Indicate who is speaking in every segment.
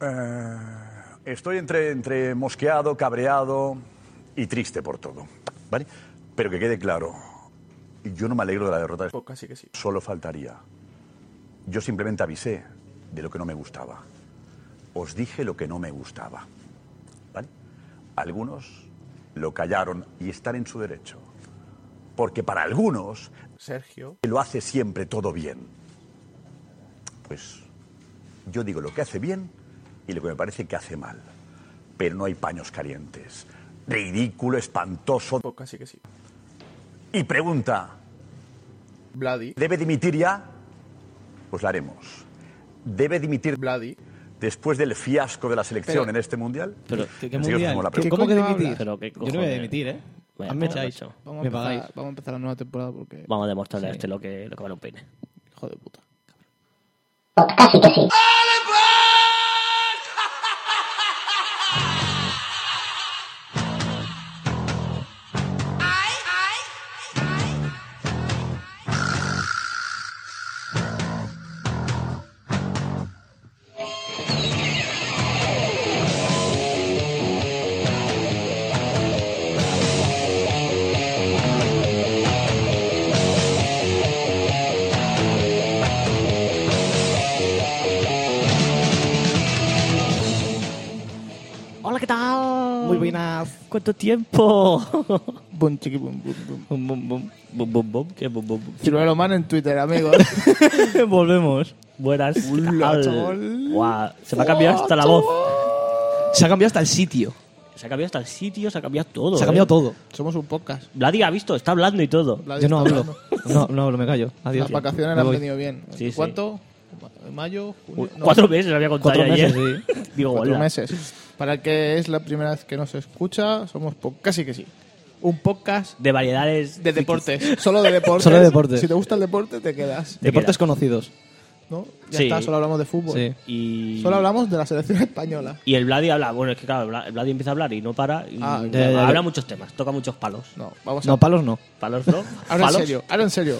Speaker 1: Eh, estoy entre, entre mosqueado, cabreado y triste por todo. ¿Vale? Pero que quede claro, yo no me alegro de la derrota.
Speaker 2: Pues casi que sí.
Speaker 1: Solo faltaría. Yo simplemente avisé de lo que no me gustaba. Os dije lo que no me gustaba. ¿Vale? Algunos lo callaron y están en su derecho. Porque para algunos
Speaker 2: Sergio.
Speaker 1: que lo hace siempre todo bien. Pues yo digo lo que hace bien y lo que me parece que hace mal. Pero no hay paños calientes. Ridículo, espantoso.
Speaker 2: Pues casi que sí.
Speaker 1: Y pregunta,
Speaker 2: Vladi.
Speaker 1: ¿debe dimitir ya? Pues la haremos. ¿Debe dimitir
Speaker 2: Vladi.
Speaker 1: después del fiasco de la selección
Speaker 2: Pero-
Speaker 1: en este mundial?
Speaker 3: Pero, ¿qué, qué
Speaker 1: Así que os
Speaker 3: mundial?
Speaker 1: hacemos la
Speaker 3: ¿Qué-
Speaker 1: pregunta.
Speaker 3: ¿Cómo que
Speaker 4: coño
Speaker 3: dimitir?
Speaker 4: hablas?
Speaker 3: Pero, ¿qué
Speaker 4: Yo no voy a
Speaker 3: cojones?
Speaker 4: dimitir, ¿eh?
Speaker 3: Vaya,
Speaker 4: me
Speaker 3: por
Speaker 4: echáis.
Speaker 3: macho.
Speaker 4: Me
Speaker 2: Vamos a,
Speaker 4: pagáis.
Speaker 2: empezar, vamos a empezar la nueva temporada porque.
Speaker 3: Vamos a demostrarle a
Speaker 4: Sí.
Speaker 3: este lo que, lo que vale un pene.
Speaker 2: Hijo de puta.
Speaker 3: Hola, ¿qué tal?
Speaker 2: Muy buenas.
Speaker 3: ¿Cuánto tiempo?
Speaker 2: Bum, chiqui, bum, bum, bum.
Speaker 3: bum, bum, bum, bum, bum, bum, que bum, bum.
Speaker 2: Ciruelo Man en Twitter, amigos.
Speaker 3: Volvemos. Buenas. ¿qué
Speaker 2: Hola,
Speaker 3: tal?
Speaker 2: chaval.
Speaker 3: Guau, se me ha cambiado hasta la voz.
Speaker 4: Se ha cambiado hasta el sitio.
Speaker 3: Se ha cambiado hasta el sitio, se ha cambiado todo.
Speaker 4: Se ha cambiado
Speaker 3: ¿eh?
Speaker 4: todo.
Speaker 2: Somos un podcast.
Speaker 3: Vladi ha visto, está hablando y todo.
Speaker 2: Vladi
Speaker 4: Yo no
Speaker 2: está
Speaker 4: hablo.
Speaker 2: hablando.
Speaker 4: No, no hablo, me callo. Adiós.
Speaker 2: Las vacaciones
Speaker 4: Me
Speaker 2: las han
Speaker 4: voy.
Speaker 2: venido bien.
Speaker 3: Sí, sí.
Speaker 2: ¿Cuánto? ¿Mayo? junio? No,
Speaker 3: Cuatro meses había contado
Speaker 4: Cuatro
Speaker 3: yo ayer.
Speaker 4: meses,
Speaker 3: Digo,
Speaker 2: cuatro
Speaker 3: hola.
Speaker 2: meses. Para el que es la primera vez que nos escucha, somos po- casi que sí. Un podcast
Speaker 3: De variedades.
Speaker 2: de deportes. Solo de deportes.
Speaker 4: Solo de deportes.
Speaker 2: Si te gusta el deporte, te quedas.
Speaker 4: Deportes
Speaker 3: quedas.
Speaker 4: conocidos.
Speaker 2: ¿No? Ya
Speaker 3: Sí.
Speaker 2: está, solo hablamos de fútbol.
Speaker 4: Sí.
Speaker 3: Y,
Speaker 2: Solo hablamos de la selección española.
Speaker 3: y el Vladi habla. Bueno, es que claro, el Vla- el Vladi empieza a hablar y no para. y
Speaker 2: Ah,
Speaker 4: ya, ya, ya.
Speaker 3: habla muchos temas, toca muchos palos.
Speaker 2: No, vamos a
Speaker 4: No, palos no.
Speaker 3: ¿Palos no?
Speaker 2: Ahora en
Speaker 3: ¿Palos?
Speaker 2: serio, ahora en serio.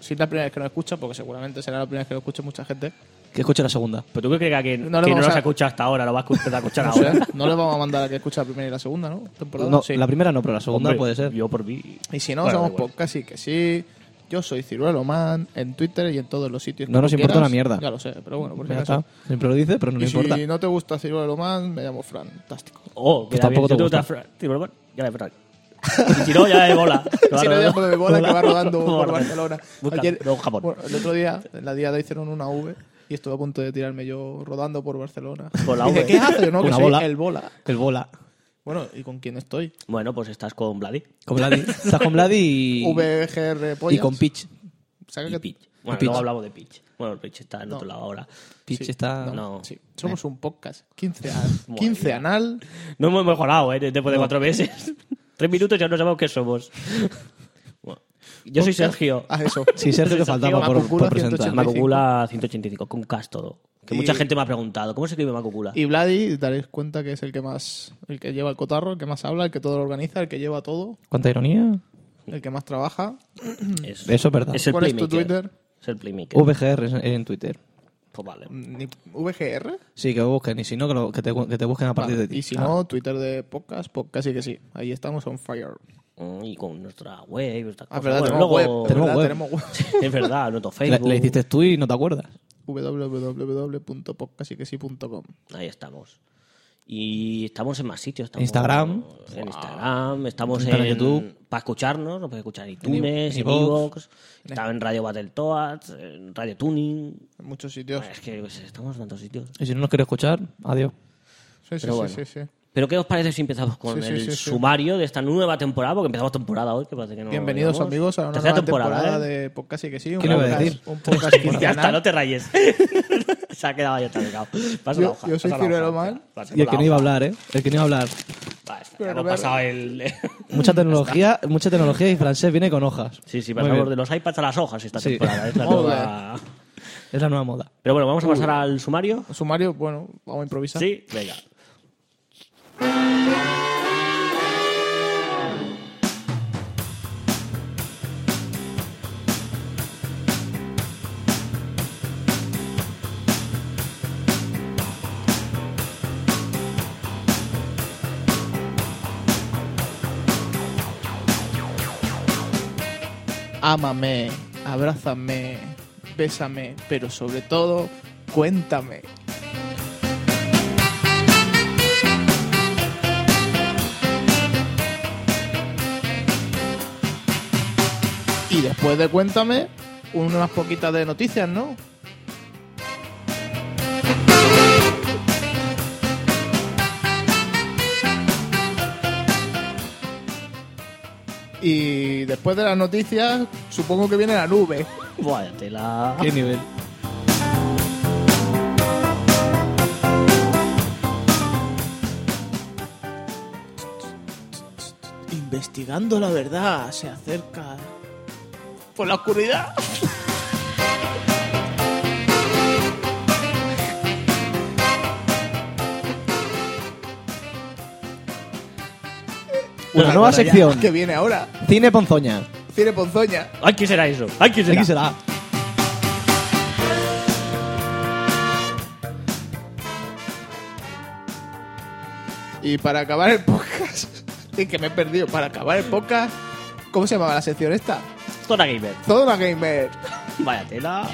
Speaker 2: Si es la primera vez que nos escucha, porque seguramente será la primera vez que lo escuche mucha gente,
Speaker 4: Que escuche la segunda.
Speaker 3: ¿Pero tú qué crees que, a quien-
Speaker 2: No lo
Speaker 3: que no
Speaker 2: vamos
Speaker 3: los
Speaker 2: a-
Speaker 3: ha escuchado hasta ahora? ¿Lo vas a escuchar- a escuchar
Speaker 2: no,
Speaker 3: ahora?
Speaker 2: sé, no le vamos a mandar a que escuche la primera y la segunda, ¿no? Temporada,
Speaker 4: Ah, No,
Speaker 2: sí.
Speaker 4: la primera no, pero la segunda
Speaker 3: Hombre,
Speaker 4: puede ser.
Speaker 3: Yo por mí.
Speaker 2: Y si no,
Speaker 3: Bueno,
Speaker 2: somos
Speaker 3: da igual.
Speaker 2: podcast, sí que sí. Yo soy Ciruelo Man en Twitter y en todos los sitios. que
Speaker 4: No
Speaker 2: tú
Speaker 4: nos importa
Speaker 2: quieras.
Speaker 4: una mierda.
Speaker 2: Ya lo sé, pero bueno, por si
Speaker 4: Ya
Speaker 2: acaso.
Speaker 4: está. Siempre lo dice, pero no
Speaker 2: Y
Speaker 4: le importa.
Speaker 2: si no te gusta Ciruelo Man, me llamo Fran. Fantástico.
Speaker 3: Oh,
Speaker 4: Pues
Speaker 3: queda
Speaker 4: tampoco
Speaker 3: bien.
Speaker 4: te
Speaker 3: Yo tengo
Speaker 4: gusta.
Speaker 3: otra fra- Sí, bueno, bueno, ya me frac. Y si no, ya de bola. Que va
Speaker 2: Si no,
Speaker 3: rodando.
Speaker 2: ya por mi bola que va rodando por
Speaker 3: Bola.
Speaker 2: Barcelona.
Speaker 3: Busca- no, Japón.
Speaker 2: bueno, el otro día, en la diada hicieron una V y estuve a punto de tirarme yo rodando por Barcelona.
Speaker 3: Por
Speaker 2: Y
Speaker 3: la
Speaker 2: dije,
Speaker 3: V.
Speaker 2: ¿qué haces? Yo no, que
Speaker 4: Una
Speaker 2: soy
Speaker 4: bola.
Speaker 2: el bola.
Speaker 4: El bola.
Speaker 2: Bueno, ¿y con quién estoy?
Speaker 3: Bueno, pues estás con Vladi.
Speaker 4: Con Vladi. Estás con Vladi y,
Speaker 2: VGR
Speaker 4: y
Speaker 2: Pollas.
Speaker 4: con Pitch.
Speaker 2: Saca
Speaker 3: Y
Speaker 2: que-
Speaker 3: Pitch. Bueno,
Speaker 4: Pitch.
Speaker 3: luego hablamos de Pitch. Bueno, Pitch está en otro lado ahora.
Speaker 4: Pitch
Speaker 2: Sí,
Speaker 4: está.
Speaker 3: No.
Speaker 2: Sí, somos un podcast. 15, a- 15 anal.
Speaker 3: No hemos mejorado, ¿eh? Después de cuatro meses. Tres minutos ya no sabemos qué somos. Bueno, yo soy Sergio.
Speaker 2: Ah, eso.
Speaker 4: Sí, Sergio que faltaba por,
Speaker 2: Macuculo,
Speaker 4: por presentar.
Speaker 2: 185.
Speaker 3: Macocula 185, con cas todo. Que
Speaker 2: Y-
Speaker 3: mucha gente me ha preguntado, ¿cómo se escribe Macocula?
Speaker 2: Y Vladi, daréis cuenta que es el que más. El que lleva el cotarro, el que más habla, el que todo lo organiza, el que lleva todo,
Speaker 4: ¿Cuánta ironía?
Speaker 2: el que más trabaja.
Speaker 3: Es,
Speaker 4: Eso es verdad.
Speaker 3: es el
Speaker 2: ¿Cuál es tu
Speaker 3: playmaker.
Speaker 2: Twitter?
Speaker 3: Es el playmaker.
Speaker 4: VGR es- en Twitter.
Speaker 3: Pues vale.
Speaker 2: Ni- ¿VGR?
Speaker 4: Sí, que lo busquen. Y si no, que, lo- que te, que te busquen a partir
Speaker 2: Vale,
Speaker 4: de ti.
Speaker 2: Y si
Speaker 4: Ah,
Speaker 2: no, Twitter de podcast, podcast sí que sí. Ahí estamos on fire.
Speaker 3: Mm, Y con nuestra web y nuestras
Speaker 2: Ah,
Speaker 3: cosas.
Speaker 2: verdad,
Speaker 3: Bueno,
Speaker 2: tenemos
Speaker 3: luego-
Speaker 2: web.
Speaker 4: Tenemos
Speaker 2: verdad,
Speaker 4: web.
Speaker 2: Tenemos web.
Speaker 3: Es verdad, nuestro
Speaker 4: le,
Speaker 3: Facebook.
Speaker 4: le hiciste tú y no te acuerdas.
Speaker 2: www.podcasyquesí.com
Speaker 3: Ahí estamos. Y estamos en más sitios. Estamos
Speaker 4: Instagram.
Speaker 3: En Instagram. Estamos
Speaker 4: Para
Speaker 3: en
Speaker 4: YouTube.
Speaker 3: Para escucharnos. Nos puedes escuchar en iTunes,
Speaker 4: en
Speaker 3: en
Speaker 4: iVoox.
Speaker 3: Evox. Estaba en Radio Battletoads, en Radio Tuning.
Speaker 2: En muchos sitios.
Speaker 3: Es que pues, estamos en tantos sitios.
Speaker 4: Y si no nos quiere escuchar, adiós.
Speaker 2: Sí, sí,
Speaker 3: Pero
Speaker 2: sí,
Speaker 3: bueno.
Speaker 2: sí, sí.
Speaker 3: ¿Pero qué os parece si empezamos con
Speaker 2: Sí, sí,
Speaker 3: el
Speaker 2: sí, sí.
Speaker 3: sumario de esta nueva temporada? Porque empezamos temporada hoy, que parece que no.
Speaker 2: Bienvenidos
Speaker 3: llevamos.
Speaker 2: amigos a una
Speaker 3: Tercera
Speaker 2: nueva temporada,
Speaker 3: ¿eh?
Speaker 2: de podcast sí que sí. un
Speaker 4: ¿Qué le iba a
Speaker 2: podcast-
Speaker 4: decir?
Speaker 2: Un podcast
Speaker 3: Ya está, no
Speaker 2: quincenal.
Speaker 3: te rayes. Se ha quedado ya atacado. Pasa la
Speaker 2: Yo-
Speaker 3: hoja.
Speaker 2: yo soy
Speaker 3: pasa la
Speaker 2: Ciruelo
Speaker 3: hoja.
Speaker 2: Man.
Speaker 3: Pasa
Speaker 4: Y el
Speaker 3: la
Speaker 4: que no iba a
Speaker 3: hoja.
Speaker 4: hablar, ¿eh? El que no iba a hablar.
Speaker 3: Va, está, ya
Speaker 2: Pero
Speaker 3: hemos
Speaker 2: no me-
Speaker 3: pasado el.
Speaker 4: Mucha tecnología, mucha tecnología y francés viene con hojas.
Speaker 3: Sí, sí,
Speaker 4: Muy
Speaker 3: pasamos de
Speaker 4: bien.
Speaker 3: los iPads a las hojas esta
Speaker 4: Sí.
Speaker 3: temporada. ¿eh? Es la
Speaker 2: Muy Uh.
Speaker 3: nueva-
Speaker 4: Es la nueva moda.
Speaker 3: Pero bueno, vamos a pasar al sumario.
Speaker 2: Sumario, bueno, vamos a improvisar.
Speaker 3: Sí, venga.
Speaker 2: Ámame, abrázame, bésame, pero sobre todo, cuéntame. Y después de cuéntame, unas poquitas de noticias, ¿no? Y después de las noticias, supongo que viene la nube.
Speaker 3: Vaya tela.
Speaker 4: ¿Qué nivel?
Speaker 2: Investigando la verdad, se acerca. Por la oscuridad.
Speaker 4: Una
Speaker 2: Una
Speaker 4: nueva
Speaker 2: cosa ya
Speaker 4: sección.
Speaker 2: Que viene ahora.
Speaker 4: Cine Ponzoña.
Speaker 2: Tiene ponzoña.
Speaker 3: Ay, ¿qué será eso? Ay, ¿qué será?
Speaker 4: Aquí será.
Speaker 2: Y para acabar el podcast. Es que me he perdido. Para acabar el podcast. ¿Cómo se llamaba la sección esta?
Speaker 3: Zona Gamer.
Speaker 2: Zona Gamer.
Speaker 3: Vaya tela.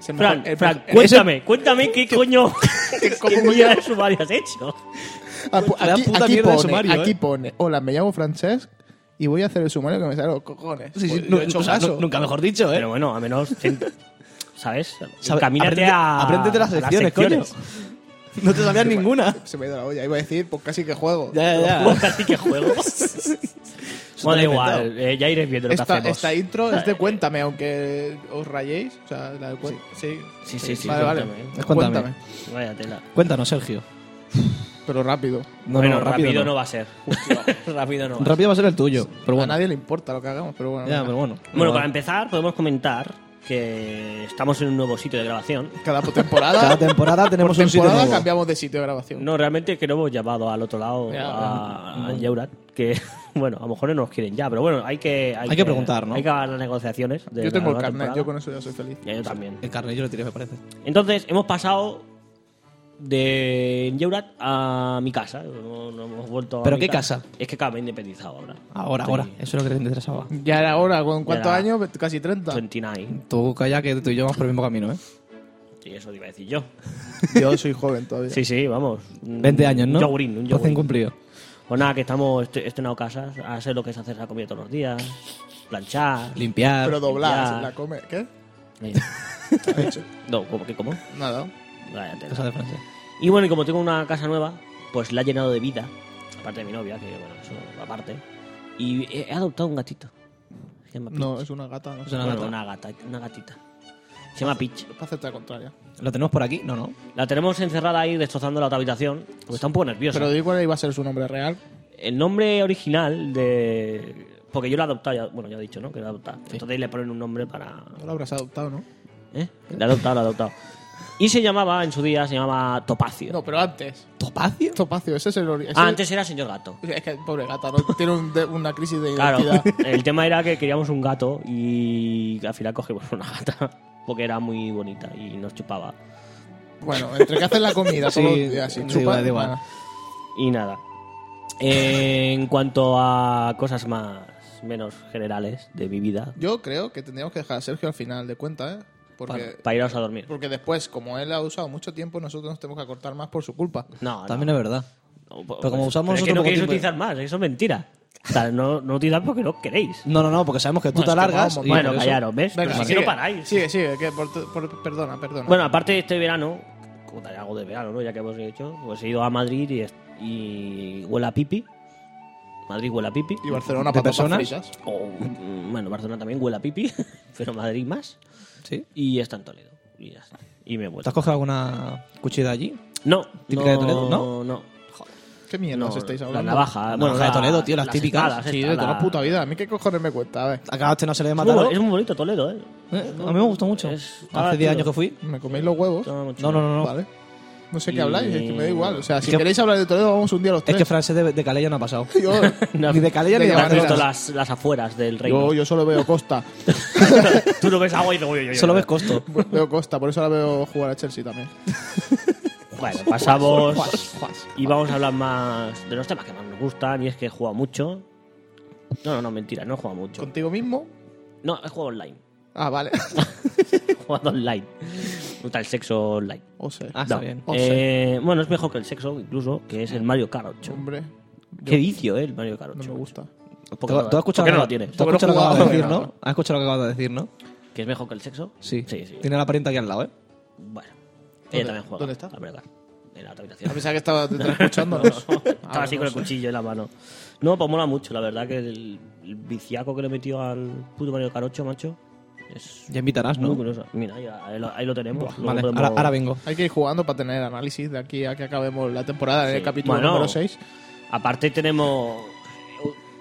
Speaker 2: Se me
Speaker 3: Fran,
Speaker 4: eh,
Speaker 2: fue- el-
Speaker 3: Fran,
Speaker 2: el-
Speaker 3: cuéntame, cuéntame qué coño.
Speaker 2: ¿Cómo
Speaker 3: ¿Qué
Speaker 2: coño?
Speaker 3: mierda de sumario has hecho?
Speaker 2: Ah, pu-
Speaker 4: La
Speaker 2: aquí,
Speaker 4: puta
Speaker 2: aquí
Speaker 4: mierda de
Speaker 2: pone,
Speaker 4: sumario,
Speaker 2: aquí
Speaker 4: ¿eh?
Speaker 2: pone, hola, me llamo Francesc y voy a hacer el sumario que me sale los cojones. Pues no he hecho
Speaker 4: o sea,
Speaker 2: caso.
Speaker 4: nu- nunca mejor dicho, ¿eh?
Speaker 3: Pero bueno, a menos. ¿Sabes?
Speaker 4: Sabe-
Speaker 3: Camínate
Speaker 4: apréndete-
Speaker 3: a.
Speaker 4: apréndete las
Speaker 3: a
Speaker 4: secciones, coño. No te sabías ninguna.
Speaker 2: Se me ha ido la olla, iba a decir, pues casi que juego.
Speaker 4: Ya, ya,
Speaker 3: Pues
Speaker 4: ya.
Speaker 3: casi que juego.
Speaker 4: lo
Speaker 3: bueno,
Speaker 4: he
Speaker 3: da igual, eh, ya iré viendo lo que
Speaker 2: esta,
Speaker 3: hacemos.
Speaker 2: esta intro
Speaker 4: Eh,
Speaker 2: es de Cuéntame, aunque os rayéis. O sea, la de cuen- sí.
Speaker 3: Sí, sí, sí,
Speaker 2: Vale, vale.
Speaker 3: Cuéntame.
Speaker 4: Es Cuéntame.
Speaker 3: Vaya tela.
Speaker 4: Cuéntanos, Sergio.
Speaker 2: Pero rápido.
Speaker 4: No,
Speaker 3: bueno,
Speaker 4: no,
Speaker 3: rápido, no.
Speaker 4: no.
Speaker 3: va a ser. rápido no va a ser.
Speaker 4: Rápido va a ser el tuyo. Pero
Speaker 2: A
Speaker 4: bueno.
Speaker 2: nadie le importa lo que hagamos, pero bueno.
Speaker 4: Ya,
Speaker 2: venga.
Speaker 4: pero bueno.
Speaker 3: Bueno,
Speaker 4: Igual.
Speaker 3: para empezar, podemos comentar que estamos en un nuevo sitio de grabación.
Speaker 2: Cada po- temporada,
Speaker 4: Cada temporada tenemos
Speaker 2: por
Speaker 4: un sitio
Speaker 2: temporada
Speaker 4: nuevo.
Speaker 2: cambiamos de sitio de grabación.
Speaker 3: No, realmente que no hemos llamado al otro lado
Speaker 2: Ya,
Speaker 3: a, a Yeurat, que bueno, a lo mejor no nos quieren ya, pero bueno, hay que
Speaker 4: Hay que preguntar, ¿no?
Speaker 3: Hay que acabar las negociaciones. de
Speaker 2: yo
Speaker 3: la
Speaker 2: tengo el
Speaker 3: nueva
Speaker 2: carnet,
Speaker 3: temporada.
Speaker 2: yo con eso ya soy feliz.
Speaker 3: Ya, yo también.
Speaker 4: El carnillo lo tiré, me parece.
Speaker 3: Entonces, hemos pasado de Yeurat a mi casa. No, no hemos vuelto a
Speaker 4: ¿Pero
Speaker 3: mi
Speaker 4: qué casa?
Speaker 3: Es que claro, me he independizado ahora.
Speaker 2: Ah.
Speaker 4: Ahora,
Speaker 3: Sí. Mm.
Speaker 4: ahora. Eso es lo que te interesaba.
Speaker 2: Ya era hora, ¿con cuántos
Speaker 3: era.
Speaker 2: años? Casi 30.
Speaker 3: 29.
Speaker 4: Tú calla que tú y yo vamos por el mismo camino, ¿eh?
Speaker 3: Y eso te iba a decir yo.
Speaker 2: Yo soy joven todavía.
Speaker 3: Sí, sí, vamos. Un-
Speaker 4: 20 años, ¿no?
Speaker 3: Mm. Un yogurín, un
Speaker 4: Recién
Speaker 3: yogurín.
Speaker 4: cumplido.
Speaker 3: Pues nada, que estamos est- estrenado casas, a hacer lo que es hacer la comida todos los días, planchar.
Speaker 4: Limpiar.
Speaker 2: Pero doblar,
Speaker 3: Ya.
Speaker 2: la come. ¿Qué?
Speaker 3: eh,
Speaker 2: Ha dicho.
Speaker 3: no, ¿cómo? ¿Qué, cómo?
Speaker 2: Nada.
Speaker 3: Vaya tela.
Speaker 4: Cosa de francés.
Speaker 3: Y bueno, y como tengo una casa nueva, pues la he llenado de vida, aparte de mi novia, que bueno, eso aparte. Y he he adoptado un gatito. Se llama Peach.
Speaker 2: No, es una gata. No
Speaker 4: Es
Speaker 2: sé.
Speaker 4: una
Speaker 3: Bueno,
Speaker 4: gata.
Speaker 3: una gata, una gatita. Se llama Peach.
Speaker 2: Para hacerte la contraria.
Speaker 4: ¿Lo tenemos por aquí? No, no.
Speaker 3: La tenemos encerrada ahí destrozando la otra habitación, porque está un poco nerviosa.
Speaker 2: Pero di cuál iba a ser su nombre real.
Speaker 3: El nombre original de... Porque yo la he adoptado, ya- bueno, ya he dicho, ¿no? Que la he adoptado. Entonces le ponen un nombre para...
Speaker 2: No lo habrás adoptado, ¿no?
Speaker 3: ¿Eh? La he adoptado, la he adoptado. Y se llamaba, en su día, se llamaba Topacio.
Speaker 2: No, pero antes.
Speaker 4: ¿Topacio?
Speaker 2: Topacio, ese es el origen.
Speaker 3: ah, antes era señor gato.
Speaker 2: Es que pobre gata, ¿no? Tiene un de- una crisis de
Speaker 3: Claro,
Speaker 2: identidad.
Speaker 3: el tema era que queríamos un gato y al final cogimos una gata porque era muy bonita y nos chupaba.
Speaker 2: Bueno, entre que hacen la comida,
Speaker 4: Sí,
Speaker 2: todos los días, sin
Speaker 4: da
Speaker 2: chupar,
Speaker 4: igual, da igual.
Speaker 2: nada.
Speaker 3: Y nada. Eh, en cuanto a cosas más menos generales de mi vida,
Speaker 2: Yo creo que tendríamos que dejar a Sergio al final de cuenta, ¿eh? Porque,
Speaker 3: para, para iros a dormir.
Speaker 2: porque después, como él ha usado mucho tiempo, nosotros nos tenemos que acortar más por su culpa.
Speaker 3: No, no.
Speaker 4: También es verdad.
Speaker 3: No, pues-
Speaker 4: pero como usamos
Speaker 3: es que
Speaker 4: otro
Speaker 3: no
Speaker 4: poco
Speaker 3: queréis
Speaker 4: tiempo-
Speaker 3: utilizar más, eso es mentira. O sea, no, no utilizar porque no queréis.
Speaker 4: No, no, no, porque sabemos que tú te
Speaker 2: es que
Speaker 4: alargas.
Speaker 2: vamos,
Speaker 4: y
Speaker 3: bueno,
Speaker 4: por eso-
Speaker 3: callaros, ¿ves?
Speaker 2: Venga,
Speaker 3: Pero si
Speaker 2: sigue.
Speaker 3: no paráis.
Speaker 2: Sigue, sigue, que por tu- por- perdona, perdona.
Speaker 3: Bueno, aparte de este verano, contaré algo de verano, ¿no? Ya que hemos hecho, pues he ido a Madrid y, es- y huele a pipi. Madrid huele a pipi.
Speaker 2: y Barcelona,
Speaker 4: ¿de
Speaker 2: patatas
Speaker 4: personas?
Speaker 2: fritas.
Speaker 3: O, mm, bueno, Barcelona también huele a pipi, pero Madrid más.
Speaker 4: ¿Sí?
Speaker 3: Y está en Toledo. Y ya está. Y me he
Speaker 4: ¿Te
Speaker 3: vuelto.
Speaker 4: has cogido alguna cuchilla allí?
Speaker 3: No,
Speaker 4: típica de
Speaker 3: no,
Speaker 4: Toledo,
Speaker 3: no.
Speaker 4: no?
Speaker 3: no.
Speaker 2: ¿Qué mierdas
Speaker 3: No,
Speaker 2: estáis
Speaker 3: la
Speaker 2: hablando?
Speaker 3: navaja.
Speaker 4: La
Speaker 3: bueno,
Speaker 4: navaja de
Speaker 3: la-
Speaker 4: Toledo, tío, las típicas.
Speaker 3: espadas,
Speaker 2: Sí,
Speaker 3: esta,
Speaker 2: de toda la
Speaker 3: la-
Speaker 2: puta vida. ¿A mí qué cojones me cuesta? A ver,
Speaker 4: Acabaste no se le
Speaker 3: Es
Speaker 4: mataron.
Speaker 3: muy, bo- es muy bonito Toledo, ¿eh?
Speaker 4: Eh, A mí me gustó mucho.
Speaker 3: Es-
Speaker 4: Hace 10 años que fui.
Speaker 2: me coméis los huevos.
Speaker 3: No,
Speaker 4: No, no, no. no.
Speaker 2: Vale. No sé
Speaker 3: Y-
Speaker 2: qué habláis, es que me da igual. O sea, si
Speaker 4: que-
Speaker 2: queréis hablar de Toledo, vamos un día los
Speaker 4: Es
Speaker 2: tres.
Speaker 4: que Francés de, de Calella no ha pasado.
Speaker 2: yo,
Speaker 3: No.
Speaker 4: Ni de Calella ni de
Speaker 2: De
Speaker 3: Has
Speaker 2: Barreras.
Speaker 3: visto
Speaker 4: Barcelona.
Speaker 3: las, las afueras del reino.
Speaker 2: yo, yo solo veo Costa.
Speaker 3: Tú no ves agua y dices, uy, uy, uy,
Speaker 4: Solo
Speaker 3: uy.
Speaker 4: ves costo.
Speaker 2: veo Costa, por eso ahora veo jugar a Chelsea también.
Speaker 3: Bueno, pasamos
Speaker 2: Juas, juas.
Speaker 3: y vamos a hablar más de los temas que más nos gustan. Y es que he jugado mucho. No, no, no, mentira, no he jugado mucho.
Speaker 2: ¿Contigo mismo?
Speaker 3: No, he jugado online.
Speaker 2: Ah, vale.
Speaker 3: He jugado online. Me gusta el sexo online.
Speaker 2: O sea,
Speaker 4: Ah, está bien.
Speaker 2: o sea,
Speaker 3: Eh, bueno, es mejor que el sexo, incluso, que es el Mario Kart 8.
Speaker 2: hombre,
Speaker 3: Qué vicio, ¿eh? El Mario Kart 8.
Speaker 2: no me gusta.
Speaker 3: ¿Por qué
Speaker 4: ¿Tú,
Speaker 3: no-
Speaker 4: tú has
Speaker 3: por
Speaker 4: escuchado,
Speaker 3: qué no
Speaker 4: lo-
Speaker 3: lo tienes?
Speaker 4: ¿Tú has
Speaker 2: pues Porque no
Speaker 4: escuchado lo
Speaker 2: jugaba
Speaker 4: que acabas de
Speaker 2: de
Speaker 4: decir,
Speaker 2: nada.
Speaker 4: no? ¿Has escuchado lo que acabas de decir, no?
Speaker 3: ¿Que es mejor que el sexo?
Speaker 4: Sí.
Speaker 3: Sí, sí.
Speaker 4: Tiene la pariente aquí al lado, ¿eh?
Speaker 3: Bueno.
Speaker 2: ¿Dónde-
Speaker 3: Ella también juega.
Speaker 2: dónde está?
Speaker 3: al Mario Kart. En la otra
Speaker 2: A
Speaker 3: habitación.
Speaker 2: pesar que estaba detrás escuchándonos.
Speaker 3: Estaba así con el cuchillo en la mano. No, pues mola mucho, la verdad, que el, el viciaco que le metió al puto Mario Carocho, macho, es
Speaker 4: Ya invitarás,
Speaker 3: muy
Speaker 4: ¿no?
Speaker 3: curioso. Mira, ahí, ahí lo, ahí lo tenemos. Luego
Speaker 4: Vale,
Speaker 3: podemos-
Speaker 4: ahora, ahora vengo.
Speaker 2: Hay que ir jugando para tener análisis de aquí a que acabemos la temporada en
Speaker 3: Sí.
Speaker 2: el capítulo
Speaker 3: Bueno.
Speaker 2: número 6.
Speaker 3: Aparte tenemos,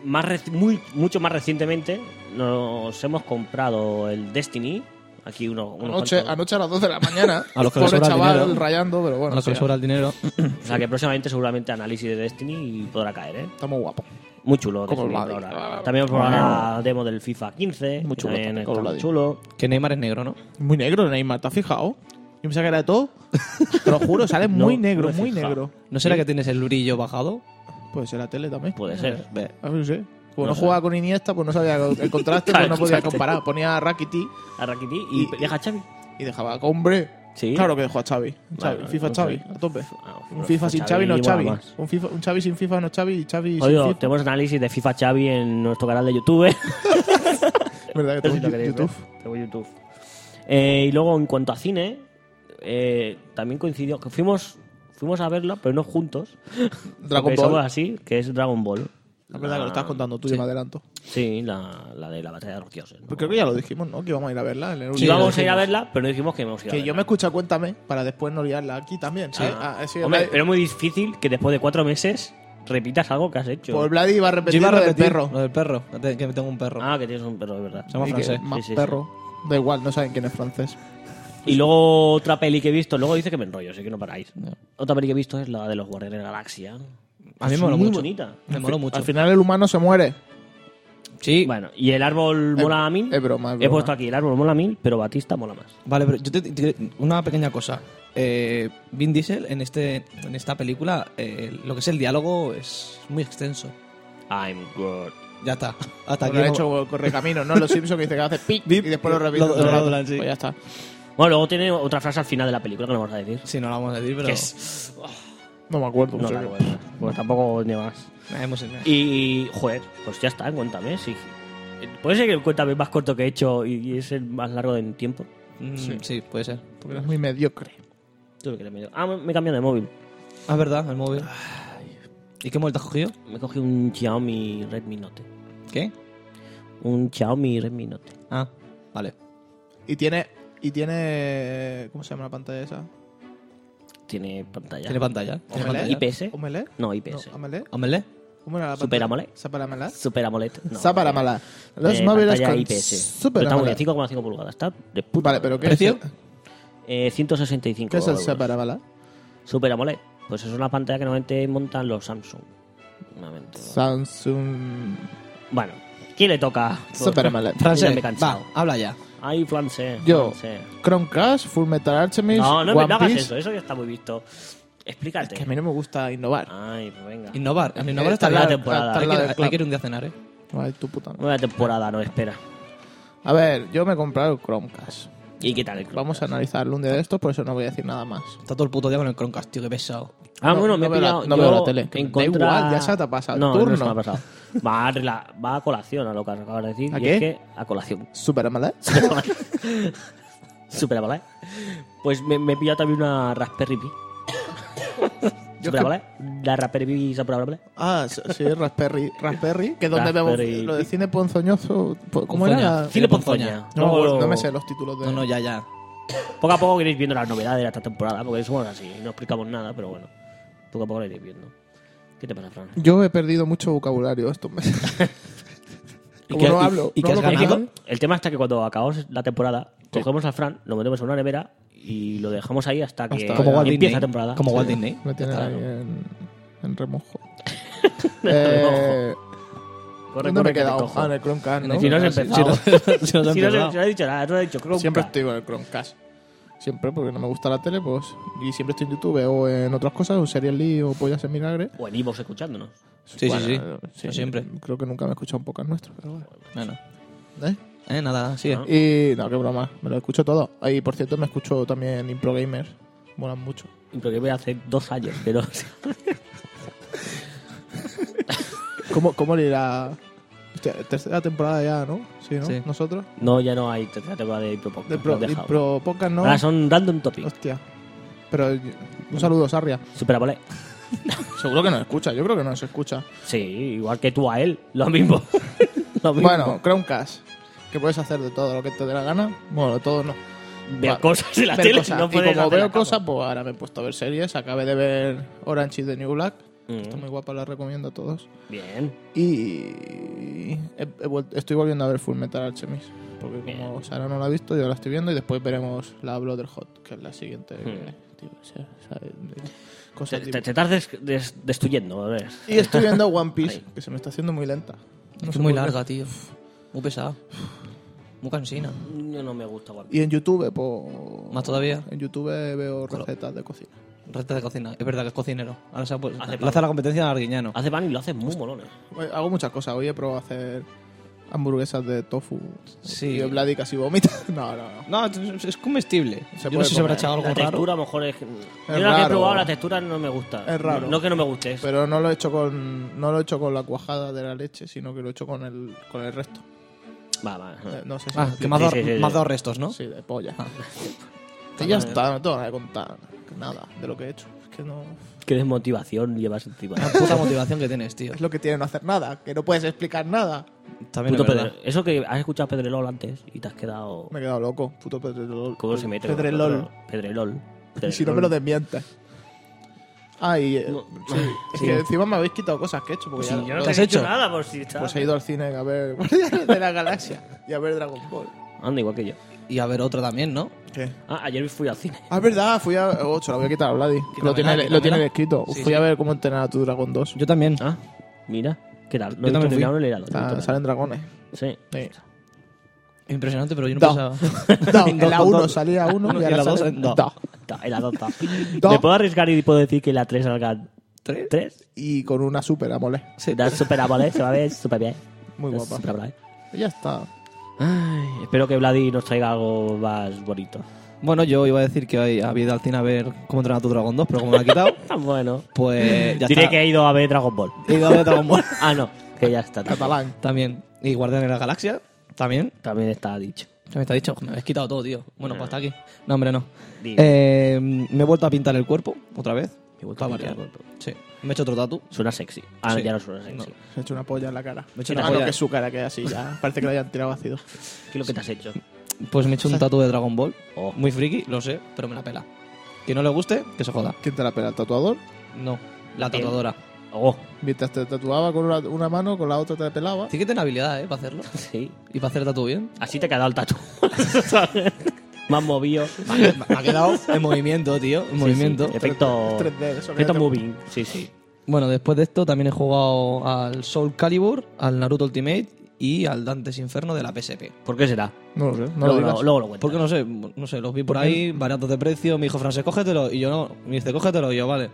Speaker 3: más reci- muy, mucho más recientemente, nos hemos comprado el Destiny. Aquí uno, unos
Speaker 2: Anoche,
Speaker 3: cuantos-
Speaker 2: anoche a las 2 de la mañana.
Speaker 4: A los que les
Speaker 2: pobre
Speaker 4: sobra el
Speaker 2: chaval
Speaker 4: dinero.
Speaker 2: rayando, pero bueno.
Speaker 4: Bueno,
Speaker 2: o
Speaker 4: que le
Speaker 2: sea,
Speaker 4: sobra el dinero.
Speaker 3: O sea que próximamente seguramente análisis de Destiny y podrá caer, ¿eh?
Speaker 2: Está muy guapo.
Speaker 3: Muy chulo.
Speaker 2: Como
Speaker 3: Destiny,
Speaker 2: el Madrid.
Speaker 3: por ahora. También por la demo del FIFA 15.
Speaker 2: Muy
Speaker 3: que
Speaker 2: chulo, este,
Speaker 3: también
Speaker 2: como
Speaker 3: está
Speaker 2: el
Speaker 3: muy
Speaker 2: Madrid.
Speaker 3: chulo.
Speaker 4: Que Neymar es negro, ¿no?
Speaker 2: Muy negro Neymar, ¿te has fijado? Yo pensaba que era de todo. Te lo juro, sale
Speaker 3: No,
Speaker 2: muy negro,
Speaker 3: no he
Speaker 2: muy
Speaker 3: fijado.
Speaker 2: negro.
Speaker 4: ¿No será que tienes el brillo bajado?
Speaker 2: Puede ser la tele también.
Speaker 3: Puede ser.
Speaker 4: Ve.
Speaker 2: A ver, sí. Como
Speaker 3: No
Speaker 2: no,
Speaker 3: sé.
Speaker 2: jugaba con Iniesta, pues no sabía el contraste,
Speaker 3: Claro,
Speaker 2: pues no podía
Speaker 3: exacto.
Speaker 2: comparar. Ponía a Rakiti
Speaker 3: A Rakiti y,
Speaker 2: Y-
Speaker 3: deja a Xavi.
Speaker 2: y dejaba a hombre.
Speaker 3: Sí.
Speaker 2: Claro que dejó a Xavi. Xavi,
Speaker 3: Vale,
Speaker 2: FIFA
Speaker 3: un
Speaker 2: Xavi,
Speaker 3: Xavi.
Speaker 2: a tope.
Speaker 3: Ah,
Speaker 2: Un FIFA sin Xavi, no
Speaker 3: mola
Speaker 2: Xavi.
Speaker 3: más.
Speaker 2: Un, FIFA, un Xavi sin FIFA, no Xavi. Y Xavi pues.
Speaker 3: Oye,
Speaker 2: sin FIFA.
Speaker 3: tenemos análisis de FIFA Xavi en nuestro canal de YouTube.
Speaker 2: ¿Verdad que
Speaker 3: Por si
Speaker 2: tengo
Speaker 3: lo queréis ver.
Speaker 2: YouTube?
Speaker 3: Tengo YouTube. Eh, y luego, en cuanto a cine, eh, también coincidió que fuimos, fuimos a verla, pero no juntos.
Speaker 2: Dragon
Speaker 3: Pensamos
Speaker 2: Ball.
Speaker 3: así, que es Dragon Ball.
Speaker 2: La Ah, verdad que lo estás contando tú,
Speaker 3: Ah, sí.
Speaker 2: yo me adelanto.
Speaker 3: Sí, la, la de la batalla de los dioses. ¿no?
Speaker 2: Pues creo que ya lo dijimos, ¿no? Que íbamos a ir a verla. En el
Speaker 3: Sí,
Speaker 2: último
Speaker 3: íbamos a ir a
Speaker 2: dijimos.
Speaker 3: verla, pero no dijimos que íbamos a ir a
Speaker 2: Que yo me
Speaker 3: verla.
Speaker 2: escucha Cuéntame para después no liarla aquí también. ¿sí?
Speaker 3: Ah.
Speaker 2: Ah, sí,
Speaker 3: Hombre,
Speaker 2: Vladi-
Speaker 3: pero es muy difícil que después de cuatro meses repitas algo que has hecho.
Speaker 2: Pues Vladi iba a
Speaker 4: Yo
Speaker 2: repetir
Speaker 4: iba a
Speaker 2: lo del
Speaker 4: repetir
Speaker 2: perro.
Speaker 4: Lo del perro. Que tengo un perro.
Speaker 3: Ah, que tienes un perro, de verdad.
Speaker 4: Se llama
Speaker 2: Y que
Speaker 4: francés.
Speaker 2: Más
Speaker 3: Sí, sí, sí.
Speaker 2: perro. Da igual, no saben quién es francés.
Speaker 3: Y luego otra peli que he visto, luego dice que me enrollo, así que no paráis. Otra peli que he visto es la de los Guardianes de la Galaxia.
Speaker 4: A mí
Speaker 3: Ah,
Speaker 4: me
Speaker 3: Es
Speaker 4: moló
Speaker 3: muy
Speaker 4: mucho.
Speaker 3: bonita.
Speaker 4: Me moló mucho.
Speaker 2: Al final el humano se muere.
Speaker 4: Sí.
Speaker 3: Bueno, y el árbol
Speaker 4: Eh,
Speaker 2: Es-
Speaker 3: mola a mil.
Speaker 2: es broma, es
Speaker 3: He
Speaker 2: broma.
Speaker 3: puesto aquí el árbol mola a mil, pero Batista mola más.
Speaker 4: Vale, pero yo te, te- una pequeña cosa. Eh, Vin Diesel en este en esta película eh, lo que es el diálogo es muy extenso.
Speaker 3: I'm good.
Speaker 4: Ya está. Hasta
Speaker 2: Lo
Speaker 4: aquí.
Speaker 2: han
Speaker 4: hemos-
Speaker 2: hecho correcamino, ¿no? Los Simpsons que dice que hace pic y
Speaker 4: Bip,
Speaker 2: después lo
Speaker 4: lo-
Speaker 2: repite.
Speaker 4: lo
Speaker 2: otro rato.
Speaker 4: doblan, sí.
Speaker 2: Pues ya está.
Speaker 3: Bueno, luego tiene otra frase al final de la película que no vamos a decir.
Speaker 4: Sí, no lo vamos a decir, pero pues
Speaker 3: Que es.
Speaker 2: No me acuerdo.
Speaker 3: No,
Speaker 2: sé
Speaker 3: la
Speaker 2: qué.
Speaker 3: acuerdo, Porque tampoco ni más.
Speaker 4: Eh, hemos-
Speaker 3: Y, joder, pues ya está, cuéntame. Sí. Puede ser que el cuéntame más corto que he hecho y, y es el más largo en tiempo.
Speaker 4: Mm,
Speaker 2: Sí.
Speaker 4: sí. puede ser.
Speaker 2: Porque eres muy mediocre.
Speaker 3: Tú lo que le medio- Ah, me me he cambiado de móvil.
Speaker 4: Ah, es verdad, el móvil. ¿Y qué móvil te has cogido?
Speaker 3: Me he cogido un Xiaomi Redmi Note.
Speaker 4: ¿Qué?
Speaker 3: Un Xiaomi Redmi Note.
Speaker 4: Ah, vale.
Speaker 2: Y tiene. Y tiene. ¿Cómo se llama la pantalla esa?
Speaker 3: Tiene pantalla.
Speaker 4: Tiene pantalla. Tiene
Speaker 2: Omelette.
Speaker 4: pantalla.
Speaker 3: IPS.
Speaker 2: ¿Omelé?
Speaker 3: No, IPS.
Speaker 2: No, ¿Omelé?
Speaker 4: Omelette.
Speaker 2: ¿Cómo era la pantalla?
Speaker 3: Super AMOLED.
Speaker 2: ¿Super AMOLED?
Speaker 3: Super AMOLED. No,
Speaker 2: Super
Speaker 3: eh,
Speaker 2: AMOLED. Los
Speaker 3: eh,
Speaker 2: móviles
Speaker 3: pantalla
Speaker 2: con
Speaker 3: IPS.
Speaker 2: Super
Speaker 3: Pero está muy
Speaker 2: AMOLED.
Speaker 3: bien, 5,5 pulgadas. Está de puta.
Speaker 2: Vale, pero ¿qué
Speaker 4: ¿Precio?
Speaker 2: es?
Speaker 3: Eh, 165
Speaker 2: ¿Qué es el
Speaker 3: euros.
Speaker 2: Super AMOLED?
Speaker 3: Super AMOLED. Pues es una pantalla que normalmente montan los Samsung. Normalmente.
Speaker 2: Samsung.
Speaker 3: Bueno, ¿quién le toca?
Speaker 2: Super AMOLED.
Speaker 3: Ya
Speaker 4: Francés,
Speaker 3: me he
Speaker 4: va,
Speaker 3: cansado.
Speaker 4: habla ya.
Speaker 3: Ay, francés.
Speaker 2: Yo.
Speaker 3: francés.
Speaker 2: Chromecast, Full Metal Alchemist.
Speaker 3: No, no me
Speaker 2: One
Speaker 3: no hagas
Speaker 2: Piece.
Speaker 3: eso. eh. Eso ya está muy visto. Explícate.
Speaker 2: Que a mí no me gusta innovar.
Speaker 3: Ay, pues venga.
Speaker 4: Innovar. En innovar
Speaker 2: Eh,
Speaker 4: está
Speaker 2: está
Speaker 4: bien.
Speaker 3: la temporada.
Speaker 4: Hay que-
Speaker 2: Está la-
Speaker 4: hay que, ir un día a cenar, ¿eh?
Speaker 2: Ay, tu puta madre.
Speaker 3: Nueva temporada, no, espera.
Speaker 2: A ver, yo me he comprado el Chromecast.
Speaker 3: ¿Y qué tal el club?
Speaker 2: Vamos a analizarlo un día de estos, por eso no voy a decir nada más.
Speaker 4: Está todo el puto día con el Chromecast, tío, qué pesado.
Speaker 3: Ah,
Speaker 2: No,
Speaker 3: bueno, me
Speaker 2: no
Speaker 3: he
Speaker 2: veo la-
Speaker 3: pillado.
Speaker 2: no
Speaker 3: yo
Speaker 2: veo la tele.
Speaker 3: en
Speaker 2: Da
Speaker 3: contra-
Speaker 2: igual, ya se te ha pasado el
Speaker 3: No,
Speaker 2: turno.
Speaker 3: No, se me ha pasado. Va a, rela- va a colación a lo que acabas de decir.
Speaker 2: ¿A
Speaker 3: y
Speaker 2: qué?
Speaker 3: es que a colación.
Speaker 2: Super mala.
Speaker 3: Super ¿vale? Pues me, me he pillado también una Raspberry Pi. ¿Super ¿vale? La Raspberry Pi ¿vale?
Speaker 2: Ah, s- sí, Raspberry. Raspberry, que es donde vemos
Speaker 3: Raspberry.
Speaker 2: lo de cine ponzoñoso. po- ¿Cómo
Speaker 4: Ponzoña.
Speaker 2: era?
Speaker 4: Cine ponzoña.
Speaker 2: Ah, No, me acuerdo,
Speaker 3: Luego-
Speaker 2: no me sé los títulos de.
Speaker 4: No, no, ya, ya.
Speaker 3: Poco a poco iréis viendo las novedades de esta temporada, porque somos así, no explicamos nada, pero bueno. Poco a poco lo iréis viendo. ¿Qué te pasa, Fran?
Speaker 2: Yo he perdido mucho vocabulario estos meses. Como
Speaker 4: qué-
Speaker 2: no
Speaker 4: y-
Speaker 2: hablo.
Speaker 4: y
Speaker 2: no
Speaker 4: qué has
Speaker 2: hablo con
Speaker 4: ganado?
Speaker 2: nadie.
Speaker 3: El tema está que cuando acabamos la temporada, cogemos a Fran, lo metemos en una nevera y lo dejamos ahí hasta que
Speaker 2: Hasta-
Speaker 4: Como Walt
Speaker 3: empieza
Speaker 4: Disney.
Speaker 3: la temporada.
Speaker 4: Como Walt Disney.
Speaker 2: Me tienen
Speaker 3: Está,
Speaker 2: ahí
Speaker 3: ¿no?
Speaker 2: en, en remojo. eh,
Speaker 3: Corre,
Speaker 2: ¿Dónde me
Speaker 3: corre,
Speaker 2: he
Speaker 3: que te
Speaker 2: quedado?
Speaker 3: cojo.
Speaker 2: Ah, en el Chromecast, ¿no?
Speaker 3: Si no has
Speaker 2: Ah, sí.
Speaker 3: empezado.
Speaker 4: Si no- si no te has
Speaker 3: Si no, se-
Speaker 4: enterado.
Speaker 3: se no he dicho nada, no he dicho creo
Speaker 2: Siempre estoy con el Chromecast. Siempre, porque no me gusta la tele, pues. Y siempre estoy en YouTube o en otras cosas, o en Serial Lee o Pollas en Vinagre.
Speaker 3: O en Ivox escuchándonos.
Speaker 4: Sí, sí, sí.
Speaker 2: eh,
Speaker 4: Yo siempre.
Speaker 2: Creo que nunca me he escuchado un podcast nuestro, pero bueno.
Speaker 4: Bueno.
Speaker 2: ¿Eh?
Speaker 4: Eh, nada, sigue.
Speaker 3: Ah.
Speaker 2: Y no, qué broma, me lo escucho todo. Y por cierto, me escucho también Impro Gamers, molan mucho.
Speaker 3: Pero que voy a hacer dos años, pero.
Speaker 2: ¿Cómo, cómo le irá? Hostia, tercera temporada ya, ¿no? Sí, ¿no?
Speaker 4: Sí.
Speaker 2: Nosotros.
Speaker 3: No, ya no hay tercera temporada de Impro Podcast,
Speaker 2: De
Speaker 3: lo
Speaker 2: pro,
Speaker 3: han dejado.
Speaker 2: Impro Podcast, ¿no?
Speaker 3: Ahora son random topics.
Speaker 2: Hostia. Pero yo- un saludo, Sarria.
Speaker 3: Super vale.
Speaker 2: Seguro que nos escucha, yo creo que nos escucha.
Speaker 3: Sí, igual que tú a él. Lo mismo. lo mismo.
Speaker 2: Bueno, Chromecast, que puedes hacer de todo lo que te dé la gana. Bueno, de todo no.
Speaker 3: ver
Speaker 2: va-
Speaker 3: cosas en la
Speaker 2: Ver
Speaker 3: tele.
Speaker 2: cosas.
Speaker 3: No
Speaker 2: y
Speaker 3: puedes
Speaker 2: como
Speaker 3: hacer
Speaker 2: veo
Speaker 3: la cama.
Speaker 2: cosas, pues ahora me he puesto a ver series. Acabé de ver Orange is the New Black. Está
Speaker 3: Mm,
Speaker 2: muy guapa, la recomiendo a todos.
Speaker 3: bien.
Speaker 2: Y he- he vuel- estoy volviendo a ver Full Metal Alchemist. Porque como
Speaker 3: Bien.
Speaker 2: Sara no la ha visto, yo la estoy viendo y después veremos la Hot, que es la siguiente. que, tío, o sea, sabe, de-
Speaker 3: Te,
Speaker 2: cosas
Speaker 3: Hmm. te,
Speaker 2: tipo-
Speaker 3: te estás des- des- destruyendo, a ver.
Speaker 2: Y estoy viendo One Piece, que se me está haciendo muy lenta.
Speaker 4: es
Speaker 2: sé por
Speaker 4: muy
Speaker 2: qué.
Speaker 4: larga, tío. Muy pesada. Muy cansina.
Speaker 3: Yo no me gusta One Piece.
Speaker 2: Y en YouTube, pues...
Speaker 4: Más todavía.
Speaker 2: En YouTube veo recetas de cocina.
Speaker 4: Reta de cocina. Es verdad que es cocinero. Ahora se ha puesto-
Speaker 3: Hace Ah.
Speaker 4: le hace la competencia a Arguiñano.
Speaker 3: Hace pan y lo hace muy molón. eh.
Speaker 2: Oye, Hago muchas cosas. Hoy he probado a hacer hamburguesas de tofu.
Speaker 4: Sí.
Speaker 2: Y Vladi casi vomita. No, no, no.
Speaker 4: No, es es comestible.
Speaker 2: Se
Speaker 4: Yo no
Speaker 2: puede
Speaker 4: sé si se habrá
Speaker 2: comer.
Speaker 4: echado algo
Speaker 3: ¿eh? La
Speaker 4: raro.
Speaker 3: textura a lo mejor es... Yo la que he
Speaker 2: raro.
Speaker 3: probado, la textura no me gusta.
Speaker 2: Es raro.
Speaker 3: No que no me guste. es-
Speaker 2: Pero no lo he hecho con no lo he hecho con la cuajada de la leche, sino que lo he hecho con el, con el resto.
Speaker 3: Va, va.
Speaker 2: Eh, No sé si me
Speaker 4: Ah, que
Speaker 2: explico.
Speaker 4: me has dado,
Speaker 3: Sí, sí, sí,
Speaker 4: me has
Speaker 3: sí.
Speaker 4: dado restos, ¿no?
Speaker 2: Sí, de polla.
Speaker 4: Ah.
Speaker 2: Y ya está, no tengo nada que contar. Nada de lo que he hecho. Es que no.
Speaker 3: Qué desmotivación llevas encima.
Speaker 2: Ah,
Speaker 4: La
Speaker 2: pues,
Speaker 4: puta motivación que tienes, tío.
Speaker 2: Es lo que tiene no hacer nada, que no puedes explicar nada.
Speaker 4: También
Speaker 3: Puto
Speaker 4: es verdad.
Speaker 3: Pedro. Eso que has escuchado a Pedrelol antes y te has quedado...
Speaker 2: Me he quedado loco, puto Pedrelol.
Speaker 3: ¿Cómo se mete? con
Speaker 2: Pedrelol.
Speaker 3: otro? Pedrelol.
Speaker 2: Y si no
Speaker 3: Pedrelol.
Speaker 2: me lo desmientes. Ay, eh,
Speaker 3: No. Pues
Speaker 2: sí. Es que encima me habéis quitado cosas que he hecho. Porque
Speaker 3: Sí,
Speaker 2: ya,
Speaker 3: yo no
Speaker 2: lo-
Speaker 3: te
Speaker 4: has
Speaker 3: he hecho
Speaker 4: hecho?
Speaker 3: nada por si está...
Speaker 2: Pues he ido al cine a ver Guardianes de la Galaxia y a ver Dragon Ball.
Speaker 3: Anda, igual que yo.
Speaker 4: Y a ver otra también, ¿no?
Speaker 2: ¿Qué?
Speaker 3: Ah, ayer fui al cine.
Speaker 2: Ah, es verdad, fui a. Oh, se la voy a quitar a Vladi. que Lo tiene,
Speaker 4: quítamela.
Speaker 2: lo tiene escrito.
Speaker 4: Sí,
Speaker 2: fui
Speaker 4: sí.
Speaker 2: a ver cómo entrenar a tu Dragon 2.
Speaker 4: Yo también.
Speaker 3: Ah, mira. ¿Qué tal? No
Speaker 4: Yo
Speaker 3: he visto
Speaker 4: también fui.
Speaker 3: ni la uno ni la dos.
Speaker 2: Está- salen dragones.
Speaker 3: Sí.
Speaker 2: Ah, Sí.
Speaker 4: Impresionante, pero yo no
Speaker 2: Da.
Speaker 4: pensaba.
Speaker 2: Da, en la
Speaker 4: da,
Speaker 2: 1
Speaker 4: da.
Speaker 2: salía 1 y
Speaker 4: Y
Speaker 2: ahora
Speaker 4: la dos
Speaker 2: sale
Speaker 4: en da.
Speaker 2: da.
Speaker 3: Ta- Era dos, ta.
Speaker 2: Dos.
Speaker 3: ¿Me puedo arriesgar y puedo decir que la 3 salga
Speaker 4: ¿Tres?
Speaker 3: 3?
Speaker 2: Y con una super amole.
Speaker 3: Sí. Da super amable, se va a ver súper bien.
Speaker 2: Muy
Speaker 3: Es
Speaker 2: guapa.
Speaker 3: súper amable.
Speaker 2: Y Ya está.
Speaker 3: Ay, espero que Vladi nos traiga algo más bonito.
Speaker 4: Bueno, yo iba a decir que hoy había ido al cine a ver cómo entrenar a tu dragón 2, pero como me lo ha quitado,
Speaker 3: Tan bueno.
Speaker 4: pues ya
Speaker 3: Diré
Speaker 4: está.
Speaker 3: que he ido a ver Dragon Ball.
Speaker 4: He ido a ver Dragon Ball
Speaker 3: Ah, no, que ya está.
Speaker 2: Catalán.
Speaker 4: también. Y Guardián de la Galaxia también.
Speaker 3: También está dicho.
Speaker 4: Ya me está dicho, me habéis quitado todo, tío. Bueno,
Speaker 3: Ah.
Speaker 4: pues hasta aquí. No, hombre, no.
Speaker 3: Di.
Speaker 4: Eh, me he vuelto a pintar el cuerpo otra vez.
Speaker 3: Me he vuelto a
Speaker 4: Para
Speaker 3: pintar el
Speaker 4: variar.
Speaker 3: cuerpo.
Speaker 4: Sí. Me he hecho otro tatu.
Speaker 3: Suena sexy. Ah,
Speaker 4: Sí.
Speaker 3: ya no suena sexy.
Speaker 4: No.
Speaker 3: ¿Qué
Speaker 2: Se ha hecho una polla en la cara.
Speaker 4: Me he hecho una
Speaker 2: ah,
Speaker 4: polla.
Speaker 2: no, que es su cara, que es así ya. Parece que le hayan tirado ácido.
Speaker 3: es lo que te has hecho?
Speaker 4: Pues me he hecho un tatu de Dragon Ball.
Speaker 3: Oh.
Speaker 4: Muy friki, lo sé, pero me la pela. Que no le guste, que se joda.
Speaker 2: ¿Quién te la pela? ¿El tatuador?
Speaker 4: No, la
Speaker 3: Bien.
Speaker 4: tatuadora.
Speaker 3: Oh,
Speaker 2: Mientras te tatuaba con una, una mano, con la otra te pelaba.
Speaker 4: Sí que tiene habilidad, ¿eh? Para hacerlo.
Speaker 3: sí.
Speaker 4: Y para hacer tatu bien.
Speaker 3: Así te ha quedado el tatu. ¿Sabes? Más movido.
Speaker 4: Me ha quedado en movimiento, tío. En movimiento.
Speaker 3: Sí, sí. Efecto,
Speaker 2: 3D, eso que
Speaker 3: efecto
Speaker 2: te-
Speaker 3: moving. Sí, sí.
Speaker 4: Bueno, después de esto también he jugado al Soul Calibur, al Naruto Ultimate y al Dantes Inferno de la PSP.
Speaker 3: ¿Por qué será?
Speaker 2: No lo sé, no lo
Speaker 3: luego,
Speaker 2: digas.
Speaker 3: lo- luego lo cuento.
Speaker 4: Porque no sé, no sé, los vi por ahí, baratos de precio. Me dijo, Frances, cógetelo. Y yo no. Me dice, cógetelo. Y yo, vale.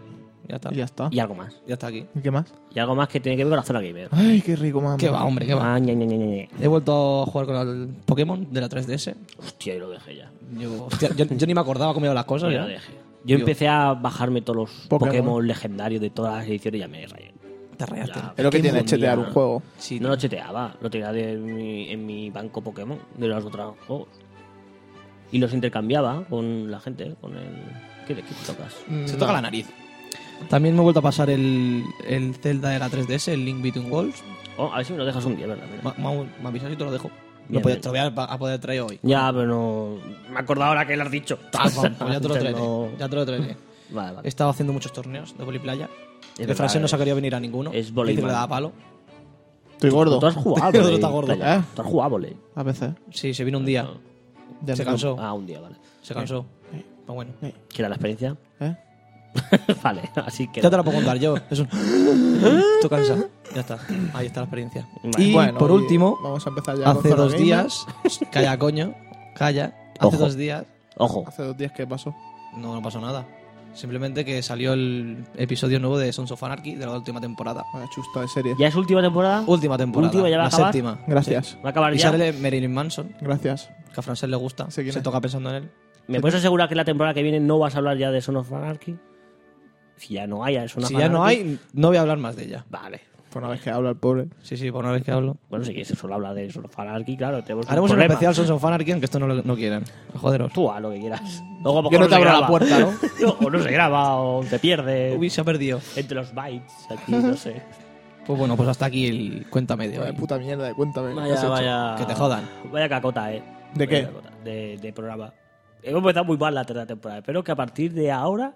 Speaker 4: Ya está.
Speaker 2: Y ya
Speaker 4: Ya,
Speaker 2: está.
Speaker 3: Y algo más.
Speaker 4: está aquí.
Speaker 2: ¿Y qué más?
Speaker 3: Y algo más que tiene que ver con la zona gamer.
Speaker 2: Ay, qué rico, mamá.
Speaker 4: Qué va, hombre, qué va.
Speaker 3: Ah, ña, ña, ña, ña, ña.
Speaker 4: He vuelto a jugar con el Pokémon de la 3DS.
Speaker 3: Hostia, yo lo dejé ya.
Speaker 4: Yo, hostia, yo, yo ni me acordaba cómo iban las
Speaker 3: Yo
Speaker 4: cosas.
Speaker 3: lo
Speaker 4: Ah, ya.
Speaker 3: dejé. Yo
Speaker 4: Digo-
Speaker 3: empecé a bajarme todos los
Speaker 2: Pokémon.
Speaker 3: Pokémon, legendarios de todas las ediciones y ya me rayé.
Speaker 4: Te rayaste.
Speaker 3: Ya.
Speaker 2: Es lo que
Speaker 3: Qué
Speaker 2: tiene
Speaker 3: inmundia.
Speaker 2: chetear un juego.
Speaker 4: Sí,
Speaker 3: no
Speaker 4: tío.
Speaker 3: lo cheteaba, lo tenía de mi- en mi banco Pokémon, de los otros juegos. Y los intercambiaba con la gente, con el. ¿Qué de qué tocas?
Speaker 4: Se toca la nariz. También me he vuelto a pasar el, el Zelda de la 3DS, el Link Between Worlds.
Speaker 3: Oh, a ver si me lo dejas un día, ¿verdad? Mira.
Speaker 4: Ma- ma- Me avisas y te lo dejo.
Speaker 3: Bien,
Speaker 4: Lo podías
Speaker 3: bien.
Speaker 4: trovear pa- a poder traer hoy.
Speaker 3: Ya, pero no. Me he acordado ahora que lo has dicho.
Speaker 4: Ah, pues ya te lo
Speaker 3: Entonces,
Speaker 4: traeré.
Speaker 3: no-
Speaker 4: Ya te lo traeré.
Speaker 3: Vale, vale.
Speaker 4: He estado haciendo muchos torneos de voliplaya. El
Speaker 3: verdad,
Speaker 4: Fraser no se ha
Speaker 3: es-
Speaker 4: querido venir a ninguno.
Speaker 3: es
Speaker 4: Dice que
Speaker 3: voleibol.
Speaker 4: le daba palo.
Speaker 2: Estoy gordo.
Speaker 3: Tú has jugado,
Speaker 4: Pero
Speaker 3: volei,
Speaker 4: está gordo,
Speaker 3: playa.
Speaker 2: ¿eh?
Speaker 3: Tú has jugado, volei.
Speaker 2: A veces.
Speaker 4: Sí, se vino un día.
Speaker 2: De
Speaker 4: Se
Speaker 2: andar.
Speaker 4: cansó.
Speaker 3: Ah, eh. un día, vale.
Speaker 4: Se cansó. Pero bueno.
Speaker 3: ¿Qué era la experiencia?
Speaker 2: ¿Eh?
Speaker 3: vale, así que...
Speaker 4: Ya te la puedo contar yo. Es un... Tú cansa. Ya está. Ahí está la experiencia.
Speaker 3: Vale.
Speaker 4: Y
Speaker 2: Bueno,
Speaker 4: por
Speaker 2: y
Speaker 4: último,
Speaker 2: Vamos a empezar ya
Speaker 4: hace
Speaker 2: con
Speaker 4: dos
Speaker 2: Zorogamer.
Speaker 4: días... Calla, coño. Calla. Hace
Speaker 3: Ojo.
Speaker 4: dos días
Speaker 3: Ojo.
Speaker 2: Hace dos días que pasó.
Speaker 4: no, no pasó nada. Simplemente que salió el episodio nuevo de Sons of Anarchy de la última temporada.
Speaker 2: Una chusta de serie.
Speaker 3: ¿Ya es última temporada?
Speaker 4: Última temporada.
Speaker 3: Última, ya va a
Speaker 4: la
Speaker 3: acabar.
Speaker 4: séptima.
Speaker 2: Gracias.
Speaker 3: Va a acabar
Speaker 4: Y
Speaker 3: ya.
Speaker 4: sale Marilyn Manson,
Speaker 2: Gracias.
Speaker 4: que a Francés le gusta.
Speaker 2: Sí, ¿quién
Speaker 4: se
Speaker 2: es?
Speaker 4: toca pensando en él.
Speaker 3: ¿Me puedes asegurar que la temporada que viene no vas a hablar ya de Son of Anarchy? Si ya no hay, es una
Speaker 4: si ya no hay, no voy a hablar más de ella.
Speaker 3: Vale.
Speaker 2: Por una vez que habla el pobre.
Speaker 4: Sí, sí, por una vez que hablo.
Speaker 3: Bueno, si quieres solo hablar de Son of Anarchy, claro, tenemos
Speaker 4: Haremos
Speaker 3: un
Speaker 4: un
Speaker 3: problema.
Speaker 4: especial Sons of Anarchy, aunque esto no lo no quieren. Joderos.
Speaker 3: Tú a lo que quieras.
Speaker 4: Mm.
Speaker 3: Luego, a lo
Speaker 2: Yo no
Speaker 3: mejor
Speaker 2: te
Speaker 3: se
Speaker 2: abro la
Speaker 3: graba.
Speaker 2: puerta, ¿no?
Speaker 3: o no se graba, o te pierde.
Speaker 4: Uy, se ha perdido.
Speaker 3: Entre los bytes, aquí, no sé.
Speaker 4: Pues bueno, pues hasta aquí el eh. cuéntame de
Speaker 2: Vaya
Speaker 4: hoy.
Speaker 2: puta mierda, cuéntame. ¿qué has hecho?
Speaker 3: Vaya, vaya.
Speaker 4: Que te jodan.
Speaker 3: Vaya cacota, eh.
Speaker 2: ¿De
Speaker 3: Vaya
Speaker 2: qué?
Speaker 3: cacota, De, de programa. Hemos empezado muy mal la tercera temporada. Espero que a partir de ahora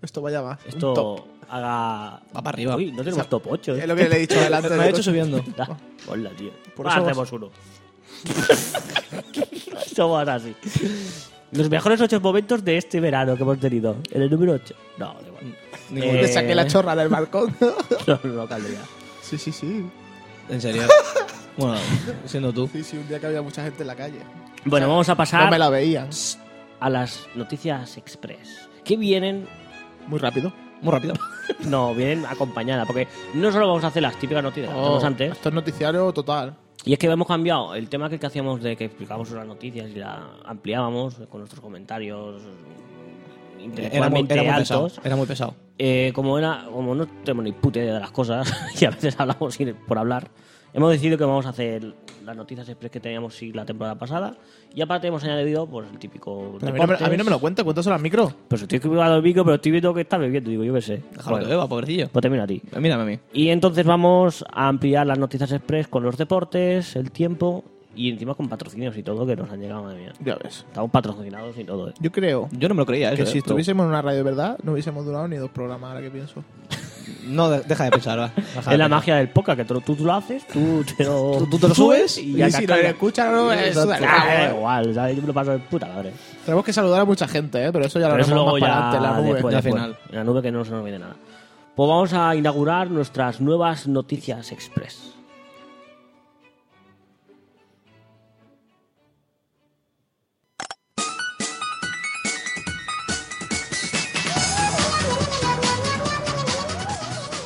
Speaker 2: Esto vaya más. un top.
Speaker 3: esto haga.
Speaker 4: Va para arriba.
Speaker 3: Uy, no tenemos top 8.
Speaker 2: Es lo que le he dicho adelante.
Speaker 4: Me ha hecho subiendo.
Speaker 3: Hola, tío.
Speaker 2: Por
Speaker 3: Va,
Speaker 2: eso
Speaker 3: hacemos uno. Somos así. Los mejores ocho momentos de este verano que hemos tenido. En el número 8. No, da igual.
Speaker 4: Ninguno.
Speaker 3: Eh,
Speaker 2: Le saqué la chorra del balcón.
Speaker 3: No, no caldría.
Speaker 2: sí, sí, sí.
Speaker 4: En serio. bueno, siendo tú.
Speaker 2: Sí, sí, un día que había mucha gente en la calle.
Speaker 3: Bueno, vamos a
Speaker 2: No me
Speaker 3: pasar
Speaker 2: la veían.
Speaker 3: a las noticias express. Que vienen
Speaker 2: Muy rápido.
Speaker 4: Muy rápido.
Speaker 3: No, vienen acompañadas, porque no solo vamos a hacer las típicas noticias que hacemos
Speaker 2: Oh,
Speaker 3: antes,
Speaker 2: Esto es noticiario total.
Speaker 3: y es que hemos cambiado el tema que, que hacíamos de que explicábamos las noticias y la ampliábamos con nuestros comentarios mm,
Speaker 4: Era muy,
Speaker 3: intelectualmente
Speaker 4: era muy pesado.
Speaker 3: altos.
Speaker 4: Era muy pesado.
Speaker 3: Eh, como, era, como no tenemos ni puta idea de las cosas y a veces hablamos sin- por hablar, hemos decidido que vamos a hacer las noticias express que teníamos sí, la temporada pasada y aparte hemos añadido pues, el típico...
Speaker 2: Pero a, mí no me, a mí no me lo cuenta, cuéntaselo al micro.
Speaker 3: Pues estoy escribiendo el micro, pero estoy viendo que está bebiendo, digo, yo qué sé.
Speaker 4: Déjalo
Speaker 3: Bueno,
Speaker 4: que beba, pobrecillo.
Speaker 3: pues termina a ti.
Speaker 4: Mírame a mí.
Speaker 3: Y entonces vamos a ampliar las noticias express con los deportes, el tiempo y encima con patrocinios y todo que nos han llegado, madre mía.
Speaker 2: Ya ves.
Speaker 3: Estamos patrocinados y todo. ¿eh?
Speaker 2: Yo creo
Speaker 4: Yo no me lo creía, eso,
Speaker 2: que
Speaker 4: eh,
Speaker 2: si
Speaker 4: pero-
Speaker 2: estuviésemos en una radio de verdad, no hubiésemos durado ni dos programas, ahora que pienso.
Speaker 4: No, de- deja de pensar, va. Deja de
Speaker 3: Es la
Speaker 4: pensar.
Speaker 3: magia del poca, que tú, tú lo haces, tú te lo,
Speaker 4: Tú- tú te lo subes
Speaker 2: Y,
Speaker 3: y ya
Speaker 2: si
Speaker 3: caca.
Speaker 2: lo escuchan, no es
Speaker 4: Exacto.
Speaker 3: Ah, da
Speaker 2: suda-
Speaker 3: igual, ¿sabes? yo me lo paso de puta madre.
Speaker 2: Tenemos que saludar a mucha gente, ¿eh? pero eso ya lo
Speaker 3: Pero eso
Speaker 2: haremos
Speaker 3: luego
Speaker 2: más para
Speaker 3: ya
Speaker 2: adelante, en la nube.
Speaker 3: después,
Speaker 4: Ya
Speaker 3: después.
Speaker 4: final.
Speaker 3: En la nube que no se nos viene nada. Pues vamos a inaugurar nuestras nuevas noticias express.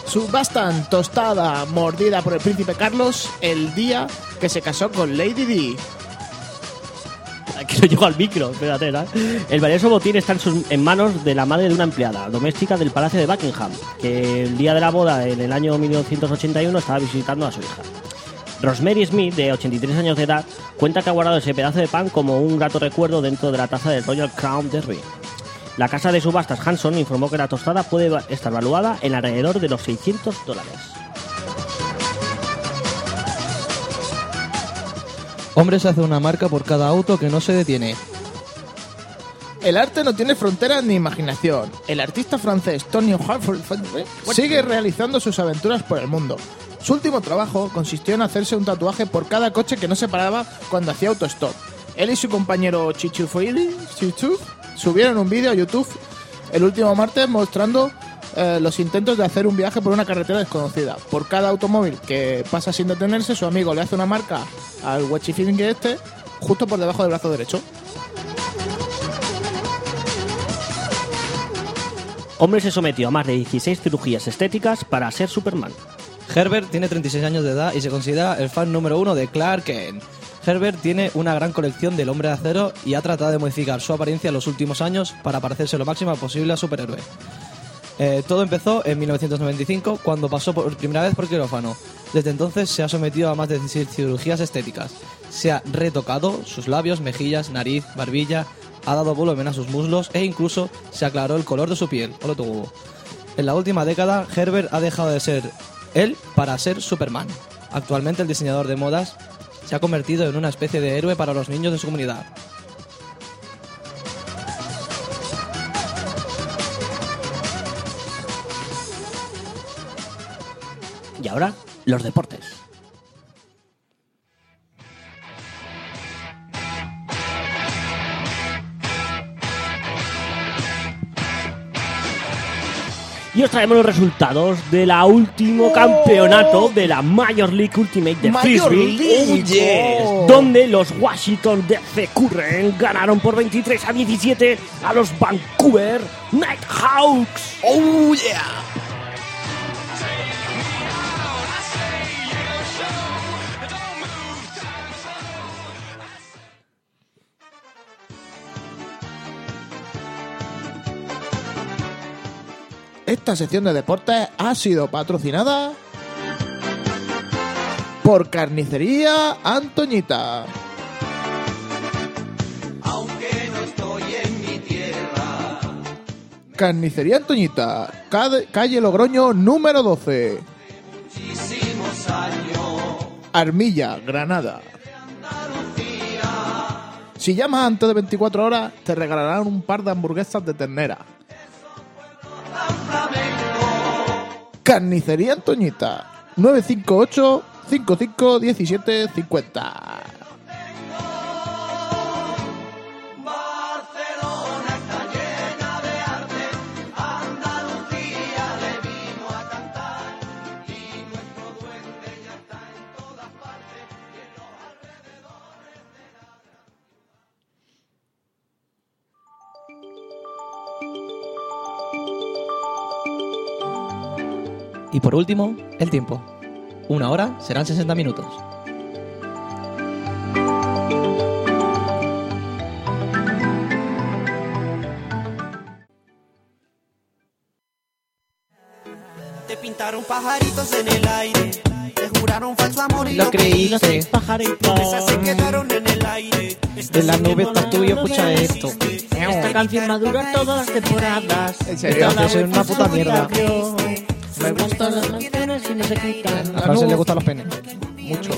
Speaker 2: Subastan tostada mordida por el príncipe Carlos el día que se casó con Lady Di.
Speaker 3: Que no llego al micro, espérate, ¿no? El valioso botín está en, sus- en manos de la madre de una empleada doméstica del Palacio de Buckingham, que el día de la boda, en el año 1981, estaba visitando a su hija. Rosemary Smith, de 83 años de edad, cuenta que ha guardado ese pedazo de pan como un grato recuerdo dentro de la taza del Royal Crown Derby. La casa de subastas Hanson informó que la tostada puede va- estar valuada en alrededor de los 600 dólares.
Speaker 4: Hombre se hace una marca por cada auto que no se detiene.
Speaker 2: El arte no tiene fronteras ni imaginación. El artista francés Tony Harford sigue realizando sus aventuras por el mundo. Su último trabajo consistió en hacerse un tatuaje por cada coche que no se paraba cuando hacía autostop. Él y su compañero Chichu Fuili Chichu, subieron un vídeo a YouTube el último martes mostrando eh, los intentos de hacer un viaje por una carretera desconocida. Por cada automóvil que pasa sin detenerse, su amigo le hace una marca al que este justo por debajo del brazo derecho.
Speaker 3: Hombre se sometió a más de 16 cirugías estéticas para ser Superman.
Speaker 4: Herbert tiene 36 años de edad y se considera el fan número uno de Clark Kent. Herbert tiene una gran colección del hombre de acero y ha tratado de modificar su apariencia en los últimos años para parecerse lo máximo posible a superhéroe. Eh, todo empezó en 1995 cuando pasó por primera vez por quirófano. Desde entonces se ha sometido a más de 16 cirugías estéticas. Se ha retocado sus labios, mejillas, nariz, barbilla, ha dado volumen a sus muslos e incluso se aclaró el color de su piel. Hola tu huevo. En la última década, Herbert ha dejado de ser él para ser Superman. Actualmente el diseñador de modas se ha convertido en una especie de héroe para los niños de su comunidad.
Speaker 3: Y ahora, los deportes. Y os traemos los resultados del último campeonato de la Major League Ultimate de
Speaker 2: Major
Speaker 3: Frisbee,
Speaker 2: League.
Speaker 3: Oh, yes. donde los Washington DC Current ganaron por 23 a 17 a los Vancouver Nighthawks.
Speaker 2: ¡Oh, yeah! Esta sección de deportes ha sido patrocinada por Carnicería Antoñita. Carnicería Antoñita, cade- calle Logroño número 12. Armilla, Granada. Si llamas antes de 24 horas, te regalarán un par de hamburguesas de ternera. Carnicería Antoñita, 958 55 17 50.
Speaker 4: Y por último, el tiempo. Una hora serán 60 minutos.
Speaker 5: Te pintaron pajaritos en el aire. Te juraron falso amor y
Speaker 4: Lo creí, los tres
Speaker 5: Esas se quedaron en el aire.
Speaker 4: De la nube está tuyo, escucha esto.
Speaker 3: Esta canción madura todas las temporadas.
Speaker 2: ¿En serio?
Speaker 4: Yo soy una puta mierda.
Speaker 3: Me gustan las canciones y no se quitan.
Speaker 4: A Francia le gustan los penes.
Speaker 2: Mucho.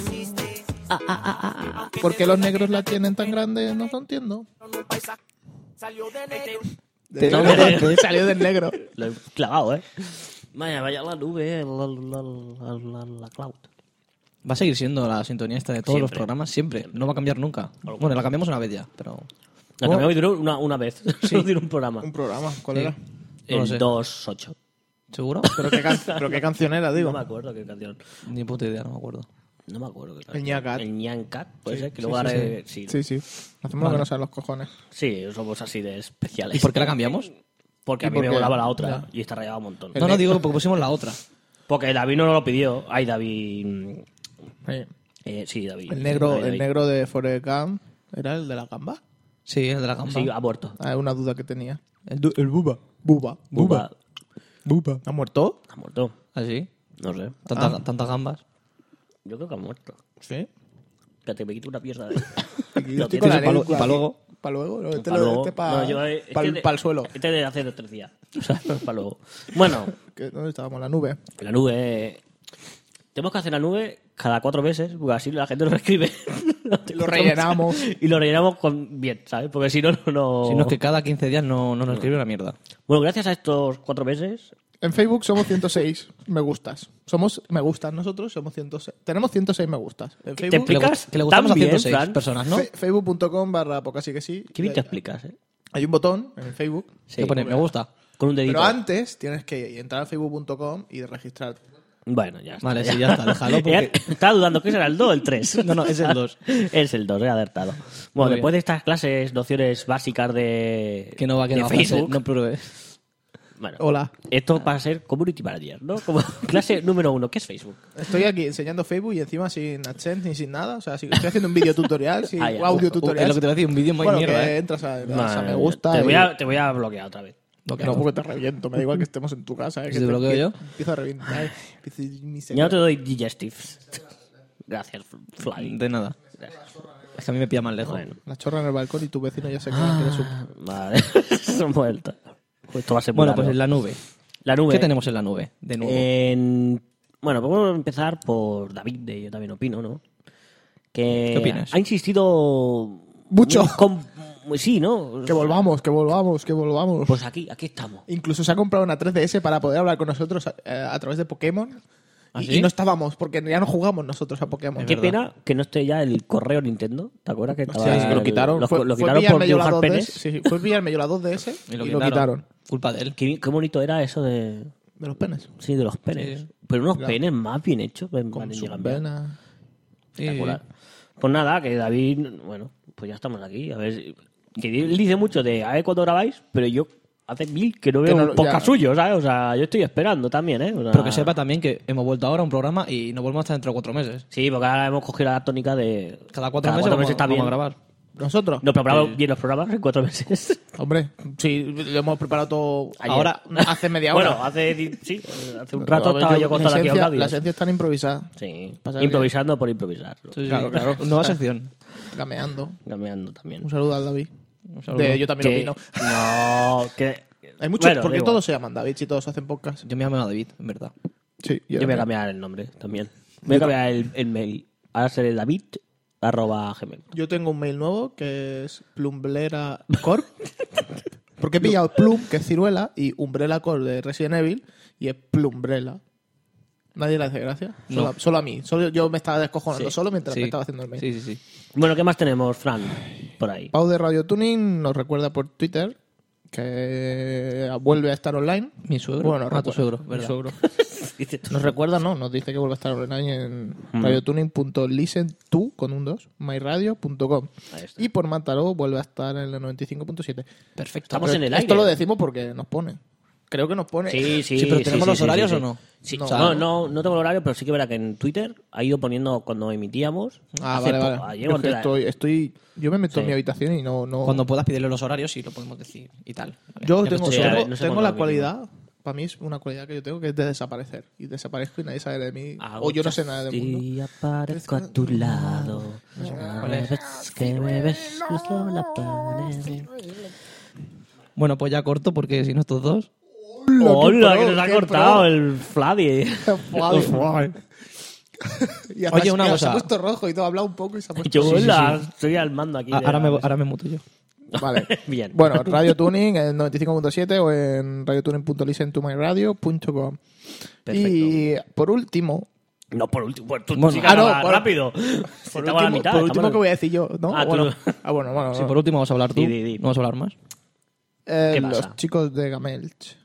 Speaker 2: Ah, ¿Por qué los negros la tienen tan grande? No lo entiendo.
Speaker 4: Te lo mereces.
Speaker 2: Salió del negro.
Speaker 3: Lo he clavado, ¿eh? Vaya, vaya la nube, la, la- la- la- la cloud.
Speaker 4: Va a seguir siendo la sintonía esta de todos los
Speaker 3: Siempre.
Speaker 4: programas, siempre. No va a cambiar nunca. Bueno, la cambiamos una vez ya, pero.
Speaker 3: La
Speaker 4: Oh,
Speaker 3: cambiamos y duró una, una vez. Solo duró un programa.
Speaker 2: Un programa, ¿cuál
Speaker 4: Sí.
Speaker 2: era?
Speaker 4: eh, no lo sé.
Speaker 3: El 2-8.
Speaker 4: ¿Seguro?
Speaker 2: ¿Pero qué, can- pero qué canción era,
Speaker 3: No
Speaker 2: digo?
Speaker 3: me acuerdo qué canción.
Speaker 4: Ni puta idea, no me acuerdo.
Speaker 3: No me acuerdo qué
Speaker 2: El
Speaker 3: canción.
Speaker 2: Ñancat.
Speaker 3: El Ñancat, puede ser. Que
Speaker 2: sí,
Speaker 3: luego
Speaker 2: sí,
Speaker 3: ahora.
Speaker 2: sí.
Speaker 3: eh, Sí,
Speaker 2: Sí, sí. Hacemos lo que nos salen los cojones.
Speaker 3: Sí, somos así de especiales.
Speaker 4: ¿Y por qué la cambiamos?
Speaker 3: Porque a
Speaker 2: ¿Y
Speaker 3: mí
Speaker 2: por
Speaker 3: me
Speaker 2: qué?
Speaker 3: volaba la otra y esta rayaba un montón.
Speaker 4: No, no, digo porque pusimos la otra.
Speaker 3: Porque David no lo pidió. Ay, David. mm, eh, sí, David.
Speaker 2: El negro,
Speaker 3: Ay, David.
Speaker 2: el negro de Forest Gump era el de la gamba.
Speaker 4: Sí, el de la gamba.
Speaker 3: Sí, ha muerto.
Speaker 2: Ah, una duda que tenía.
Speaker 4: El, du- el buba.
Speaker 2: Buba.
Speaker 3: Buba.
Speaker 4: Buba.
Speaker 2: ¿Ha muerto?
Speaker 3: Ha muerto.
Speaker 4: ¿Así?
Speaker 3: No sé.
Speaker 4: Tantas, tantas gambas.
Speaker 3: Yo creo que ha muerto.
Speaker 2: Sí.
Speaker 3: Espérate, me quito una pierna de. Lo
Speaker 2: Estoy
Speaker 3: tienes
Speaker 2: con la
Speaker 3: pa' luego-
Speaker 2: lengua
Speaker 4: pa'
Speaker 2: aquí.
Speaker 4: luego.
Speaker 2: Pa' luego, no, este
Speaker 3: pa'
Speaker 2: lo-
Speaker 3: luego.
Speaker 2: este pa-
Speaker 3: No, yo, eh, es
Speaker 2: pa'l-
Speaker 3: que de-
Speaker 2: pa'l suelo.
Speaker 3: Este de hace tres días. O sea, para luego. Bueno,
Speaker 2: ¿Qué- ¿Dónde estábamos? La nube.
Speaker 3: la nube. Tenemos que hacer la nube cada cuatro meses, porque así la gente nos escribe.
Speaker 2: Lo rellenamos.
Speaker 3: Y lo rellenamos con bien, ¿sabes? Porque si no, no. no-
Speaker 4: Si no es que cada 15 días no, no nos escribe una mierda.
Speaker 3: Bueno, gracias a estos cuatro meses.
Speaker 2: En Facebook somos 106 me gustas. Somos me gustas nosotros, somos 106. Tenemos 106 me gustas. En
Speaker 3: ¿Te
Speaker 2: Facebook,
Speaker 4: Que le,
Speaker 3: explicas?
Speaker 4: gust- que le gustamos a
Speaker 3: Tan bien,
Speaker 4: 106
Speaker 3: Fran.
Speaker 4: personas, ¿no?
Speaker 2: fe- facebook.com barra poca sí que sí.
Speaker 3: Qué bien
Speaker 2: Y
Speaker 3: te
Speaker 2: hay-
Speaker 3: explicas, ¿eh?
Speaker 2: Hay un botón en Facebook.
Speaker 3: Sí.
Speaker 4: Que pone, me gusta.
Speaker 3: Con un dedito.
Speaker 2: Pero antes tienes que entrar a facebook.com y registrarte.
Speaker 3: Bueno, ya está.
Speaker 4: Vale, sí, ya está, déjalo, porque-
Speaker 3: Estaba dudando que será el 2 o el 3.
Speaker 4: No, no, es el 2.
Speaker 3: es el 2, he acertado.
Speaker 4: Muy
Speaker 3: Bueno,
Speaker 4: bien.
Speaker 3: después de estas clases, nociones básicas de.
Speaker 4: Que no va, que
Speaker 3: de
Speaker 4: no va a
Speaker 3: Facebook.
Speaker 4: hacer, No pruebe.
Speaker 3: Bueno,
Speaker 2: Hola.
Speaker 3: Esto va a ser Community Manager, ¿no? Como clase número uno, ¿qué es Facebook?
Speaker 2: Estoy aquí enseñando Facebook y encima sin AdSense ni sin nada. O sea, si- estoy haciendo un video tutorial, sin
Speaker 3: Ah, ya.
Speaker 2: audio
Speaker 4: Uh, Es
Speaker 2: tutorial.
Speaker 4: lo que te voy a decir, un vídeo muy
Speaker 2: bueno,
Speaker 4: mierda,
Speaker 2: que
Speaker 4: ¿eh?
Speaker 2: entras a, a- a
Speaker 3: Madre
Speaker 2: me
Speaker 3: mía.
Speaker 2: gusta.
Speaker 3: Te voy,
Speaker 2: y-
Speaker 3: a, te voy a bloquear otra vez.
Speaker 2: No, porque te reviento. Me da igual que estemos en tu casa. ¿eh?
Speaker 4: ¿Si
Speaker 2: que
Speaker 4: te bloqueo yo?
Speaker 2: Empiezo a reventar. empiezo a- mi
Speaker 3: Ya no te doy digestives. Gracias, Fly.
Speaker 4: De nada. Es que a mí me pilla más lejos.
Speaker 3: Bueno,
Speaker 2: La chorra en el balcón y tu vecino ya se caga que
Speaker 4: Ah.
Speaker 2: eres un...
Speaker 3: Ah, vale. Son vueltas. Pues esto va a ser muy
Speaker 4: Bueno, pues
Speaker 3: largo.
Speaker 4: en la nube.
Speaker 3: la nube. ¿eh?
Speaker 4: ¿Qué tenemos en la nube? De nuevo.
Speaker 3: En- Bueno, podemos empezar por David, de Yo también opino, ¿no? Que
Speaker 4: ¿Qué opinas?
Speaker 3: Ha insistido.
Speaker 2: Mucho.
Speaker 3: con- Sí, ¿no?
Speaker 2: Que volvamos, que volvamos, que volvamos.
Speaker 3: Pues aquí, aquí estamos.
Speaker 2: Incluso se ha comprado una 3DS para poder hablar con nosotros a, eh, a través de Pokémon.
Speaker 4: ¿Ah,
Speaker 2: y,
Speaker 4: sí?
Speaker 2: y no estábamos, porque ya no jugamos nosotros a Pokémon.
Speaker 3: Qué pena que no esté ya el correo Nintendo. ¿Te acuerdas que
Speaker 2: Hostia,
Speaker 3: estaba
Speaker 2: es que lo
Speaker 3: el-
Speaker 2: quitaron.
Speaker 3: Eh, Lo,
Speaker 2: fue,
Speaker 3: lo
Speaker 2: fue
Speaker 3: quitaron por
Speaker 2: pillarme yo la
Speaker 3: dibujar
Speaker 2: 2DS.
Speaker 3: penes.
Speaker 2: Sí, sí, fue pillarme yo la 2DS y, lo, quitaron.
Speaker 4: Culpa de él.
Speaker 3: Qué, qué bonito era eso de,
Speaker 2: De los penes.
Speaker 3: sí, de los penes.
Speaker 4: Sí.
Speaker 3: Pero unos
Speaker 2: Claro.
Speaker 3: penes más bien hechos. me- me
Speaker 2: Con
Speaker 3: han
Speaker 2: sus
Speaker 3: llegado a mí.
Speaker 2: venas.
Speaker 3: Espectacular. Pues nada, que David, bueno, pues ya estamos aquí. A ver, si- que él dice mucho de a ver cuándo grabáis, pero yo hace mil que no veo
Speaker 2: no lo-
Speaker 3: un podcast
Speaker 2: ya.
Speaker 3: suyo, ¿sabes? O sea, yo estoy esperando también, ¿eh? O sea-
Speaker 4: Pero que sepa también que hemos vuelto ahora a un programa y nos volvemos hasta dentro de cuatro meses.
Speaker 3: Sí, porque ahora hemos cogido la tónica de.
Speaker 4: Cada cuatro meses vamos-
Speaker 3: está
Speaker 4: vamos
Speaker 3: bien.
Speaker 4: a grabar.
Speaker 2: ¿Nosotros?
Speaker 3: No, pero grabamos bien los programas en cuatro meses.
Speaker 2: Hombre, sí, lo hemos preparado todo
Speaker 3: Ayer.
Speaker 2: ahora, hace media hora.
Speaker 3: Bueno, hace, di- sí, eh, hace un
Speaker 2: Pero,
Speaker 3: rato
Speaker 2: a ver,
Speaker 3: estaba
Speaker 2: yo-
Speaker 3: yo contando
Speaker 2: la
Speaker 3: aquí a
Speaker 2: esencia-
Speaker 3: Octavio.
Speaker 2: La esencia está improvisada,
Speaker 3: Sí,
Speaker 2: Pasa
Speaker 3: improvisando por improvisar.
Speaker 4: Claro, claro. Nueva sección.
Speaker 2: gameando.
Speaker 3: Cambiando también.
Speaker 2: Un saludo al David.
Speaker 4: saludo.
Speaker 2: De, yo también
Speaker 3: Que-
Speaker 2: opino.
Speaker 3: No, que.
Speaker 2: Hay muchos,
Speaker 3: Bueno, da
Speaker 2: porque
Speaker 3: igual.
Speaker 2: todos se llaman David y todos hacen podcast.
Speaker 4: Yo me llamo David, en verdad.
Speaker 2: Sí,
Speaker 3: Yo voy a cambiar el nombre también. Voy a cambiar el, el mail. Ahora seré David arroba gmail.
Speaker 2: Yo tengo un mail nuevo que es plumblera corp. Porque he pillado plum, que es ciruela, y umbrella corp de Resident Evil, y es plumbrella. ¿Nadie le hace gracia? Solo, solo a mí. Solo, yo me estaba descojonando
Speaker 4: Sí.
Speaker 2: solo mientras
Speaker 4: Sí.
Speaker 2: me estaba haciendo el mail.
Speaker 4: Sí, sí, sí.
Speaker 3: Bueno, ¿qué más tenemos, Fran? Por ahí.
Speaker 2: Pau de Radio Tuning nos recuerda por Twitter que vuelve a estar online.
Speaker 4: Mi suegro.
Speaker 2: Bueno,
Speaker 4: Ah, tu
Speaker 2: recuerda.
Speaker 4: suegro,
Speaker 2: Mi
Speaker 4: ¿verdad?
Speaker 2: suegro. Nos recuerda, no, nos dice que vuelve a estar online en
Speaker 3: Mm.
Speaker 2: radiotuning.listen2 con un 2, myradio.com.
Speaker 3: Ahí está.
Speaker 2: Y por Mataró vuelve a estar en la 95.7.
Speaker 4: Perfecto.
Speaker 3: Estamos
Speaker 2: Pero
Speaker 3: en el
Speaker 2: Esto
Speaker 3: aire. ¿eh?
Speaker 2: lo decimos porque nos pone. Creo que nos pone.
Speaker 3: Sí, sí.
Speaker 4: Sí, pero ¿tenemos los horarios
Speaker 3: sí,
Speaker 4: o no?
Speaker 3: Sí.
Speaker 4: No.
Speaker 3: O sea, no, no, no tengo el horario, pero sí que verá que en Twitter ha ido poniendo cuando emitíamos.
Speaker 2: Ah,
Speaker 3: Hace
Speaker 2: vale,
Speaker 3: po-
Speaker 2: vale.
Speaker 3: ayer
Speaker 2: Yo
Speaker 3: o
Speaker 2: es que
Speaker 3: antes de-
Speaker 2: estoy, estoy, yo me meto en
Speaker 3: Sí.
Speaker 2: mi habitación y no... no...
Speaker 4: Cuando puedas pedirle los horarios y lo podemos decir y tal. Vale.
Speaker 2: yo
Speaker 4: Ya me
Speaker 2: tengo,
Speaker 4: estoy-
Speaker 3: Sí, a ver,
Speaker 2: tengo-
Speaker 3: no sé
Speaker 2: tengo
Speaker 3: cuándo
Speaker 2: la
Speaker 3: lo
Speaker 2: cualidad, para mí es una cualidad que yo tengo, que es de desaparecer. Y desaparezco y nadie sabe de mí.
Speaker 3: Hago
Speaker 2: o yo no sé nada del mundo.
Speaker 3: Y aparezco a tu lado. Cada vez que me ves, no solo la pared.
Speaker 4: Bueno, pues ya corto porque si no estos dos...
Speaker 3: Hola,
Speaker 2: pro,
Speaker 3: que nos ha
Speaker 2: qué
Speaker 3: cortado
Speaker 2: pro.
Speaker 3: el Flavie.
Speaker 2: Guau, guau. y hasta
Speaker 4: Oye, una
Speaker 2: se-
Speaker 4: cosa.
Speaker 2: Se ha puesto rojo y todo, ha hablado un poco y se ha puesto...
Speaker 3: Yo, hola, estoy al mando aquí.
Speaker 4: Ah,
Speaker 3: de
Speaker 4: Ahora
Speaker 3: la
Speaker 4: me,
Speaker 3: mesa.
Speaker 4: ahora me muto yo.
Speaker 2: Vale.
Speaker 3: Bien.
Speaker 2: Bueno, Radio Tuning en 95.7 o en radiotuning.listentomyradio.com.
Speaker 3: Perfecto.
Speaker 2: Y por último,
Speaker 3: No, por último. Pues tú,
Speaker 4: Bueno.
Speaker 3: sí que
Speaker 2: Ah, no,
Speaker 3: hablas
Speaker 2: por-
Speaker 3: rápido.
Speaker 2: por
Speaker 3: Estamos a la
Speaker 2: último,
Speaker 3: mitad.
Speaker 2: por último que voy a decir yo, ¿no?
Speaker 3: Ah,
Speaker 2: O bueno,
Speaker 3: tú.
Speaker 2: ah, bueno, bueno.
Speaker 4: Sí,
Speaker 2: bueno.
Speaker 4: por último vas a hablar tú.
Speaker 3: Di, di, di.
Speaker 4: No vas a hablar más.
Speaker 2: Eh,
Speaker 3: ¿Qué pasa?
Speaker 2: los chicos de Gamelch.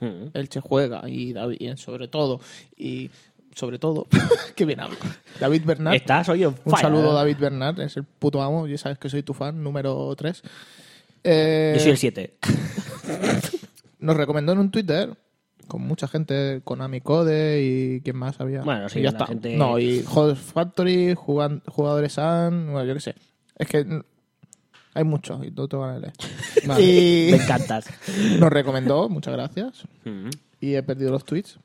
Speaker 3: Mm.
Speaker 2: Elche juega y David, sobre todo. Y sobre todo, qué bien hablo. David Bernard.
Speaker 3: Estás hoy en
Speaker 2: Un
Speaker 3: fire. ¿eh?
Speaker 2: saludo, David Bernard, es el puto amo. Ya sabes que soy tu fan, número Eh, 3.
Speaker 3: Yo soy el 7.
Speaker 2: Nos recomendó en un Twitter con mucha gente, Konami Code y quién más había.
Speaker 3: Bueno, sí,
Speaker 2: Y ya
Speaker 3: la
Speaker 2: está.
Speaker 3: gente-
Speaker 2: No, y Hot Factory, jugan- jugadores San, bueno, yo qué sé. Es que mm, hay muchos y no te van a leer.
Speaker 3: Me encantas.
Speaker 2: Y nos recomendó, muchas gracias.
Speaker 3: Mm.
Speaker 2: Y he perdido los tweets.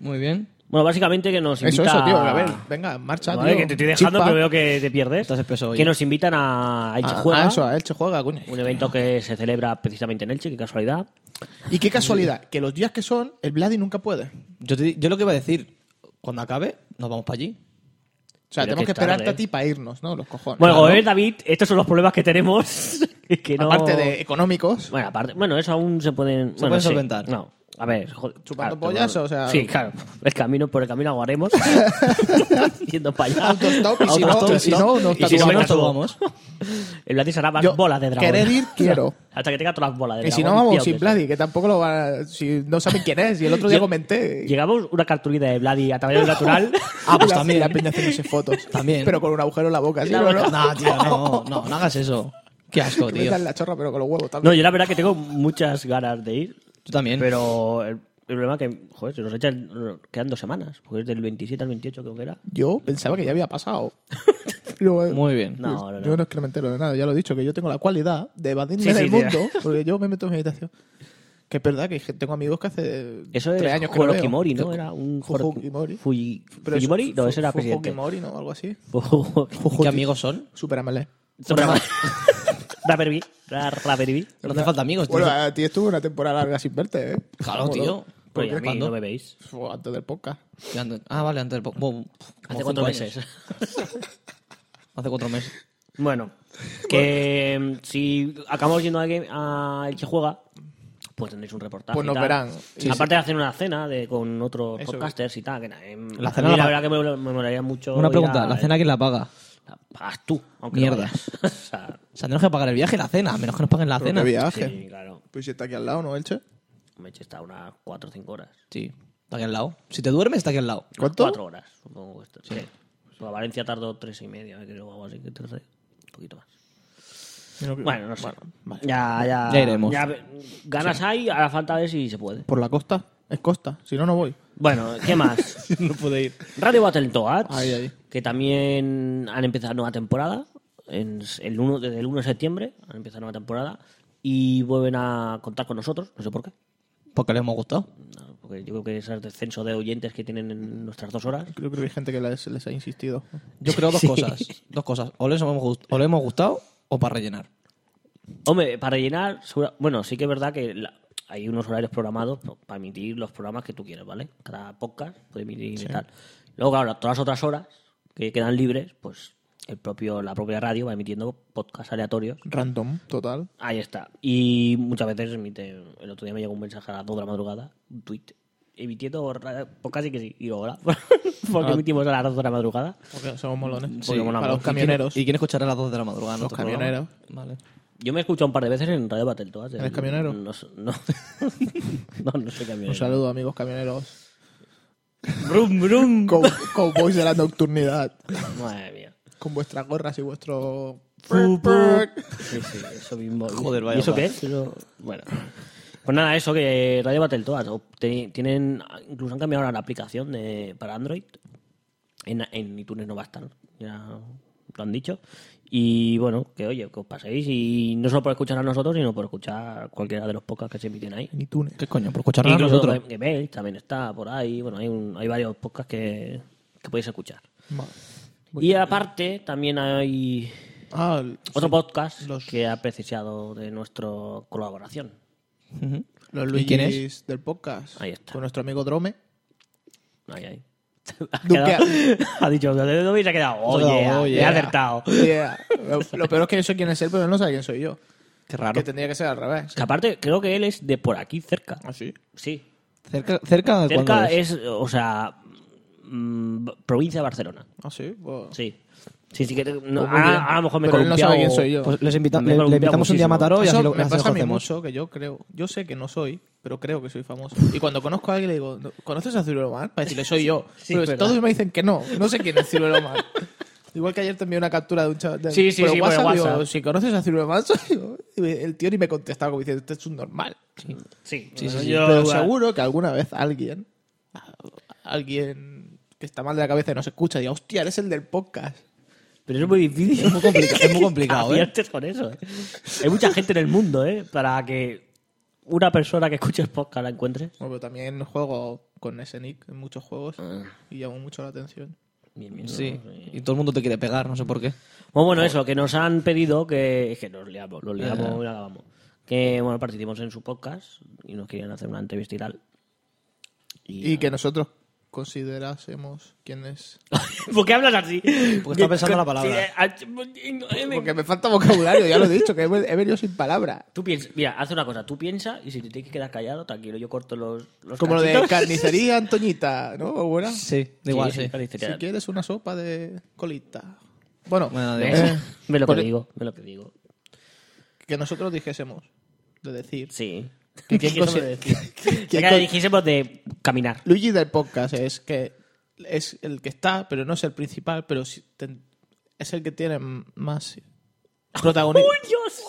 Speaker 4: Muy bien.
Speaker 3: Bueno, básicamente que nos
Speaker 2: Eso,
Speaker 3: invita...
Speaker 2: eso, tío. A ver, venga, en marcha,
Speaker 3: Vale,
Speaker 2: tío.
Speaker 3: que te estoy dejando,
Speaker 2: Chispa.
Speaker 3: pero veo que te pierdes.
Speaker 4: Estás espeso hoy.
Speaker 3: Que nos invitan a Elche
Speaker 2: pues, Ah,
Speaker 3: Juega,
Speaker 2: ah, eso, a Elche juega, coño.
Speaker 3: un evento que se celebra precisamente en Elche, qué casualidad.
Speaker 2: Y qué casualidad, que los días que son, el Vladi nunca puede.
Speaker 4: Yo, te di- yo lo que iba a decir, cuando acabe, nos vamos para allí.
Speaker 2: O sea,
Speaker 3: Pero
Speaker 2: tenemos
Speaker 3: qué
Speaker 2: que esperarte
Speaker 3: tarde. ¿eh?
Speaker 2: a ti para irnos, ¿no? Los cojones.
Speaker 3: Bueno,
Speaker 2: Claro.
Speaker 3: como ves, David, estos son los problemas que tenemos. que no...
Speaker 2: Aparte de económicos.
Speaker 3: Bueno, aparte... bueno, eso aún se pueden... bueno,
Speaker 4: pueden
Speaker 3: sí.
Speaker 4: solventar.
Speaker 3: No, a ver... joder,
Speaker 2: Chupando
Speaker 3: claro,
Speaker 2: pollas,
Speaker 3: claro.
Speaker 2: o sea-
Speaker 3: Sí, claro. El camino, por el camino aguaremos. Yendo para allá.
Speaker 2: Autostop, y si no,
Speaker 4: Autostop,
Speaker 2: y si no, nos
Speaker 3: Y si
Speaker 2: tatuamos.
Speaker 3: no me tatuo.
Speaker 4: nos tatuamos.
Speaker 3: El Vladi será más
Speaker 2: Yo
Speaker 3: bolas de dragón.
Speaker 2: querer ir, quiero.
Speaker 3: Hasta que tenga todas las bolas
Speaker 2: Y
Speaker 3: de dragón.
Speaker 2: si no, vamos
Speaker 3: tío,
Speaker 2: sin
Speaker 3: que-
Speaker 2: Vladi, que tampoco lo van a... Si no saben quién es, y el otro día
Speaker 3: Yo-
Speaker 2: comenté... y-
Speaker 3: Llegamos una cartulina de Vladi a tamaño natural.
Speaker 4: Ah, pues
Speaker 2: la-
Speaker 4: también.
Speaker 2: La peña haciéndose fotos.
Speaker 4: También.
Speaker 2: Pero con un agujero en la boca. ¿sí?
Speaker 3: la
Speaker 2: ¿No,
Speaker 3: boca.
Speaker 2: no?
Speaker 4: No, tío, no, no, no hagas eso. Qué asco,
Speaker 2: Que
Speaker 4: tío.
Speaker 2: metan la chorra, pero con los huevos
Speaker 3: No,
Speaker 2: también.
Speaker 3: yo la verdad que tengo muchas ganas de ir,
Speaker 4: Tú también.
Speaker 3: pero el, el problema es que, joder, se nos echan, quedan dos semanas, porque es del 27 al 28 creo que era.
Speaker 2: Yo pensaba que ya había pasado. Luego, eh,
Speaker 4: Muy bien.
Speaker 3: No, no, no.
Speaker 2: Yo no es que me entero de nada, ya lo he dicho, que yo tengo la cualidad de evadirme
Speaker 3: Sí, sí,
Speaker 2: del
Speaker 3: sí.
Speaker 2: mundo, porque yo me meto en mi habitación. Que es verdad que hay gente- tengo amigos que hace
Speaker 3: Eso
Speaker 2: tres
Speaker 3: es
Speaker 2: años que no veo.
Speaker 3: Horokimori, ¿no? Era un
Speaker 2: Jojo
Speaker 3: Horo-
Speaker 2: Kimori.
Speaker 3: Fuji-
Speaker 2: Pero es
Speaker 3: Fujimori, no,
Speaker 2: Fu-
Speaker 3: ese era
Speaker 2: Fu-
Speaker 3: presidente.
Speaker 2: Fujimori, ¿no? Algo así.
Speaker 4: ¿Qué amigos son?
Speaker 2: Super amable.
Speaker 3: Raperbi, Raperbi.
Speaker 4: No hace falta amigos, tío.
Speaker 2: Bueno,
Speaker 3: eh.
Speaker 2: a ti estuve una temporada larga sin verte, ¿eh?
Speaker 4: Claro, tío.
Speaker 3: Pues a mí
Speaker 4: ¿Cuándo?
Speaker 3: no me veis.
Speaker 2: Fue antes del podcast.
Speaker 4: Ya antes- Ah, vale, antes del po- bo- como
Speaker 3: Hace cuatro
Speaker 4: cinco años.
Speaker 3: meses.
Speaker 4: Hace cuatro meses.
Speaker 3: Bueno, que mm, si acabamos yendo a, game, a el que juega, pues tendréis un reportaje.
Speaker 2: Pues
Speaker 3: y
Speaker 2: nos
Speaker 3: tal.
Speaker 2: verán. Sí,
Speaker 3: Aparte de hacer una cena de, con otros
Speaker 2: Eso.
Speaker 3: podcasters y tal. Que, na- em,
Speaker 4: La
Speaker 3: a
Speaker 4: cena
Speaker 3: mí
Speaker 4: la
Speaker 3: la
Speaker 4: pa-
Speaker 3: verdad que me, me molaría mucho.
Speaker 4: Una
Speaker 3: ir
Speaker 4: pregunta,
Speaker 3: a-
Speaker 4: ¿la cena quién la paga?
Speaker 3: la pagas tú, aunque
Speaker 4: Mierda.
Speaker 3: no vayas. o sea,
Speaker 4: O sea, tenemos que pagar el viaje y la cena, a menos que nos paguen la
Speaker 2: Pero
Speaker 4: cena.
Speaker 2: qué viaje.
Speaker 3: sí, claro.
Speaker 2: Pues si está aquí al lado, ¿no, Elche?
Speaker 3: Me eché hasta unas 4 o 5 horas.
Speaker 4: Sí, está aquí al lado. Si te duermes, está aquí al lado.
Speaker 2: ¿Cuánto?
Speaker 3: 4 horas, supongo que esto. Sí. Pues a Valencia tardó 3 y media, creo, o algo así que tres, un poquito más. Bueno, no sé. Ya, ya,
Speaker 4: Ya iremos.
Speaker 3: ve- ganas hay, a la falta de si se puede.
Speaker 2: ¿Por la costa? Es costa, si no, no voy.
Speaker 3: Bueno, ¿qué más?
Speaker 4: no puede ir.
Speaker 3: Radio Battle Toads,
Speaker 2: Ahí, ahí.
Speaker 3: que también han empezado nueva temporada. En s- el 1, desde el 1 de septiembre han empezado nueva temporada. Y vuelven a contar con nosotros, no sé por qué.
Speaker 4: Porque le hemos gustado.
Speaker 3: No, porque yo creo que es el descenso de oyentes que tienen en nuestras dos horas.
Speaker 2: Creo que hay gente que les, les ha insistido.
Speaker 4: Yo creo dos cosas. Dos cosas. O les hemos, gust- o le hemos gustado o para rellenar.
Speaker 3: Hombre, para rellenar, segura- bueno, sí que es verdad que la- hay unos horarios programados pro- para emitir los programas que tú quieras, ¿vale? Cada podcast puede emitir y tal. Luego, claro, todas las otras horas que quedan libres, pues el propio, la propia radio va emitiendo podcasts aleatorios.
Speaker 2: Random, total.
Speaker 3: Ahí está. Y muchas veces emite. El otro día me llegó un mensaje a las 2 de la madrugada, un tweet, emitiendo ra- podcast y que sí. Y digo, hola. Porque
Speaker 2: Ah.
Speaker 3: emitimos a las 2 de la madrugada.
Speaker 2: Porque somos molones.
Speaker 3: Sí,
Speaker 2: para
Speaker 3: molamos.
Speaker 2: los camioneros.
Speaker 4: ¿Y quién escuchará a las 2 de la madrugada?
Speaker 2: Los
Speaker 4: nuestro programa?
Speaker 2: camioneros.
Speaker 4: Vale.
Speaker 3: Yo me he escuchado un par de veces en Radio Battletoads.
Speaker 2: ¿Eres
Speaker 3: El-
Speaker 2: camionero?
Speaker 3: No, so- no. no, no soy camionero.
Speaker 4: Eh.
Speaker 2: Un saludo, amigos camioneros.
Speaker 3: Brum, brum.
Speaker 2: Cow- Cowboys de la nocturnidad.
Speaker 3: Madre mía.
Speaker 2: Con vuestras gorras y vuestro...
Speaker 3: Fu-
Speaker 2: Perk, perk.
Speaker 3: Sí, sí, eso mismo.
Speaker 4: Joder, vaya
Speaker 3: ¿Y eso
Speaker 4: plan.
Speaker 3: qué es? Eso- Bueno. Pues nada, eso que Radio Battletoads. o te- Tienen, incluso han cambiado ahora la aplicación de, para Android. En, en iTunes no va a estar. Ya lo han dicho. Y bueno, que oye, que os paséis. Y no solo por escuchar a nosotros, sino por escuchar cualquiera de los podcasts que se emiten ahí.
Speaker 2: En iTunes.
Speaker 4: ¿Qué coño? Por escucharnos a
Speaker 3: Incluso
Speaker 4: nosotros.
Speaker 3: Game Mail también está por ahí. Bueno, hay, un- hay varios podcasts que, que podéis escuchar.
Speaker 2: Vale.
Speaker 3: Y aparte, también hay
Speaker 2: Ah, el- sí.
Speaker 3: otro podcast
Speaker 2: los-
Speaker 3: que ha precisado de nuestra colaboración.
Speaker 4: Ujú.
Speaker 2: Los
Speaker 4: ¿Y
Speaker 2: Luigis
Speaker 4: quién es?
Speaker 2: del podcast.
Speaker 3: Ahí está.
Speaker 2: Con nuestro amigo Drome.
Speaker 3: Ahí, ahí. Ha,
Speaker 2: Duque-
Speaker 3: quedado- ha dicho, "¿De dónde se ha quedado? Oye,
Speaker 4: quedado, oh,
Speaker 3: he
Speaker 4: yeah".
Speaker 3: acertado.
Speaker 2: Yeah. Lo, lo peor es que yo sé quién es él, pero él no sabe quién soy yo.
Speaker 4: Qué raro.
Speaker 2: Que tendría que ser al revés.
Speaker 3: Que aparte, creo que él es de por aquí, cerca.
Speaker 2: Así.
Speaker 3: Sí.
Speaker 4: Cerca, cerca, de cuándo
Speaker 3: Cerca es, o sea, mm, provincia de Barcelona.
Speaker 2: Así. pues-
Speaker 3: Sí. Sí, sí que no,
Speaker 2: Pues muy bien.
Speaker 3: a, a lo mejor me he
Speaker 2: Pero él no
Speaker 3: columpiado-
Speaker 2: sabe quién soy yo.
Speaker 4: Pues les invita-
Speaker 3: Me he
Speaker 4: le, le
Speaker 3: columpiado
Speaker 4: invitamos un día a
Speaker 3: muchísimo.
Speaker 4: Mataró y
Speaker 2: Eso
Speaker 4: así lo,
Speaker 2: me
Speaker 4: así
Speaker 2: pasa
Speaker 4: lo
Speaker 2: a mí
Speaker 4: hacemos.
Speaker 2: mucho, que yo creo, yo sé que no soy, pero creo que soy famoso. Y cuando conozco a alguien le digo, "¿No- ¿conoces a Cirilo Omar? Para decirle, soy yo.
Speaker 3: Sí,
Speaker 2: pero
Speaker 3: es verdad.
Speaker 2: todos me dicen que no, no sé quién es Cirilo Omar. Igual que ayer te envié una captura de un chaval de
Speaker 3: Sí, sí,
Speaker 2: por
Speaker 3: sí, por
Speaker 2: WhatsApp,
Speaker 3: WhatsApp.
Speaker 2: digo, si conoces a Cirilo Omar, soy yo. Y me- el tío ni me contestaba como diciendo, este es un normal.
Speaker 3: Sí,
Speaker 2: pero seguro que alguna vez alguien, a- alguien que está mal de la cabeza y nos escucha, diga, hostia, eres el del podcast.
Speaker 3: Pero es muy difícil.
Speaker 4: Es muy complicado, es muy complicado, ¿eh?
Speaker 3: Aciertes con eso, ¿eh? Hay mucha gente en el mundo, ¿eh? Para que una persona que escuche el podcast la encuentre.
Speaker 2: Bueno, pero también juego con ese nick en muchos juegos y llamo mucho la atención.
Speaker 3: Bien, bien, ¿no?
Speaker 4: Sí. Y todo el mundo te quiere pegar, no sé por qué.
Speaker 3: Bueno, bueno, eso, que nos han pedido que. Es que nos liamos, los liamos y la acabamos. Que, bueno, participamos en su podcast y nos querían hacer una entrevista y tal.
Speaker 2: Y que nosotros considerásemos quién es.
Speaker 3: ¿Por qué hablas así? eh, ah,
Speaker 4: Porque está pensando la palabra.
Speaker 3: pues,
Speaker 2: Porque me falta vocabulario, ya lo he dicho, que he he venido sin palabra.
Speaker 3: Tú piensas, mira, haz una cosa, tú piensa y si te tienes que quedar callado, tranquilo, yo corto los. los
Speaker 2: Como lo de
Speaker 3: cachitos.
Speaker 2: carnicería Antoñita, ¿no? ¿O buena?
Speaker 4: Sí, da igual,
Speaker 3: Sí,
Speaker 4: sí.
Speaker 3: sí,
Speaker 2: Si
Speaker 3: carnicería.
Speaker 2: quieres una sopa de colita. Bueno,
Speaker 4: Bueno, da igual.
Speaker 3: ¿Ves?
Speaker 2: eh,
Speaker 3: Ve lo que
Speaker 2: por-
Speaker 3: te digo, ve lo que digo.
Speaker 2: que nosotros dijésemos de decir.
Speaker 3: Sí.
Speaker 2: ¿Qué-
Speaker 3: ¿Qué,
Speaker 2: qué cosa- qué-
Speaker 3: que
Speaker 2: qué-
Speaker 3: dijésemos de caminar.
Speaker 2: Luigi del podcast es que es el que está, pero no es el principal, pero sí ten- es el que tiene más protagonismo.
Speaker 3: Dios!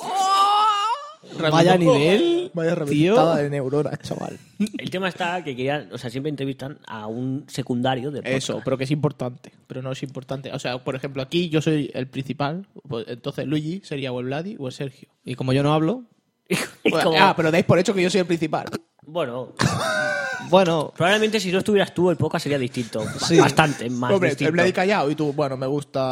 Speaker 4: Vaya nivel,
Speaker 2: Vaya
Speaker 4: tío.
Speaker 2: reventada de neuronas, chaval.
Speaker 3: El tema está que querían, o sea, siempre entrevistan a un secundario de podcast.
Speaker 2: Eso, pero que es importante. Pero no es importante. O sea, por ejemplo, aquí yo soy el principal. pues, entonces Luigi sería o el Vladi o el Sergio.
Speaker 4: Y como yo no hablo,
Speaker 3: Es
Speaker 2: Bueno,
Speaker 3: como-
Speaker 2: Ah, pero dais por hecho que yo soy el principal.
Speaker 3: Bueno,
Speaker 4: bueno,
Speaker 3: probablemente si no estuvieras tú, el podcast sería distinto. Ba-
Speaker 4: Sí.
Speaker 3: Bastante más
Speaker 2: Hombre,
Speaker 3: distinto.
Speaker 2: el Vladi callado y tú, bueno, me gusta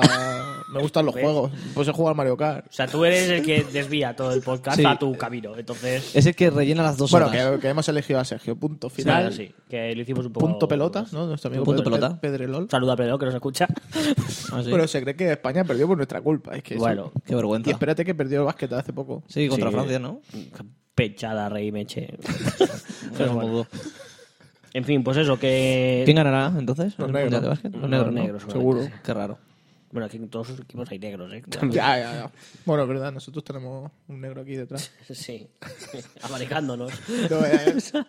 Speaker 2: me gustan los
Speaker 3: ¿Ves?
Speaker 2: juegos. Pues he jugado al Mario Kart.
Speaker 3: O sea, tú eres el que desvía todo el podcast
Speaker 4: Sí.
Speaker 3: a tu camino. Entonces,
Speaker 4: es el que rellena las dos
Speaker 2: Bueno,
Speaker 4: horas.
Speaker 2: que, que hemos elegido a Sergio. Punto
Speaker 3: Pues claro,
Speaker 2: final.
Speaker 3: sí, que lo hicimos un poco.
Speaker 2: Punto pelota, ¿no? Nuestro amigo
Speaker 4: Punto
Speaker 2: Pedro-
Speaker 4: pelota.
Speaker 2: Pedrelol.
Speaker 3: Un saludo a Pedro que nos escucha.
Speaker 4: Ah, sí.
Speaker 2: Pero se cree que España perdió por nuestra culpa. Es que eso-
Speaker 3: bueno,
Speaker 4: Qué
Speaker 2: Y
Speaker 4: vergüenza.
Speaker 2: espérate que perdió el básquet hace poco.
Speaker 4: Sí, contra
Speaker 3: Sí.
Speaker 4: Francia, ¿no?
Speaker 3: Pechada, Rey Meche.
Speaker 4: Pero mudo.
Speaker 3: En fin, pues eso, que.
Speaker 4: ¿Quién ganará entonces?
Speaker 2: Los
Speaker 4: ¿El
Speaker 2: negros.
Speaker 4: Mundial de básquet?
Speaker 3: Los
Speaker 4: ¿no?
Speaker 3: negros,
Speaker 2: Seguro.
Speaker 3: seguramente.
Speaker 4: Qué raro.
Speaker 3: Bueno, aquí en todos los equipos hay negros, ¿eh?
Speaker 2: Ya, ya, ya. Bueno, es verdad, nosotros tenemos un negro aquí detrás.
Speaker 3: Sí. Abarcándonos.
Speaker 2: No, ya, ya.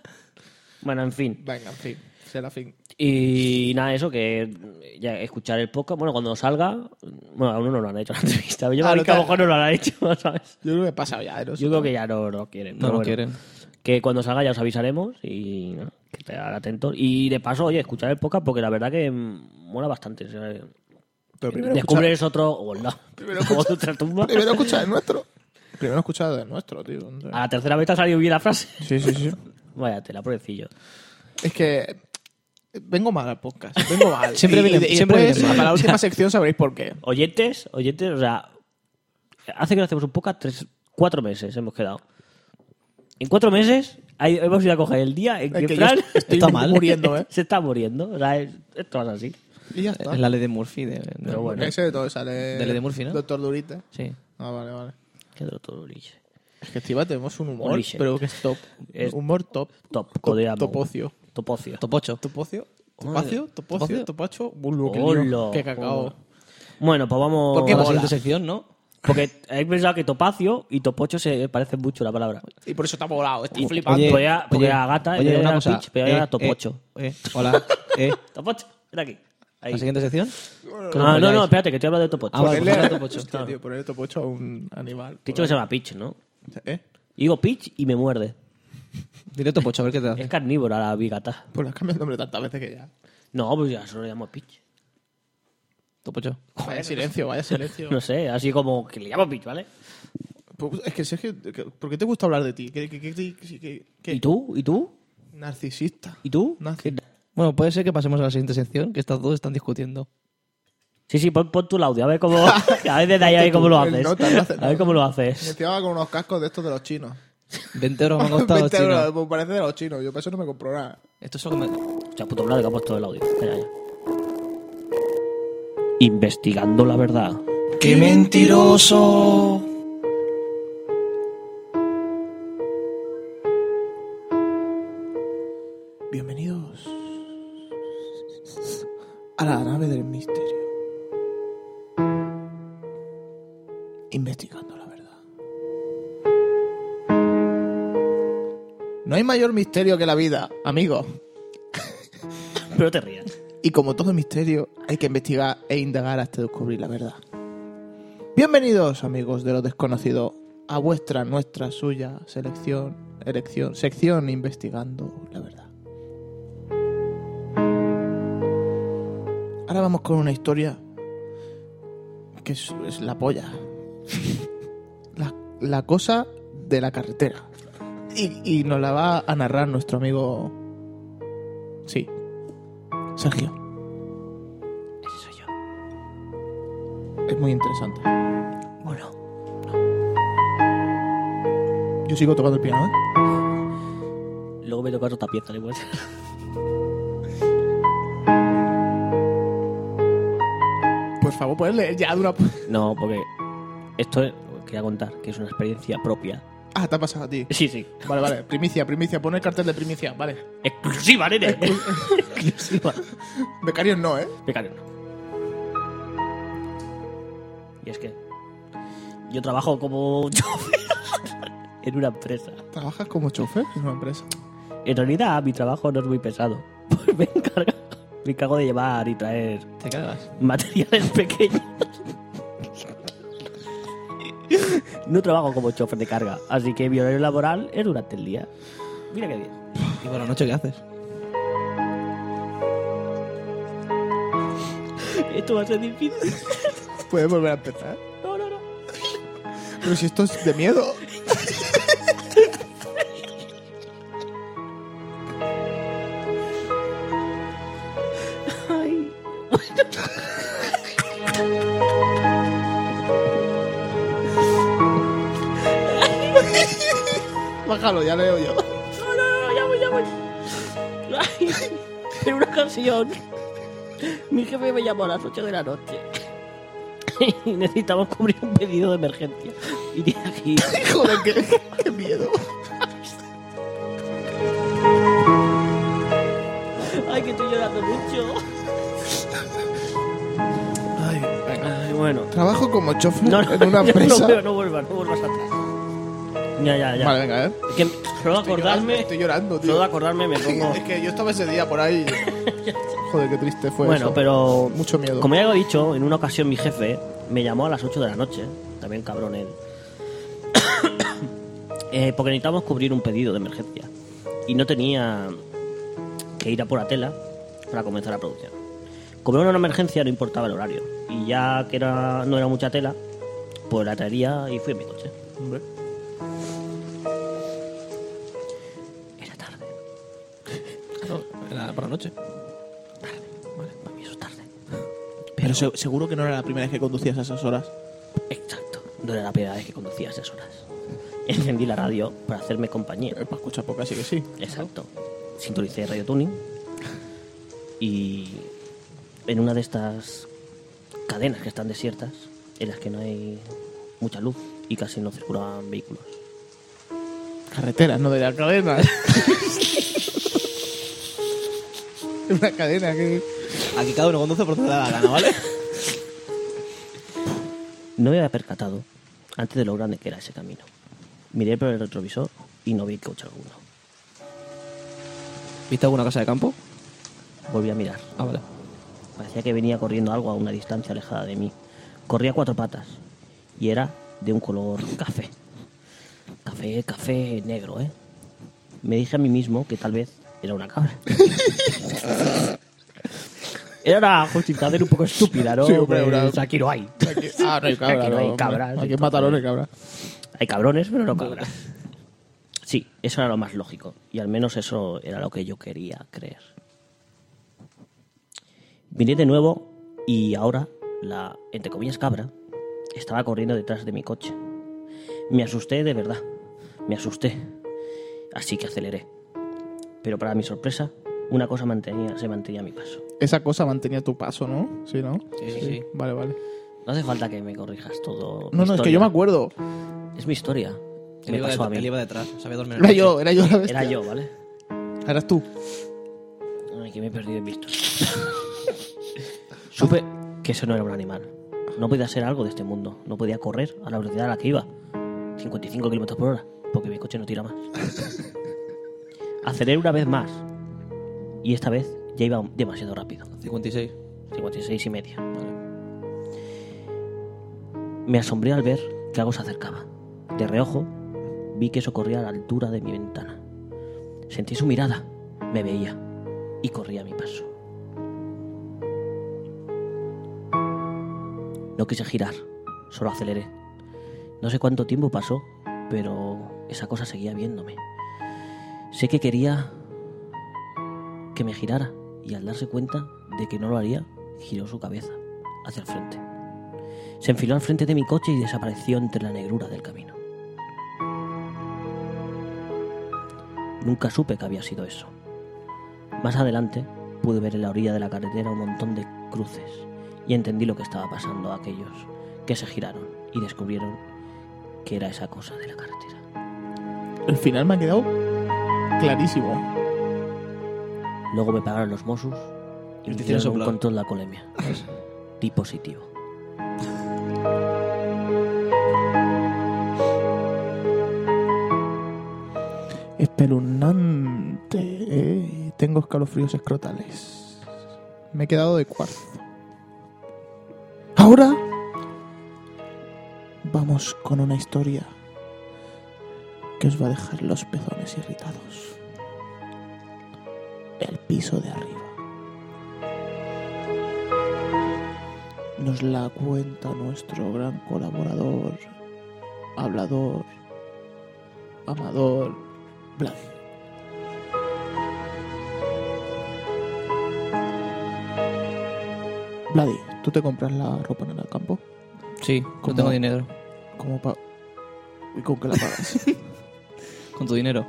Speaker 3: Bueno, en fin.
Speaker 2: eh, Venga, en fin. Será fin.
Speaker 3: Y nada, eso, que ya escuchar el podcast, bueno, cuando salga, bueno, aún no lo han hecho la entrevista, yo
Speaker 2: Ah,
Speaker 3: creo
Speaker 2: lo
Speaker 3: que a lo
Speaker 2: tal.
Speaker 3: mejor no lo han hecho, ¿sabes?
Speaker 2: Yo creo que he pasado ya, ¿eh? No sé.
Speaker 3: Yo creo que ya no lo quieren.
Speaker 4: No
Speaker 3: pero
Speaker 4: lo
Speaker 3: bueno.
Speaker 4: quieren.
Speaker 3: Que cuando salga ya os avisaremos y nada, que estar atentos. Y de paso, oye, escuchar el podcast porque la verdad que mm, mola bastante. o sea,
Speaker 2: Pero primero
Speaker 3: Descubres otro... o no,
Speaker 2: Primero
Speaker 3: como
Speaker 2: escucha-
Speaker 3: otra tumba.
Speaker 2: Primero escucha el nuestro. Primero escucha el nuestro, tío.
Speaker 4: Ah.
Speaker 3: A la tercera vez te ha salido bien la frase.
Speaker 2: Sí, sí, sí.
Speaker 3: Vaya tela, pobrecillo.
Speaker 2: Es que vengo mal al podcast. Vengo mal.
Speaker 4: Siempre
Speaker 2: Y-
Speaker 4: viene-
Speaker 2: y
Speaker 4: siempre
Speaker 2: después,
Speaker 4: viene mal.
Speaker 2: Para la última sección sabréis por qué.
Speaker 3: Oyentes, oyentes, o sea, hace que no hacemos un podcast tres, cuatro meses hemos quedado. En cuatro meses hay- hemos ido a coger el día en
Speaker 2: Es
Speaker 3: que,
Speaker 2: que yo
Speaker 3: Fran
Speaker 2: estoy Está mal. muriendo, ¿eh?
Speaker 3: se está muriendo. O sea, es- esto es así.
Speaker 2: Y ya está.
Speaker 4: Es Eh, la ley de Murphy. De, de-
Speaker 3: Pero bueno,
Speaker 2: Ese de todo sale.
Speaker 4: De Lady Murphy, ¿no?
Speaker 2: Doctor Durita.
Speaker 4: Sí.
Speaker 2: Ah, vale, vale.
Speaker 3: qué droto, Ulises.
Speaker 2: Es que, Estiva, tenemos un humor,
Speaker 3: Ulises.
Speaker 2: pero que es top.
Speaker 3: Es-
Speaker 2: humor top.
Speaker 3: Top,
Speaker 2: Top-
Speaker 3: codeamos.
Speaker 2: Topocio.
Speaker 3: Topocio.
Speaker 4: Topocho.
Speaker 2: Topocio. Topacio. Topocio.
Speaker 4: Topacio.
Speaker 2: Topacho.
Speaker 3: Hola,
Speaker 2: Qué cacao.
Speaker 3: hola. Bueno, pues vamos.
Speaker 2: ¿Por qué
Speaker 4: Para la
Speaker 2: mola?
Speaker 4: siguiente sección, ¿no?
Speaker 3: Porque he pensado que topacio y topocho se parecen mucho la palabra.
Speaker 2: Y por eso está volado. Estoy flipando.
Speaker 3: Oye, Podía- porque era gata,
Speaker 4: oye,
Speaker 3: era
Speaker 4: una
Speaker 3: pitch,
Speaker 4: cosa.
Speaker 3: pero era topocho.
Speaker 4: eh, eh, hola. eh,
Speaker 3: Topocho, ven aquí. Ahí.
Speaker 4: ¿La siguiente sección?
Speaker 3: Ah, no, no, espérate, que te hablo de topocho.
Speaker 4: Ah, vale.
Speaker 3: Te
Speaker 2: Ponerle,
Speaker 4: Ojalá topocho.
Speaker 2: Hostia, tío, ponerle topocho a un animal.
Speaker 3: he dicho que se llama Pitch, ¿no?
Speaker 2: ¿Eh?
Speaker 3: Digo Pitch y me muerde.
Speaker 4: Dile topocho, a ver qué te
Speaker 3: Es
Speaker 4: hace.
Speaker 3: carnívora la bigata.
Speaker 2: Pues le has cambiado el nombre tantas veces que ya.
Speaker 3: No, pues ya solo le llamo Pitch.
Speaker 4: Topocho.
Speaker 2: Vaya silencio, vaya silencio.
Speaker 3: No sé, así como que le llamo Pitch, ¿vale?
Speaker 2: Pues, Es que, Sergio, que- ¿por qué te gusta hablar de ti? ¿Qué, qué, qué, qué- qué- qué-
Speaker 3: ¿Y tú? ¿Y tú?
Speaker 2: Narcisista.
Speaker 3: ¿Y tú?
Speaker 2: Narci-
Speaker 4: Bueno, puede ser que pasemos a la siguiente sección, que estas dos están discutiendo.
Speaker 3: Sí, sí, pon, pon tu audio, a ver cómo. A ver desde ahí, a ver cómo lo
Speaker 2: El
Speaker 3: haces.
Speaker 2: nota, no hace
Speaker 3: A ver
Speaker 2: nada.
Speaker 3: cómo lo
Speaker 2: Me
Speaker 3: haces.
Speaker 2: tiraba con unos cascos de estos de los chinos.
Speaker 4: 20 euros me han costado los
Speaker 2: 20 euros,
Speaker 4: chinos.
Speaker 2: pues parece de los chinos. Yo para eso no me compro nada.
Speaker 4: Esto es lo que me...
Speaker 3: O sea, puto blado que ha puesto el audio. Espera, ya. Investigando la verdad.
Speaker 6: ¡Qué mentiroso!
Speaker 2: Bienvenidos a la nave del misterio. Investigando la verdad. No hay mayor misterio que la vida, amigos.
Speaker 3: Pero te rías.
Speaker 2: Y como todo misterio, hay que investigar e indagar hasta descubrir la verdad. Bienvenidos, amigos de lo desconocido, a vuestra, nuestra, suya, selección, elección, sección investigando la verdad. Ahora vamos con una historia que es, es la polla. La, la cosa de la carretera. Y, y nos la va a narrar nuestro amigo... Sí, Sergio.
Speaker 3: Ese soy yo.
Speaker 2: Es muy interesante.
Speaker 3: Bueno.
Speaker 2: Yo sigo tocando el piano, ¿eh?
Speaker 3: Luego me toca otra pieza, le voy a hacer.
Speaker 2: Por favor, puedes leer ya de una...
Speaker 3: No, porque esto es- quería contar que es una experiencia propia.
Speaker 2: Ah, te ha pasado a ti.
Speaker 3: Sí, sí.
Speaker 2: Vale, vale. Primicia, primicia. Pon el cartel de primicia. Vale.
Speaker 3: Exclusiva, nene. Exclusiva.
Speaker 2: Becarios no, ¿eh?
Speaker 3: Becario no. Y es que yo trabajo como un chofer en una empresa.
Speaker 2: Trabajas como chofer en una empresa.
Speaker 3: En realidad mi trabajo no es muy pesado. Pues me encargo, me encargo de llevar y traer
Speaker 4: Te cagas.
Speaker 3: materiales pequeños. No trabajo como chofer de carga, así que mi horario laboral es durante el día. Mira qué bien.
Speaker 4: ¿Y por la noche qué haces?
Speaker 3: Esto va a ser difícil.
Speaker 2: Puedes volver a empezar.
Speaker 3: No, no, no.
Speaker 2: Pero si esto es de miedo.
Speaker 3: Ay.
Speaker 2: Bájalo, ya leo yo.
Speaker 3: No, no, no, ya voy, ya voy. Ay, en una canción, mi jefe me llamó a las 8 de la noche. Y necesitamos cubrir un pedido de emergencia. Y dice aquí,
Speaker 2: Joder, qué, qué miedo.
Speaker 3: Ay, que estoy llorando mucho. Ay, ay, bueno.
Speaker 2: Trabajo como chofer
Speaker 3: No, no,
Speaker 2: en una
Speaker 3: ya
Speaker 2: empresa.
Speaker 3: No, veo, no vuelvas, no vuelvas atrás. Ya, ya, ya.
Speaker 2: Vale, venga, a ver.
Speaker 3: Es que solo de acordarme,
Speaker 2: Estoy llorando,
Speaker 3: solo de
Speaker 2: tío.
Speaker 3: acordarme me pongo...
Speaker 2: Es que yo estaba ese día por ahí. Joder, qué triste fue
Speaker 3: bueno,
Speaker 2: eso.
Speaker 3: pero...
Speaker 2: Mucho miedo.
Speaker 3: Como ya he dicho, en una ocasión mi jefe me llamó a las 8 de la noche. También cabrón él. Eh, porque necesitábamos cubrir un pedido de emergencia. Y no tenía que ir a por la tela para comenzar la producción. Como era una emergencia, no importaba el horario. Y ya que era, no era mucha tela, pues la traería y fui en mi coche.
Speaker 2: Hombre.
Speaker 3: Era tarde.
Speaker 4: No, era por la noche.
Speaker 3: Tarde. Vale, para mí eso es tarde.
Speaker 7: Pero se- seguro que no era la primera vez que conducías a esas horas.
Speaker 3: Exacto. No era la primera vez que conducía esas horas. Encendí la radio para hacerme compañía.
Speaker 7: Eh, Para escuchar poco, así que sí.
Speaker 3: Exacto. Sintonicé Radio Tuning. Y en una de estas cadenas que están desiertas, en las que no hay mucha luz y casi no circulan vehículos.
Speaker 7: Carreteras, no de la cadena.
Speaker 2: Una cadena que.
Speaker 4: Aquí cada uno conduce por donde le da la gana, ¿vale?
Speaker 3: No me había percatado antes de lo grande que era ese camino. Miré por el retrovisor y no vi coche alguno.
Speaker 4: ¿Viste alguna casa de campo?
Speaker 3: Volví a mirar.
Speaker 4: Ah, vale.
Speaker 3: Parecía que venía corriendo algo a una distancia alejada de mí. Corría a cuatro patas y era de un color café. Café, café negro, ¿eh? Me dije a mí mismo que tal vez era una cabra. era una justificadora un poco estúpida, ¿no?
Speaker 2: Sí, hombre,
Speaker 3: Pues,
Speaker 2: una-
Speaker 3: aquí no hay.
Speaker 2: Aquí- Ah, no hay cabra.
Speaker 3: Aquí no hay
Speaker 2: hombre.
Speaker 3: cabras,
Speaker 2: Aquí
Speaker 3: entonces.
Speaker 2: es matalones, cabra.
Speaker 3: Hay cabrones, pero no cabras. Sí, eso era lo más lógico. Y al menos eso era lo que yo quería creer. Vine de nuevo y ahora la, entre comillas, cabra estaba corriendo detrás de mi coche. Me asusté de verdad. Me asusté. Así que aceleré. Pero para mi sorpresa, una cosa mantenía, se mantenía a mi paso.
Speaker 2: Esa cosa mantenía tu paso, ¿no? Sí, ¿no?
Speaker 4: Sí, sí, sí.
Speaker 2: Vale, vale.
Speaker 3: No hace falta que me corrijas
Speaker 2: No,
Speaker 3: todo. mi
Speaker 2: no, es que
Speaker 3: historia.
Speaker 2: yo me acuerdo.
Speaker 3: Es mi historia.
Speaker 4: Él
Speaker 3: Me
Speaker 4: iba,
Speaker 3: pasó a
Speaker 4: de- él
Speaker 3: mí.
Speaker 4: iba detrás, sabía dormir en el
Speaker 2: Era
Speaker 4: coche.
Speaker 2: yo, era yo la bestia.
Speaker 3: Era yo, ¿vale?
Speaker 2: Eras tú.
Speaker 3: Ay, que me he perdido en visto. Supe que eso no era un animal. No podía ser algo de este mundo. No podía correr a la velocidad a la que iba. 55 kilómetros por hora. Porque mi coche no tira más. Aceleré una vez más. Y esta vez ya iba demasiado rápido.
Speaker 4: 56.
Speaker 3: 56 y media. Me asombré al ver que algo se acercaba. De reojo, vi que eso corría a la altura de mi ventana. Sentí su mirada, me veía y corría a mi paso. No quise girar, solo aceleré. No sé cuánto tiempo pasó, pero esa cosa seguía viéndome. Sé que quería que me girara y al darse cuenta de que no lo haría, giró su cabeza hacia el frente. Se enfiló al frente de mi coche y desapareció entre la negrura del camino. Nunca supe que había sido eso. Más adelante pude ver en la orilla de la carretera un montón de cruces y entendí lo que estaba pasando a aquellos que se giraron y descubrieron que era esa cosa de la carretera.
Speaker 7: El final me ha quedado clarísimo.
Speaker 3: Luego me pagaron los Mossos y
Speaker 4: Y
Speaker 3: me
Speaker 4: te hicieron
Speaker 3: hicieron un
Speaker 4: soplar.
Speaker 3: control de alcoholemia. Di positivo.
Speaker 2: Espeluznante. eh. Tengo escalofríos escrotales. Me he quedado de cuarzo. Ahora vamos con una historia que os va a dejar los pezones irritados. El piso de arriba. Nos la cuenta nuestro gran colaborador, hablador, amador, Vlad. Vladi, ¿tú te compras la ropa en el campo?
Speaker 4: Sí,
Speaker 2: ¿Cómo?
Speaker 4: no tengo dinero.
Speaker 2: ¿Cómo pa ¿Y con qué la pagas?
Speaker 4: Con tu dinero.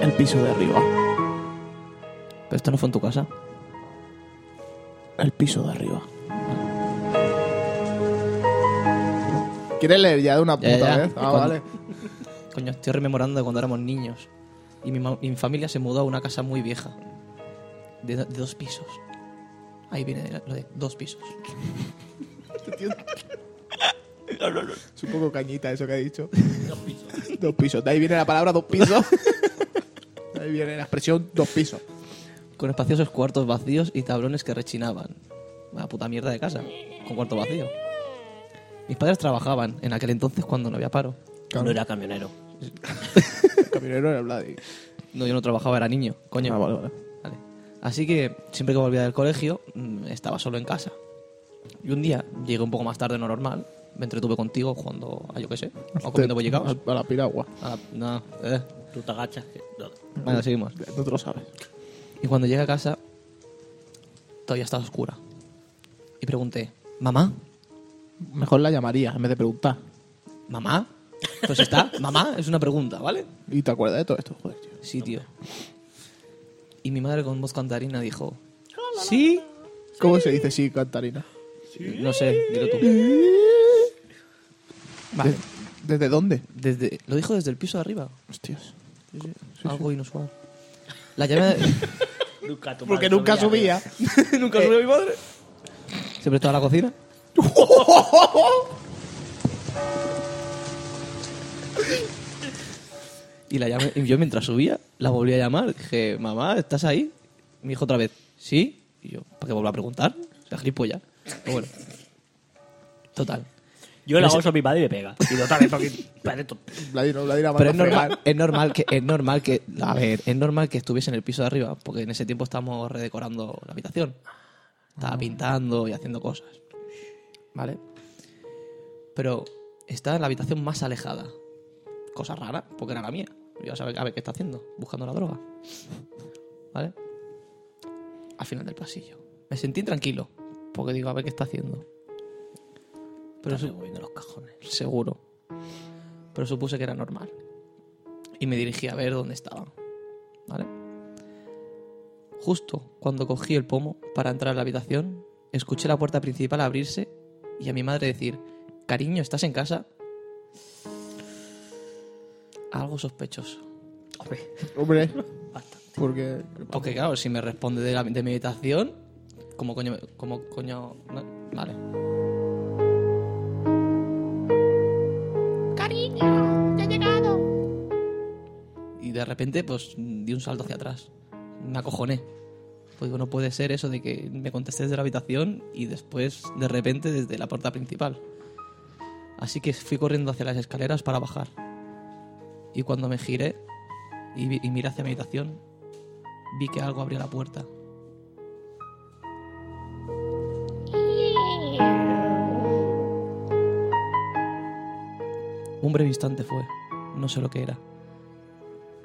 Speaker 2: el piso de arriba.
Speaker 4: Pero esto no fue en tu casa.
Speaker 2: El piso de arriba. ¿Quieres leer ya de una
Speaker 4: Ya,
Speaker 2: puta
Speaker 4: ya, ya.
Speaker 2: vez?
Speaker 4: Y
Speaker 2: Ah,
Speaker 4: cuando-
Speaker 2: vale.
Speaker 4: Coño, estoy rememorando de cuando éramos niños. y mi, ma- mi familia se mudó a una casa muy vieja, de, do- de dos pisos. Ahí viene lo de dos pisos.
Speaker 2: Es un poco cañita eso que ha dicho. Dos pisos. dos pisos. De ahí viene la palabra dos pisos. De ahí viene la expresión dos pisos.
Speaker 4: Con espaciosos cuartos vacíos y tablones que rechinaban. Una puta mierda de casa, con cuarto vacío. Mis padres trabajaban en aquel entonces cuando no había paro.
Speaker 3: No era camionero.
Speaker 2: El camionero era Vladi.
Speaker 4: No, yo no trabajaba, era niño, coño.
Speaker 2: Ah, vale, vale.
Speaker 4: Vale. Así que siempre que volvía del colegio mm, estaba solo en casa. Y un día llegué un poco más tarde de lo normal, me entretuve contigo jugando a yo qué sé, o comiendo bollicaos.
Speaker 2: Este, A, a la piragua.
Speaker 4: A la- no, eh.
Speaker 3: Tú te agachas. que- no.
Speaker 4: Bueno, seguimos.
Speaker 2: No te lo sabes.
Speaker 4: Y cuando llegué a casa, todavía estaba oscura. Y pregunté, ¿mamá?
Speaker 2: Mejor la llamarías en vez de preguntar.
Speaker 4: ¿Mamá? Pues está, ¿mamá? Es una pregunta, ¿vale?
Speaker 2: Y te acuerdas de todo esto, joder, tío.
Speaker 4: Sí, tío. Y mi madre con voz cantarina dijo, ¿sí?
Speaker 2: ¿Cómo se dice sí, Cantarina?
Speaker 4: No sé, dilo tú. Vale.
Speaker 2: ¿Desde dónde?
Speaker 4: Desde, lo dijo desde el piso de arriba.
Speaker 2: Hostias.
Speaker 4: Algo inusual. La llave
Speaker 3: Nunca tu
Speaker 2: Porque
Speaker 3: madre
Speaker 2: nunca subía.
Speaker 4: Nunca subió mi madre. Eh, Se prestó a la cocina. y la llamé. Y yo mientras subía, la volví a llamar. Dije, mamá, ¿estás ahí? Me dijo otra vez, ¿sí? Y yo, ¿para qué vuelvo a preguntar? O sea, gilipollas. Pero bueno. Total.
Speaker 3: Yo le hago eso a mi padre y me pega. Y otra vez, porque. padre, tú-
Speaker 2: Vladi no, Vladi la
Speaker 4: Pero
Speaker 2: manda
Speaker 4: es
Speaker 2: a fregar.
Speaker 4: normal, es normal que, es normal que, a ver, es normal que estuviese en el piso de arriba, porque en ese tiempo estábamos redecorando la habitación. Estaba
Speaker 3: Mm.
Speaker 4: pintando y haciendo cosas. ¿Vale? Pero estaba en la habitación más alejada. Cosa rara, porque era la mía. Yo a saber, a ver qué está haciendo, buscando la droga. ¿Vale? Al final del pasillo. Me sentí tranquilo, porque digo, a ver qué está haciendo. Pero
Speaker 3: Está
Speaker 4: su-
Speaker 3: removiendo los cajones.
Speaker 4: seguro. Pero supuse que era normal. Y me dirigí a ver dónde estaba. ¿Vale? Justo cuando cogí el pomo para entrar a la habitación, escuché la puerta principal abrirse y a mi madre decir, cariño, ¿estás en casa? Algo sospechoso.
Speaker 2: Hombre. Porque.
Speaker 4: Porque claro, si me responde de, la- de mi habitación, como coño, me- como coño, no? vale.
Speaker 8: Cariño, ya he llegado.
Speaker 4: Y de repente, pues, di un salto hacia atrás. Me acojoné. Pues digo, no puede ser eso de que me contestes desde la habitación y después, de repente, desde la puerta principal. Así que fui corriendo hacia las escaleras para bajar. Y cuando me giré y, vi- y miré hacia mi habitación, vi que algo abría la puerta. Un breve instante fue. No sé lo que era.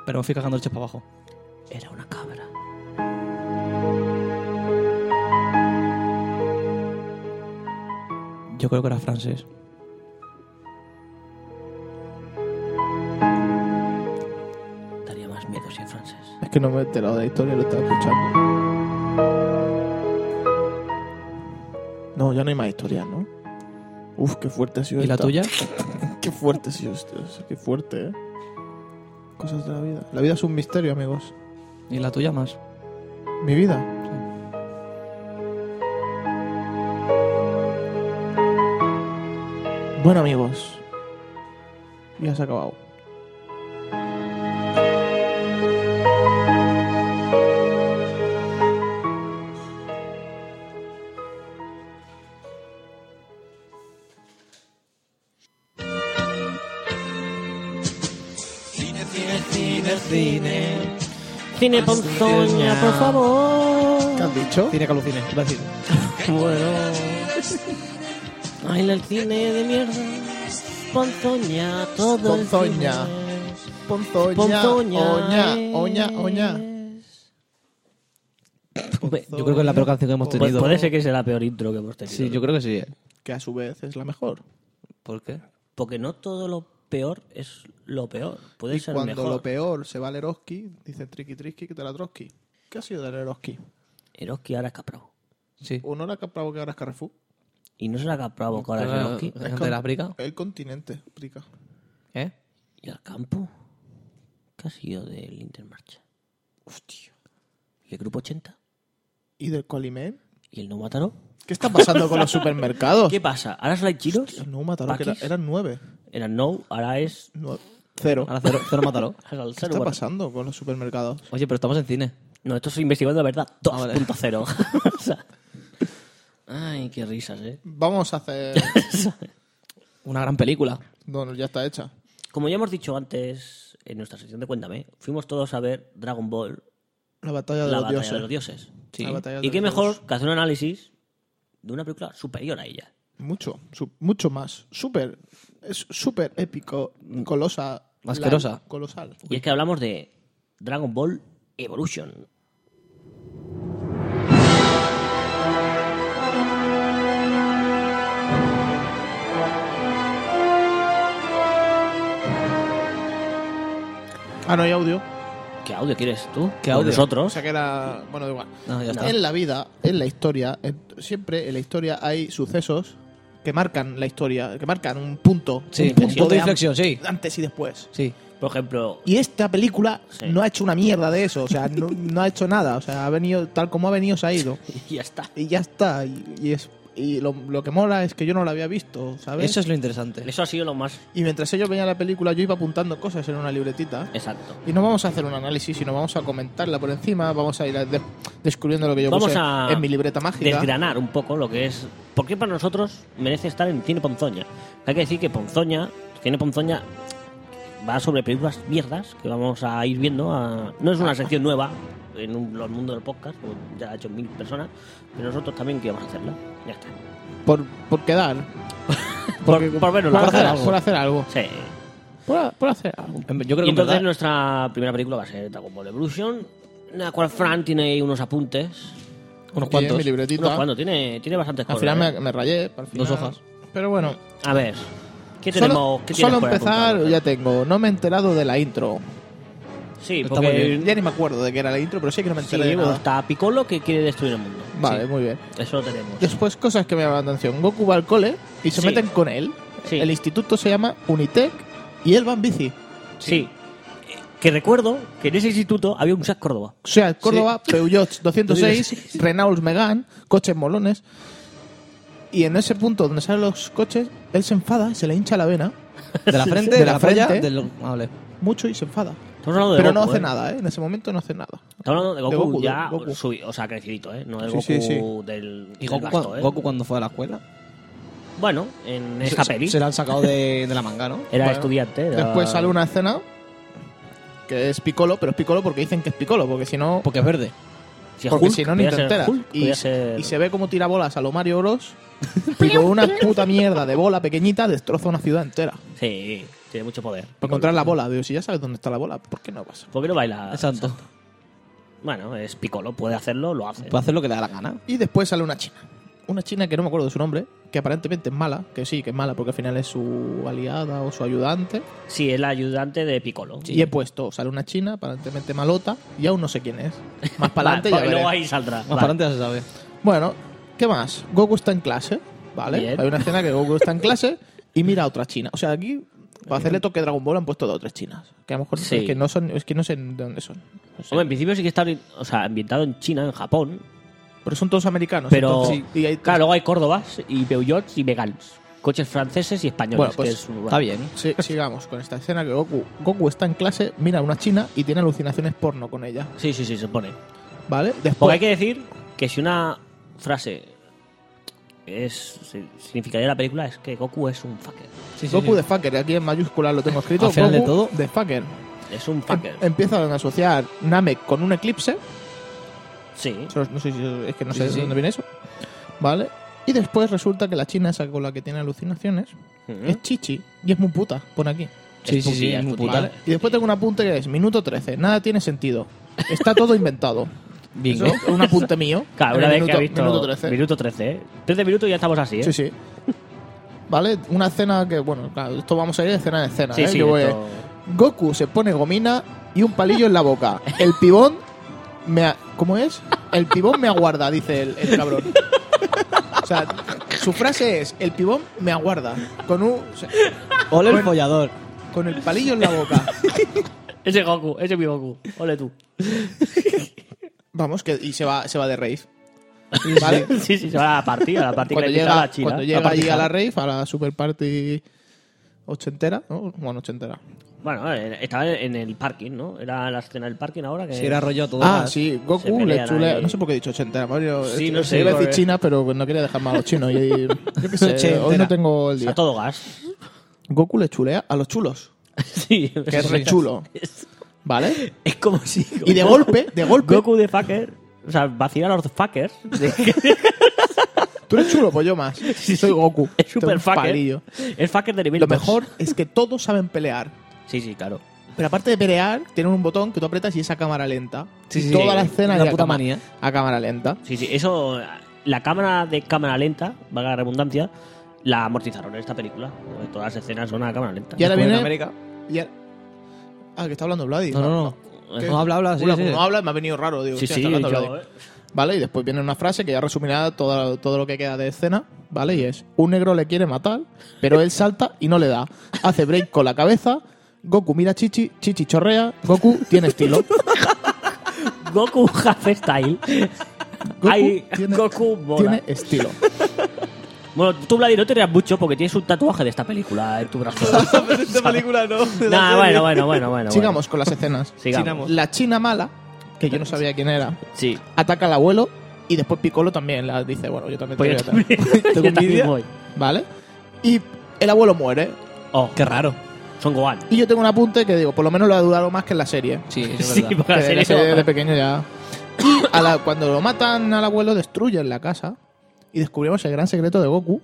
Speaker 4: Pero me fui cagando leches para abajo. Era una cabra. Yo creo que era francés.
Speaker 3: Daría más miedo si es francés.
Speaker 2: Es que no me he enterado de la historia, lo estaba escuchando. No, ya no hay más historias, ¿no? Uf, qué fuerte ha sido
Speaker 4: ¿Y la
Speaker 2: esta.
Speaker 4: tuya?
Speaker 2: Qué fuerte ha sido esto. Qué fuerte, ¿eh? Cosas de la vida. La vida es un misterio, amigos.
Speaker 4: ¿Y la tuya más?
Speaker 2: Mi vida. Bueno, amigos. Ya se ha acabado.
Speaker 3: Cine Ponzoña, por favor.
Speaker 2: ¿Qué has dicho?
Speaker 4: Cine calucine. Iba a decir.
Speaker 3: Bueno. Ay, el cine de mierda. Ponzoña, todo. el
Speaker 2: Ponzoña.
Speaker 3: cine.
Speaker 2: Ponzoña.
Speaker 3: Ponzoña.
Speaker 2: Oña,
Speaker 3: es-
Speaker 2: oña, oña.
Speaker 4: Yo creo que es la peor canción que hemos
Speaker 3: Pues
Speaker 4: tenido.
Speaker 3: puede ser que sea la peor intro que hemos tenido.
Speaker 4: Sí, yo creo que sí. ¿eh?
Speaker 2: Que a su vez es la mejor.
Speaker 4: ¿Por qué?
Speaker 3: Porque no todo lo peor es lo peor. Puede
Speaker 2: Y
Speaker 3: ser
Speaker 2: cuando
Speaker 3: mejor.
Speaker 2: lo peor se va Leroski, dice Triki Triki que te la Trotsky. ¿Qué ha sido de Leroski?
Speaker 3: Eroski ahora es Capravo.
Speaker 4: Sí.
Speaker 2: ¿O no la que que ahora es Carrefour?
Speaker 3: Y no será Capravo que ahora es
Speaker 4: ¿La ¿Eh?
Speaker 3: Eroski.
Speaker 4: gente de la briga?
Speaker 2: El continente, Prica.
Speaker 4: ¿Eh?
Speaker 3: ¿Y al campo? ¿Qué ha sido del Intermarcha? Hostia. ¿Y el grupo 80?
Speaker 2: ¿Y del Colimé?
Speaker 3: ¿Y el No Mátaro?
Speaker 2: ¿Qué está pasando con los supermercados?
Speaker 3: ¿Qué pasa? ¿Ahora solo hay chinos?
Speaker 2: No mataron, que era-
Speaker 3: ¿Paquis?
Speaker 2: eran nueve.
Speaker 3: Eran no, ahora es.
Speaker 2: Nue- Cero.
Speaker 4: Ahora cero, cero mátalo.
Speaker 3: ahora el
Speaker 2: ¿Qué
Speaker 3: cero,
Speaker 2: está
Speaker 3: bueno.
Speaker 2: pasando con los supermercados?
Speaker 4: Oye, pero estamos en cine.
Speaker 3: No, esto es investigando la verdad
Speaker 4: Ah, vale.
Speaker 3: 2.0. O sea, Ay, qué risas, ¿eh?
Speaker 2: Vamos a hacer...
Speaker 4: Una gran película.
Speaker 2: Bueno, ya está hecha.
Speaker 3: Como ya hemos dicho antes en nuestra sección de Cuéntame, fuimos todos a ver Dragon Ball,
Speaker 2: La batalla de
Speaker 3: la
Speaker 2: los
Speaker 3: batalla
Speaker 2: dioses.
Speaker 3: de los dioses.
Speaker 2: La batalla de
Speaker 3: Y qué
Speaker 2: los
Speaker 3: mejor que hacer un análisis de una película superior a ella.
Speaker 2: Mucho, su- mucho más. Súper, es súper épico, colosa.
Speaker 4: Asquerosa.
Speaker 2: la- colosal.
Speaker 3: Y es que hablamos de Dragon Ball Evolution.
Speaker 2: Ah, no hay audio.
Speaker 3: ¿Qué audio quieres tú?
Speaker 4: ¿Qué
Speaker 3: O
Speaker 4: audio?
Speaker 2: O
Speaker 3: Nosotros.
Speaker 2: sea que era... Bueno, da igual.
Speaker 4: No, ya está.
Speaker 2: En la vida, en la historia, en- siempre en la historia hay sucesos que marcan la historia, que marcan un punto.
Speaker 4: Sí,
Speaker 2: un punto,
Speaker 4: punto de
Speaker 2: am-
Speaker 4: inflexión, sí.
Speaker 2: Antes y después.
Speaker 4: Sí.
Speaker 3: Por ejemplo,
Speaker 2: Y esta película
Speaker 3: Sí.
Speaker 2: no ha hecho una mierda de eso, o sea, no, no ha hecho nada, o sea, ha venido tal como ha venido, se ha ido.
Speaker 3: y ya está.
Speaker 2: Y ya está, y, y es, y lo, lo que mola es que yo no la había visto, ¿sabes?
Speaker 4: Eso es lo interesante.
Speaker 3: Eso ha sido lo más
Speaker 2: Y mientras ellos veían la película yo iba apuntando cosas en una libretita.
Speaker 3: exacto.
Speaker 2: Y no vamos a hacer un análisis, sino vamos a comentarla por encima, vamos a ir a- de- descubriendo lo que yo
Speaker 3: Vamos
Speaker 2: puse
Speaker 3: a
Speaker 2: en mi libreta mágica.
Speaker 3: desgranar un poco lo que es. ¿Por qué para nosotros merece estar en Cine Ponzoña? Hay que decir que Ponzoña, Cine Ponzoña, va sobre películas mierdas que vamos a ir viendo. a- no es una sección nueva en un- los mundos del podcast, como ya la ha hecho mil personas, pero nosotros también queríamos hacerla. Ya está.
Speaker 2: Por, por quedar.
Speaker 3: Por, por verlo,
Speaker 2: por,
Speaker 3: por
Speaker 2: hacer,
Speaker 3: hacer
Speaker 2: algo. por hacer algo.
Speaker 3: Sí.
Speaker 2: Por, ha- por hacer algo.
Speaker 4: Yo creo
Speaker 3: Y
Speaker 4: que en
Speaker 3: entonces
Speaker 4: verdad,
Speaker 3: nuestra primera película va a ser Dragon Ball Evolution, en la cual Fran tiene ahí unos apuntes.
Speaker 4: unos
Speaker 2: Aquí en
Speaker 4: cuantos.
Speaker 2: mi libretita.
Speaker 3: Unos cuantos, tiene, tiene bastantes
Speaker 2: Al
Speaker 3: cosas.
Speaker 2: final
Speaker 3: ¿eh?
Speaker 2: me, me rayé, al final.
Speaker 4: Dos hojas.
Speaker 2: Pero bueno.
Speaker 3: A ver, ¿qué
Speaker 2: Solo-
Speaker 3: tenemos? ¿qué tienes
Speaker 2: solo
Speaker 3: por ahí
Speaker 2: empezar,
Speaker 3: apuntado?
Speaker 2: ya tengo. No me he enterado de la intro. Eh,
Speaker 3: Sí,
Speaker 4: Está muy
Speaker 3: porque
Speaker 4: bien.
Speaker 2: Ya ni me acuerdo de qué era la intro, pero sí que no me
Speaker 3: sí,
Speaker 2: enteré de
Speaker 3: bueno,
Speaker 2: nada.
Speaker 3: está Piccolo que quiere destruir el mundo.
Speaker 2: Vale,
Speaker 3: Sí,
Speaker 2: muy bien.
Speaker 3: pues, eso lo tenemos.
Speaker 2: Después, cosas que me llaman la atención. Goku va al cole y se
Speaker 3: Sí.
Speaker 2: meten con él.
Speaker 3: Sí.
Speaker 2: El instituto se llama Unitec y él va en bici.
Speaker 3: Sí. Eh, Que recuerdo que en ese instituto había un Sac Córdoba.
Speaker 2: O sea, Córdoba, Peugeot 206, Renault Megane, coches molones. Y en ese punto donde salen los coches, él se enfada, se le hincha la vena
Speaker 4: De la frente,
Speaker 2: De
Speaker 4: de
Speaker 2: la
Speaker 4: la, polla,
Speaker 2: frente.
Speaker 4: del- ah, vale.
Speaker 2: mucho y se enfada.
Speaker 3: Estamos hablando de
Speaker 2: Pero no
Speaker 3: Goku,
Speaker 2: hace
Speaker 3: ¿eh?
Speaker 2: nada, ¿eh? En ese momento no hace nada.
Speaker 3: Estamos hablando de Goku,
Speaker 2: De Goku, de
Speaker 3: ya,
Speaker 2: Goku.
Speaker 3: subi- o sea, crecidito, ¿eh? No del
Speaker 2: Sí,
Speaker 3: Goku
Speaker 2: sí,
Speaker 3: del.
Speaker 4: ¿Y
Speaker 3: del
Speaker 4: Goku,
Speaker 3: gasto,
Speaker 4: cuando,
Speaker 3: ¿eh?
Speaker 4: Goku cuando fue a la escuela?
Speaker 3: Bueno, en
Speaker 4: Se-
Speaker 3: esta
Speaker 4: se-
Speaker 3: peli
Speaker 4: Se la han sacado de, de la manga, ¿no?
Speaker 3: era
Speaker 2: Bueno,
Speaker 3: estudiante. era-
Speaker 2: Después sale una escena que es Piccolo, pero es Piccolo porque dicen que es Piccolo, porque si no,
Speaker 4: Porque es verde.
Speaker 3: Si es
Speaker 2: porque
Speaker 3: Hulk,
Speaker 2: si no, ni
Speaker 3: podía
Speaker 2: te
Speaker 3: ser
Speaker 2: enteras.
Speaker 3: Hulk,
Speaker 2: y,
Speaker 3: podía
Speaker 2: se-
Speaker 3: ser-
Speaker 2: y se ve como tira bolas a lo Mario Bros. y con una puta mierda de bola pequeñita destroza una ciudad entera.
Speaker 3: Sí, tiene mucho poder.
Speaker 2: Para encontrar la bola, digo, si ya sabes dónde está la bola, ¿por qué no pasa?
Speaker 3: ¿Por qué no baila?
Speaker 4: Exacto.
Speaker 3: Bueno, es Piccolo, puede hacerlo, lo hace.
Speaker 4: Puede hacer lo que le da la gana.
Speaker 2: Y después sale una china. Una china que no me acuerdo de su nombre, que aparentemente es mala, que sí, que es mala porque al final es su aliada o su ayudante.
Speaker 3: Sí, es la ayudante de Piccolo.
Speaker 2: Y he puesto, sale una china, aparentemente malota, y aún no sé quién es. Más para
Speaker 3: Vale,
Speaker 2: adelante ya
Speaker 3: porque luego
Speaker 2: veré.
Speaker 3: ahí saldrá.
Speaker 4: Más
Speaker 3: Vale.
Speaker 4: para adelante ya se sabe.
Speaker 2: Bueno, ¿qué más? Goku está en clase, ¿vale?
Speaker 3: Bien.
Speaker 2: Hay una escena que Goku está en clase y mira a otra china. O sea, aquí, para hacerle toque a Dragon Ball, han puesto dos o tres chinas. Que a lo mejor
Speaker 3: Sí.
Speaker 2: es, que no son, es que no sé de dónde son. No sé.
Speaker 3: Hombre, en principio sí que está ori- o sea, ambientado en China, en Japón,
Speaker 2: Pero son todos americanos.
Speaker 3: pero
Speaker 2: entonces, y hay-
Speaker 3: claro, luego hay Córdobas y Peugeots y Megans, coches franceses y españoles.
Speaker 2: Bueno, pues,
Speaker 3: que es un-
Speaker 4: Está bien.
Speaker 2: Sí, sigamos con esta escena que Goku, Goku está en clase, mira a una china y tiene alucinaciones porno con ella,
Speaker 3: Sí, sí, sí, se pone.
Speaker 2: ¿vale?
Speaker 3: Porque hay
Speaker 2: Después,
Speaker 3: que decir que si una frase es si- significaría la película es que Goku es un fucker.
Speaker 4: Sí, sí,
Speaker 2: Goku
Speaker 4: sí.
Speaker 2: de fucker, aquí en mayúsculas lo tengo escrito,
Speaker 4: Al final de
Speaker 2: Goku
Speaker 4: todo-
Speaker 2: de fucker.
Speaker 3: Es un fucker.
Speaker 2: Em- Empiezan a asociar Namek con un eclipse,
Speaker 3: sí.
Speaker 2: Eso no sé si- es que no
Speaker 4: Sí,
Speaker 2: sé
Speaker 4: sí,
Speaker 2: de
Speaker 4: sí.
Speaker 2: dónde viene eso, ¿vale? Y después resulta que la china esa con la que tiene alucinaciones
Speaker 3: Mm.
Speaker 2: es Chichi y es muy puta, pone aquí.
Speaker 4: Sí, sí, sí,
Speaker 3: putilla,
Speaker 4: es muy
Speaker 3: putilla.
Speaker 4: puta.
Speaker 2: ¿vale? Y después tengo un apunte que es minuto 13, nada tiene sentido, está todo inventado.
Speaker 4: Bingo.
Speaker 2: Eso, un apunte mío.
Speaker 3: Claro,
Speaker 2: en
Speaker 3: una
Speaker 2: el
Speaker 3: vez
Speaker 2: minuto,
Speaker 3: que ha visto.
Speaker 2: minuto 13.
Speaker 3: Minuto 13, ¿eh? 13 minutos y ya estamos así, ¿eh?
Speaker 2: Sí, sí. ¿Vale? Una escena que, bueno, claro, esto vamos a ir escena de escena.
Speaker 3: Sí,
Speaker 2: ¿eh?
Speaker 3: sí,
Speaker 2: Que voy-
Speaker 3: esto-
Speaker 2: Goku se pone gomina y un palillo en la boca. El pibón me... a- ¿Cómo es? El pibón me aguarda, dice el, el cabrón. O sea, su frase es, el pibón me aguarda. Con un... o sea,
Speaker 4: Ole el
Speaker 2: Bueno.
Speaker 4: follador.
Speaker 2: Con el palillo en la boca.
Speaker 3: Ese Goku, ese es mi Goku. Ole tú.
Speaker 2: Vamos, que y se va, se va de rave.
Speaker 3: ¿Vale? Sí, sí, se va a la partida, a la partida
Speaker 2: Cuando
Speaker 3: que le quita
Speaker 2: llega,
Speaker 3: la China.
Speaker 2: cuando
Speaker 3: La
Speaker 2: llega allí
Speaker 3: partida.
Speaker 2: a la rave, a la super party ochentera, ¿no? Bueno, ochentera.
Speaker 3: Bueno, eh, estaba en el parking, ¿no? Era la escena del parking ahora que...
Speaker 4: Si era rollo todo.
Speaker 2: Ah,
Speaker 4: más.
Speaker 2: sí,
Speaker 3: se
Speaker 2: Goku
Speaker 3: pelean
Speaker 2: le chulea.
Speaker 3: ahí.
Speaker 2: No sé por qué he dicho ochentera, Mario.
Speaker 3: Sí,
Speaker 2: Eh,
Speaker 3: no sé,
Speaker 2: Iba a decir
Speaker 3: porque-
Speaker 2: China, pero no quería dejar mal a los chinos. Y, yo qué sé, hoy
Speaker 4: Ochentera.
Speaker 2: no tengo el
Speaker 3: o sea,
Speaker 2: día.
Speaker 3: todo gas.
Speaker 2: Goku le chulea a los chulos,
Speaker 3: sí.
Speaker 2: que es re chulo,
Speaker 3: Es,
Speaker 2: ¿vale?
Speaker 3: es como si...
Speaker 2: Y de
Speaker 3: Goku-
Speaker 2: golpe, de golpe,
Speaker 3: Goku de fucker... O sea, vaciar a los fuckers.
Speaker 2: tú eres chulo, pues yo más. Soy Goku.
Speaker 3: Es
Speaker 2: Tengo
Speaker 3: super
Speaker 2: un
Speaker 3: fucker.
Speaker 2: palillo.
Speaker 3: Es fucker de nivel
Speaker 2: Lo
Speaker 3: dos.
Speaker 2: mejor es que todos saben pelear.
Speaker 3: Sí, sí, claro.
Speaker 2: Pero aparte de pelear, tienen un botón que tú apretas y es a cámara lenta.
Speaker 4: Sí,
Speaker 2: Y
Speaker 4: sí,
Speaker 2: toda
Speaker 4: sí.
Speaker 2: la escena
Speaker 4: Una
Speaker 2: es a
Speaker 4: puta
Speaker 2: cámara-
Speaker 4: manía.
Speaker 2: A cámara lenta.
Speaker 3: Sí, sí, eso. La cámara de cámara lenta, valga la redundancia, la amortizaron en esta película. Todas las escenas son a cámara lenta.
Speaker 2: Y ahora
Speaker 4: Bueno,
Speaker 2: viene.
Speaker 4: América.
Speaker 2: y ahora- Ah, que está hablando Vladi.
Speaker 4: No, no, no.
Speaker 2: ¿Qué?
Speaker 4: No habla, habla. Sí,
Speaker 2: Hola,
Speaker 4: sí.
Speaker 2: como no habla, me ha venido raro. Digo,
Speaker 3: Sí,
Speaker 2: hostia,
Speaker 3: sí,
Speaker 2: está hablando
Speaker 3: yo,
Speaker 2: Vladi.
Speaker 3: eh.
Speaker 2: Vale, y después viene una frase que ya resumirá todo, todo lo que queda de escena, ¿vale? Y es, un negro le quiere matar, pero él salta y no le da. Hace break con la cabeza, Goku mira a Chichi, Chichi chorrea, Goku tiene estilo.
Speaker 3: Goku Half Style.
Speaker 2: Goku
Speaker 3: Ay,
Speaker 2: tiene-
Speaker 3: Goku mola.
Speaker 2: tiene estilo.
Speaker 3: Bueno, tú, Vladi, no te rías mucho porque tienes un tatuaje de esta película en tu brazo.
Speaker 4: Esta película no. de la
Speaker 3: nah,
Speaker 4: serie.
Speaker 3: bueno, bueno, bueno, bueno.
Speaker 2: Sigamos con las escenas.
Speaker 3: bueno. Sigamos.
Speaker 4: Sigamos.
Speaker 2: La china mala, que yo no sabía quién era,
Speaker 3: Sí.
Speaker 2: ataca al abuelo y después Piccolo también la dice, bueno, yo también te
Speaker 3: Pues yo
Speaker 2: voy a
Speaker 3: también,
Speaker 2: atacar. Tengo
Speaker 3: yo también
Speaker 2: envidia,
Speaker 3: voy.
Speaker 2: ¿vale? Y el abuelo muere.
Speaker 3: Oh,
Speaker 4: Qué raro.
Speaker 3: son Gohan.
Speaker 2: Y yo tengo un apunte que digo, por lo menos lo ha durado más que en la serie.
Speaker 4: Sí, es
Speaker 3: Sí,
Speaker 4: verdad.
Speaker 3: porque la
Speaker 2: Que
Speaker 3: serie
Speaker 2: de,
Speaker 3: se va-
Speaker 2: de pequeño ya. Y a la- cuando lo matan al abuelo, destruyen la casa. Y descubrimos el gran secreto de Goku: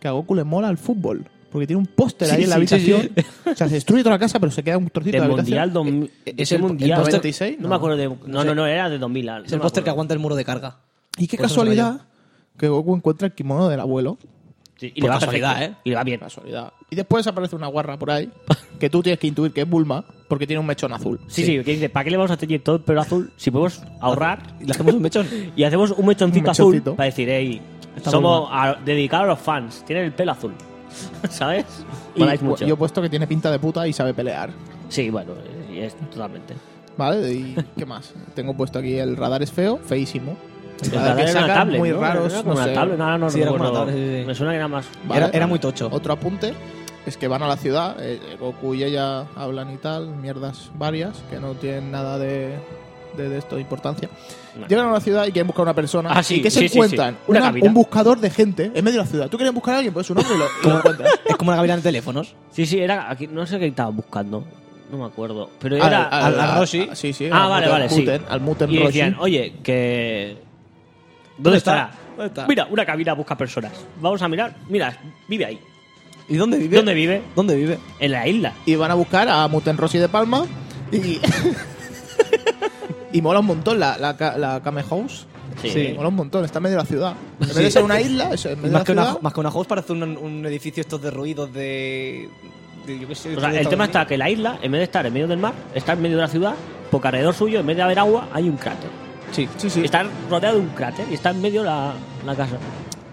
Speaker 2: que a Goku le mola el fútbol. Porque tiene un póster
Speaker 4: Sí,
Speaker 2: ahí en la
Speaker 4: sí, sí,
Speaker 2: habitación. O sea, se destruye toda la casa, pero se queda un trocito de,
Speaker 3: Del
Speaker 2: la habitación.
Speaker 3: Mundial. dos-
Speaker 4: Eh, es
Speaker 3: del
Speaker 4: el- el
Speaker 3: mundial.
Speaker 4: póster-
Speaker 2: 96,
Speaker 3: No
Speaker 2: no.
Speaker 3: me acuerdo de. No, no, no, era de 2000. al-
Speaker 4: Es
Speaker 3: no
Speaker 4: el
Speaker 3: me
Speaker 4: póster que
Speaker 3: acuerdo.
Speaker 4: aguanta el muro de carga.
Speaker 2: Y qué
Speaker 4: Por eso me lo
Speaker 2: casualidad que Goku encuentra el kimono del abuelo.
Speaker 3: Sí, y
Speaker 4: Por
Speaker 3: le va
Speaker 4: casualidad,
Speaker 3: perfecto.
Speaker 4: ¿eh?
Speaker 3: Y le va bien.
Speaker 2: Casualidad. Y después aparece una guarra por ahí. Que tú tienes que intuir que es Bulma. Porque tiene un mechón azul.
Speaker 3: Sí, sí, que dice, ¿para qué le vamos a teñir todo el pelo azul si podemos ahorrar
Speaker 4: Y le hacemos un mechón.
Speaker 3: y hacemos un mechoncito
Speaker 2: Un
Speaker 3: azul
Speaker 2: mechoncito.
Speaker 3: para decir, hey,
Speaker 4: Está
Speaker 3: somos a- dedicados a los fans, tienen el pelo azul, ¿sabes?
Speaker 2: Y
Speaker 3: Moláis
Speaker 2: pu-
Speaker 3: mucho.
Speaker 2: yo he puesto que tiene pinta de puta y sabe pelear.
Speaker 3: Sí, bueno, eh, es totalmente.
Speaker 2: ¿Vale? ¿Y qué más? Tengo puesto aquí el radar es feo, feísimo. El
Speaker 3: La
Speaker 2: radar que
Speaker 3: tablet era
Speaker 2: sacan
Speaker 3: una tablet,
Speaker 2: muy
Speaker 3: ¿no?
Speaker 2: raros,
Speaker 3: Era
Speaker 2: no
Speaker 3: como una
Speaker 2: sé.
Speaker 3: tablet, no, ahora no
Speaker 4: Sí, era como una
Speaker 3: recuerdo.
Speaker 4: tablet, sí, sí.
Speaker 3: Me suena que era más...
Speaker 2: Vale.
Speaker 4: Era, era muy tocho.
Speaker 2: Otro apunte es que van a la ciudad, eh, Goku y ella hablan y tal, mierdas varias, que no tienen nada de, de, de esto de importancia.
Speaker 3: No.
Speaker 2: Llegan a la ciudad y quieren buscar a una persona.
Speaker 3: Ah, sí,
Speaker 2: ¿Y qué
Speaker 3: sí,
Speaker 2: se
Speaker 3: sí, sí.
Speaker 2: encuentran?
Speaker 3: Una
Speaker 2: Una-
Speaker 3: cabina.
Speaker 2: un buscador de gente en medio de la ciudad. ¿Tú quieres buscar a alguien? Pues su nombre y lo, y lo encuentras.
Speaker 4: Es como una gavilla de teléfonos.
Speaker 3: Sí, sí, era... Aquí, no sé qué estaba buscando, no me acuerdo. Pero
Speaker 2: Al-
Speaker 3: era...
Speaker 2: al-
Speaker 4: al Roshi.
Speaker 2: a- Sí, sí.
Speaker 3: Ah,
Speaker 2: al
Speaker 3: vale,
Speaker 2: Muten-
Speaker 3: vale, sí.
Speaker 2: Muten- Al Muten
Speaker 3: y
Speaker 2: Roshi.
Speaker 3: decían, oye, que... ¿Dónde
Speaker 4: está?
Speaker 3: estará?
Speaker 4: ¿Dónde está?
Speaker 3: Mira, una cabina busca personas. Vamos a mirar. Mira, vive ahí.
Speaker 4: ¿Y dónde vive?
Speaker 3: ¿Dónde vive?
Speaker 4: ¿Dónde vive?
Speaker 3: En la isla.
Speaker 2: y van a buscar a Muten Rossi de Palma y y mola un montón la, la, ca- la Kame House
Speaker 4: Sí.
Speaker 2: mola un montón está en medio de la ciudad en vez
Speaker 4: Sí.
Speaker 2: de ser una isla es en
Speaker 4: Y
Speaker 2: medio
Speaker 4: Más que,
Speaker 2: de la ciudad
Speaker 4: una, más que una house parece un, un edificio estos de ruidos de... de yo qué sé,
Speaker 3: O sea,
Speaker 4: de
Speaker 3: el tema
Speaker 4: Estados
Speaker 3: está que la isla, en vez de estar en medio del mar, está en medio de la ciudad, porque alrededor suyo, en vez de haber agua, hay un cráter.
Speaker 2: sí sí sí
Speaker 3: Está rodeado de un cráter y está en medio la, la casa.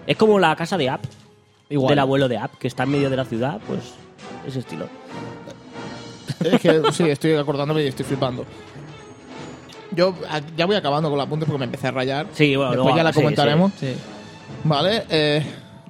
Speaker 3: Es como la casa de App,
Speaker 4: Unidos. Igual.
Speaker 3: del abuelo de App, que está en medio de la ciudad, pues ese estilo.
Speaker 2: es que sí estoy acordándome y estoy flipando yo a- ya voy acabando con los apuntes porque me empecé a rayar
Speaker 3: Sí, bueno,
Speaker 2: después
Speaker 3: luego-
Speaker 2: ya la
Speaker 3: sí,
Speaker 2: comentaremos
Speaker 4: Sí.
Speaker 2: vale eh,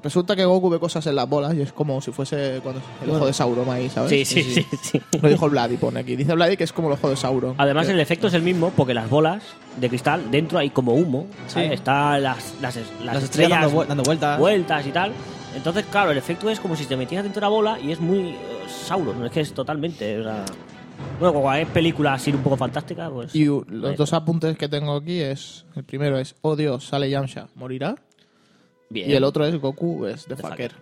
Speaker 2: resulta que Goku ve cosas en las bolas y es como si fuese cuando el ojo de Sauron ahí ¿sabes?
Speaker 3: Sí, sí, sí. sí.
Speaker 2: lo dijo Vladi pone aquí dice Vladi que es como el ojo de Sauron
Speaker 3: Además, el efecto es el mismo porque las bolas de cristal, dentro hay como humo. ¿sabes?
Speaker 4: Sí.
Speaker 3: Está las, las, es- las
Speaker 4: Las estrellas
Speaker 3: estrellas
Speaker 4: dando vuel- dando vueltas.
Speaker 3: vueltas y tal. Entonces, claro, el efecto es como si te metieras dentro de una bola y es muy eh, Sauron. Es que es totalmente. o sea, bueno, como es película así un poco fantástica, pues.
Speaker 2: Y u- los dos apuntes que tengo aquí es... El primero es, oh Dios, sale Yamcha, morirá.
Speaker 3: bien.
Speaker 2: Y el otro es, Goku es de
Speaker 3: The
Speaker 2: fucker.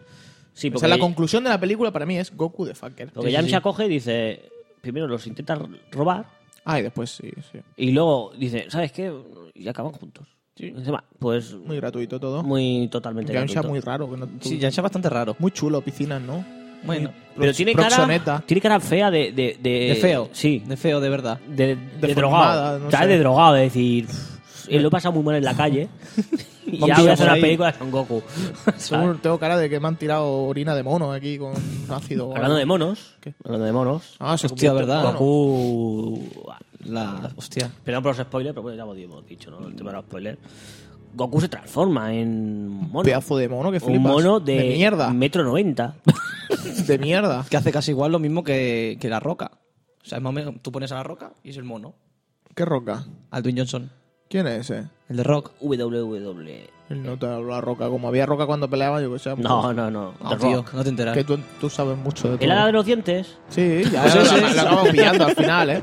Speaker 3: Sí,
Speaker 2: O
Speaker 3: porque,
Speaker 2: sea, la conclusión de la película para mí es Goku de fucker.
Speaker 3: porque Yamcha coge y dice: primero los intenta robar
Speaker 2: Ah, y después sí, sí.
Speaker 3: y luego dice, ¿sabes qué? Y acaban juntos. Encima, pues.
Speaker 2: Muy gratuito todo.
Speaker 3: Muy totalmente.
Speaker 2: Yamcha
Speaker 3: gratuito.
Speaker 2: muy raro. Que no, tú-
Speaker 4: Sí, Yansha es bastante raro.
Speaker 2: Muy chulo, piscinas, ¿no?
Speaker 4: Bueno.
Speaker 3: Pero tiene cara,
Speaker 2: proxoneta.
Speaker 3: tiene cara fea de, de, de-
Speaker 4: de feo.
Speaker 3: Sí,
Speaker 4: De feo, de verdad.
Speaker 3: de, de
Speaker 2: Deformada,
Speaker 3: drogado.
Speaker 2: no
Speaker 3: ¿Sabes?
Speaker 2: sé.
Speaker 3: De drogado, de decir. "Pff, y lo he pasado muy mal en la calle. y
Speaker 2: Contigo
Speaker 3: ya voy a hacer
Speaker 2: por
Speaker 3: una
Speaker 2: ahí.
Speaker 3: película de Son Goku.
Speaker 2: Según tengo cara de que me han tirado orina de mono aquí con ácido. o
Speaker 3: Hablando
Speaker 2: algo.
Speaker 3: de monos. Hablando de monos.
Speaker 2: Ah, se convirtió
Speaker 4: Hostia,
Speaker 2: en
Speaker 4: ¿verdad?
Speaker 2: mono. Uh.
Speaker 3: Goku.
Speaker 4: La, hostia.
Speaker 3: Perdón por los spoilers, pero bueno, ya lo hemos dicho, ¿no? El tema de los spoilers. Goku se transforma en mono.
Speaker 2: Pedazo de mono que
Speaker 3: un
Speaker 2: flipas.
Speaker 3: mono de,
Speaker 2: mierda.
Speaker 3: metro noventa.
Speaker 2: De mierda.
Speaker 4: Que hace casi igual lo mismo que, que la roca. O sea, es más o menos- tú pones a la roca y es el mono.
Speaker 2: ¿Qué roca?
Speaker 4: Al Dwayne Johnson.
Speaker 2: ¿Quién es ese?
Speaker 4: El de rock.
Speaker 3: WW.
Speaker 2: Él no te habló a roca. Como había roca cuando peleaba, yo que sé.
Speaker 3: E.
Speaker 2: pues
Speaker 3: No, no, no.
Speaker 4: No,
Speaker 3: The
Speaker 4: Ah, tío,
Speaker 3: Rock.
Speaker 4: no te enteras.
Speaker 2: Que tú, tú sabes mucho de todo.
Speaker 3: El hada de los dientes.
Speaker 2: Sí, ya
Speaker 4: Pues
Speaker 2: lo,
Speaker 4: ese
Speaker 2: lo-
Speaker 4: es.
Speaker 2: lo acabamos pillando al final, ¿eh?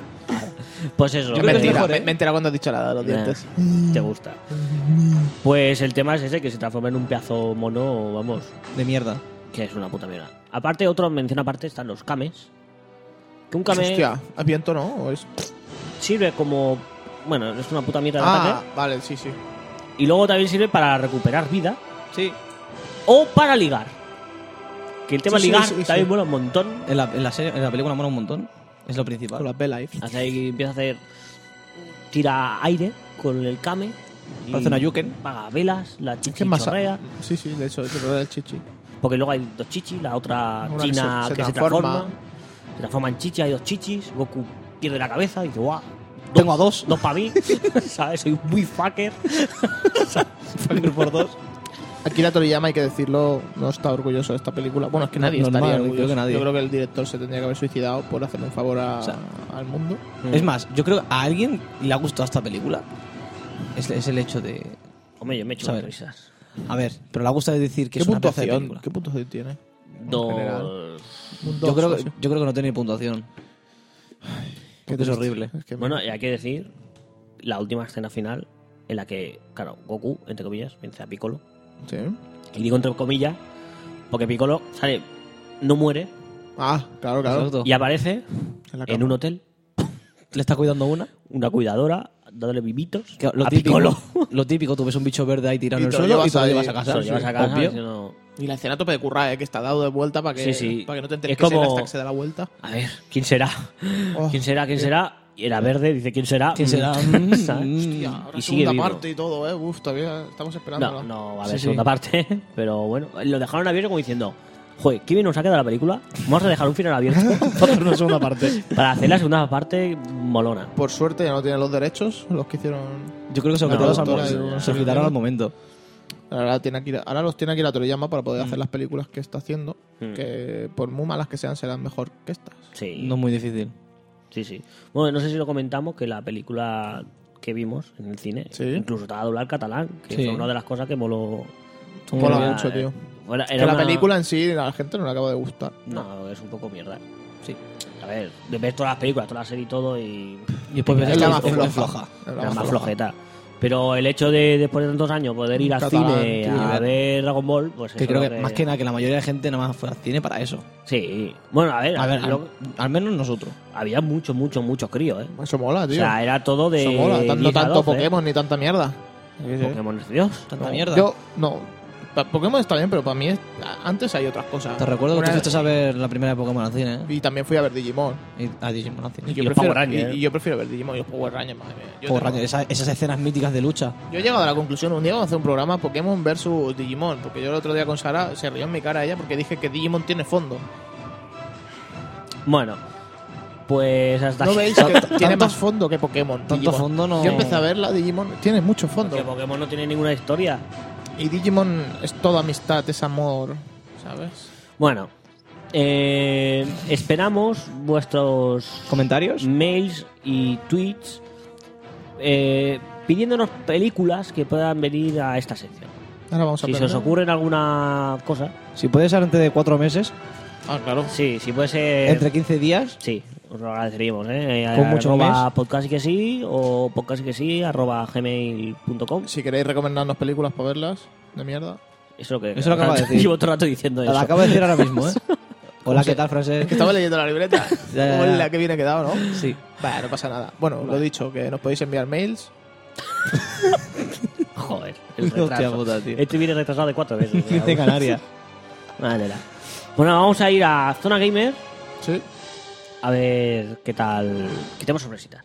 Speaker 3: Pues eso.
Speaker 2: Yo
Speaker 4: creo que es
Speaker 2: mentira,
Speaker 4: mejor,
Speaker 2: me,
Speaker 4: ¿eh?
Speaker 2: me he enterado cuando has dicho la edad de los dientes.
Speaker 3: Nah, Te gusta. Pues el tema es ese, que se transforma en un pedazo mono, vamos,
Speaker 4: De mierda.
Speaker 3: que es una puta mierda. Aparte, otra mención aparte están los kames. Que un kame
Speaker 2: Hostia, ¿es viento no? ¿O es...
Speaker 3: sirve como... Bueno, es una puta mierda de
Speaker 2: Ah,
Speaker 3: ataque.
Speaker 2: vale, sí, sí.
Speaker 3: Y luego también sirve para recuperar vida
Speaker 4: Sí.
Speaker 3: o para ligar. Que el tema
Speaker 2: Sí, sí,
Speaker 3: ligar
Speaker 2: sí, sí.
Speaker 3: también mola un montón.
Speaker 4: En la, en la serie- en la película mola un montón. Es lo principal.
Speaker 2: Con las B-Life.
Speaker 3: Hace ahí, empieza a hacer... Tira aire con el kame. y
Speaker 4: Parece una yuken.
Speaker 3: Paga velas, la
Speaker 2: Es que
Speaker 3: chichi
Speaker 2: es más...
Speaker 3: chorrea.
Speaker 2: Sí, sí, de hecho, se rodea el chichi.
Speaker 3: Porque luego hay dos chichis, la otra
Speaker 2: Una que
Speaker 3: china
Speaker 2: se-
Speaker 3: que,
Speaker 2: se
Speaker 3: se,
Speaker 2: transforma.
Speaker 3: transforma. Se transforma en chicha, hay dos chichis. Goku pierde la cabeza y dice, guau.
Speaker 4: Tengo a dos.
Speaker 3: Dos para mí, ¿sabes? Soy muy fucker.
Speaker 4: Fucker por dos.
Speaker 2: Aquí la Toriyama, hay que decirlo, no está orgulloso de esta película. Bueno, es que nadie
Speaker 4: Normal,
Speaker 2: estaría
Speaker 4: creo
Speaker 2: orgulloso.
Speaker 4: que nadie.
Speaker 2: Yo creo que el director se tendría que haber suicidado por hacerle un favor a-
Speaker 4: O sea,
Speaker 2: al mundo.
Speaker 4: Es más, yo creo que a alguien le ha gustado esta película. Es, es el hecho de.
Speaker 3: Hombre, yo me echo
Speaker 4: Saber.
Speaker 3: unas risas.
Speaker 4: A ver, pero le ha gustado decir que
Speaker 2: ¿Qué
Speaker 4: es una pieza de
Speaker 2: puntuación,
Speaker 4: película.
Speaker 2: ¿Qué puntuación tiene? general.
Speaker 3: Dos.
Speaker 2: Un
Speaker 4: Yo
Speaker 2: dos,
Speaker 4: creo,
Speaker 2: o
Speaker 4: que,
Speaker 2: así.
Speaker 4: yo creo que no tiene ni puntuación. Porque es
Speaker 2: triste.
Speaker 4: horrible.
Speaker 2: Es que me-
Speaker 3: Bueno, y hay que decir la última escena final en la que, claro, Goku, entre comillas, vence a Piccolo.
Speaker 2: sí.
Speaker 3: Y digo entre comillas, porque Piccolo sale, no muere
Speaker 2: Ah, claro, claro.
Speaker 4: Exacto.
Speaker 3: y aparece
Speaker 2: En la
Speaker 3: en
Speaker 2: cama.
Speaker 3: un hotel,
Speaker 4: Le está cuidando una.
Speaker 3: una cuidadora, dándole bibitos
Speaker 4: Que lo,
Speaker 3: a
Speaker 4: típico,
Speaker 3: Piccolo.
Speaker 4: lo típico, tú ves un bicho verde ahí tirado
Speaker 2: Y
Speaker 4: en el
Speaker 2: te lo
Speaker 4: suelo
Speaker 2: llevas
Speaker 4: y te lo
Speaker 2: ahí.
Speaker 4: llevas a casa.
Speaker 3: Se lo llevas a casa
Speaker 4: Obvio.
Speaker 3: diciendo,
Speaker 2: Y la escena a tope de curra, eh, que está dado de vuelta para que,
Speaker 3: Sí, sí.
Speaker 2: para que no te enteres
Speaker 3: Es
Speaker 2: que es él
Speaker 3: como-
Speaker 2: hasta que se da la vuelta.
Speaker 3: A ver, ¿quién será?
Speaker 2: Oh,
Speaker 3: ¿Quién será? ¿Quién será? Y era verde, dice, ¿quién será?
Speaker 4: ¿Quién será?
Speaker 3: Mm, ¿sabes?
Speaker 2: Hostia,
Speaker 4: Mm.
Speaker 2: ahora
Speaker 3: Y sigue
Speaker 2: segunda
Speaker 3: vivo.
Speaker 2: parte y todo, eh. Uf, todavía estamos esperando.
Speaker 3: No, no, va a
Speaker 4: Sí,
Speaker 3: haber
Speaker 4: sí.
Speaker 3: segunda parte, pero bueno, lo dejaron abierto como diciendo, joder, qué bien nos ha quedado la película, vamos a dejar un final abierto
Speaker 2: Para hacer una segunda parte.
Speaker 3: para hacer la segunda parte molona.
Speaker 2: Por suerte ya no tienen los derechos, los que hicieron.
Speaker 4: Yo creo que se lo
Speaker 3: No,
Speaker 4: quitaron al
Speaker 3: doctora,
Speaker 4: momento.
Speaker 3: yo-
Speaker 4: Se lo quitaron al momento.
Speaker 2: Ahora, tiene aquí, ahora los tiene aquí la Toriyama para
Speaker 3: Mm.
Speaker 2: poder hacer las películas que está haciendo. Que por muy malas que sean, serán mejor que estas.
Speaker 3: Sí,
Speaker 4: No es muy difícil.
Speaker 3: sí, sí. Bueno, no sé si lo comentamos, que la película que vimos en el cine,
Speaker 2: Sí.
Speaker 3: incluso estaba doblada al catalán, que
Speaker 4: Sí.
Speaker 3: fue una de las cosas que moló.
Speaker 2: Mola
Speaker 3: Era-
Speaker 2: mucho, tío.
Speaker 3: era-
Speaker 2: Que
Speaker 3: era
Speaker 2: la
Speaker 3: una-
Speaker 2: película en sí a la gente no le acaba de gustar.
Speaker 3: No, es un poco mierda.
Speaker 4: Sí.
Speaker 3: A ver, de ver todas las películas, todas las series y todo, y
Speaker 4: Y después ves
Speaker 2: Es la
Speaker 4: esto
Speaker 2: más
Speaker 4: y-
Speaker 2: floja.
Speaker 4: es
Speaker 2: Es la
Speaker 3: era más
Speaker 2: floja.
Speaker 3: flojeta. Pero el hecho de, después de tantos años, poder ir al
Speaker 2: Catalán,
Speaker 3: cine
Speaker 2: tío.
Speaker 3: a ver Dragon Ball, pues
Speaker 4: Que
Speaker 3: eso
Speaker 4: creo
Speaker 3: es
Speaker 4: que,
Speaker 3: lo
Speaker 4: más que nada que la mayoría de gente nada más fue al cine para eso.
Speaker 3: Sí. Bueno, a ver,
Speaker 4: A ver,
Speaker 3: lo-
Speaker 4: al, al menos nosotros.
Speaker 3: había mucho, mucho, mucho crío, ¿eh?
Speaker 2: Eso mola,
Speaker 3: O
Speaker 2: tío.
Speaker 3: sea, era todo de.
Speaker 2: Eso mola. Tan- No
Speaker 3: 10 a
Speaker 2: tanto
Speaker 3: 12, ¿eh?
Speaker 2: Pokémon ni tanta mierda. Sí, sí.
Speaker 3: Pokémon es Dios.
Speaker 4: Tanta
Speaker 2: No,
Speaker 4: mierda.
Speaker 2: Yo, no. Pa- Pokémon está bien, pero para mí es- a- antes hay otras cosas.
Speaker 4: Te recuerdo que
Speaker 2: Una-
Speaker 4: tú fuiste a ver la primera de Pokémon al cine, ¿eh?
Speaker 2: Y también fui a ver Digimon.
Speaker 4: Y a Digimon al cine.
Speaker 2: Y yo,
Speaker 3: los
Speaker 2: prefiero,
Speaker 3: Power Rangers.
Speaker 2: y- y yo prefiero ver Digimon y los Power Rangers, madre mía. Yo
Speaker 4: Power
Speaker 2: tengo-
Speaker 4: Rangers, esa- esas escenas míticas de lucha.
Speaker 2: Yo he llegado a la conclusión, un día vamos a hacer un programa Pokémon versus Digimon, porque yo el otro día con Sara se rió en mi cara ella porque dije que Digimon tiene fondo.
Speaker 3: Bueno, pues hasta
Speaker 2: ¿No
Speaker 3: aquí.
Speaker 2: veis que
Speaker 4: Tanto-
Speaker 2: tiene más fondo que Pokémon?
Speaker 4: tanto
Speaker 2: Digimon.
Speaker 4: fondo no-
Speaker 2: Yo empecé a ver la Digimon, tiene mucho fondo.
Speaker 3: Que Pokémon no tiene ninguna historia.
Speaker 2: Y Digimon es toda amistad, es amor, ¿sabes?
Speaker 3: Bueno, eh, esperamos vuestros
Speaker 4: ¿Comentarios?
Speaker 3: Mm. mails y tweets eh, pidiéndonos películas que puedan venir a esta sección.
Speaker 2: Ahora vamos a
Speaker 3: Si se
Speaker 2: aprender.
Speaker 3: os ocurren alguna cosa,
Speaker 4: Si puede ser antes de cuatro meses,
Speaker 2: Ah, claro.
Speaker 3: sí, si puede ser.
Speaker 4: entre 15 días,
Speaker 3: Sí, os lo agradeceríamos, ¿eh?
Speaker 4: Con mucho
Speaker 3: arroba podcast que sí o podcast que sí arroba gmail.com. Eso
Speaker 2: Si queréis recomendarnos películas para verlas, de mierda.
Speaker 3: es lo que.
Speaker 4: Eso lo acaba de decir.
Speaker 3: Llevo todo el rato diciendo eso.
Speaker 4: la acabo de decir ahora mismo, ¿eh? Hola, ¿qué tal,
Speaker 2: Es que
Speaker 4: Fraser?
Speaker 2: estaba leyendo la libreta.
Speaker 4: Ya, ya, ya.
Speaker 2: Hola, que viene quedado, ¿no?
Speaker 4: Sí.
Speaker 2: Vale, no pasa nada. Bueno, lo dicho, que nos podéis enviar mails.
Speaker 3: Joder, el
Speaker 4: Hostia
Speaker 3: retraso.
Speaker 4: puta, tío.
Speaker 3: Este viene retrasado de cuatro veces.
Speaker 4: De Canarias.
Speaker 3: Madre la- Bueno, vamos a ir a Zona Gamer
Speaker 2: Sí.
Speaker 3: a ver qué tal. Que tenemos sorpresitas.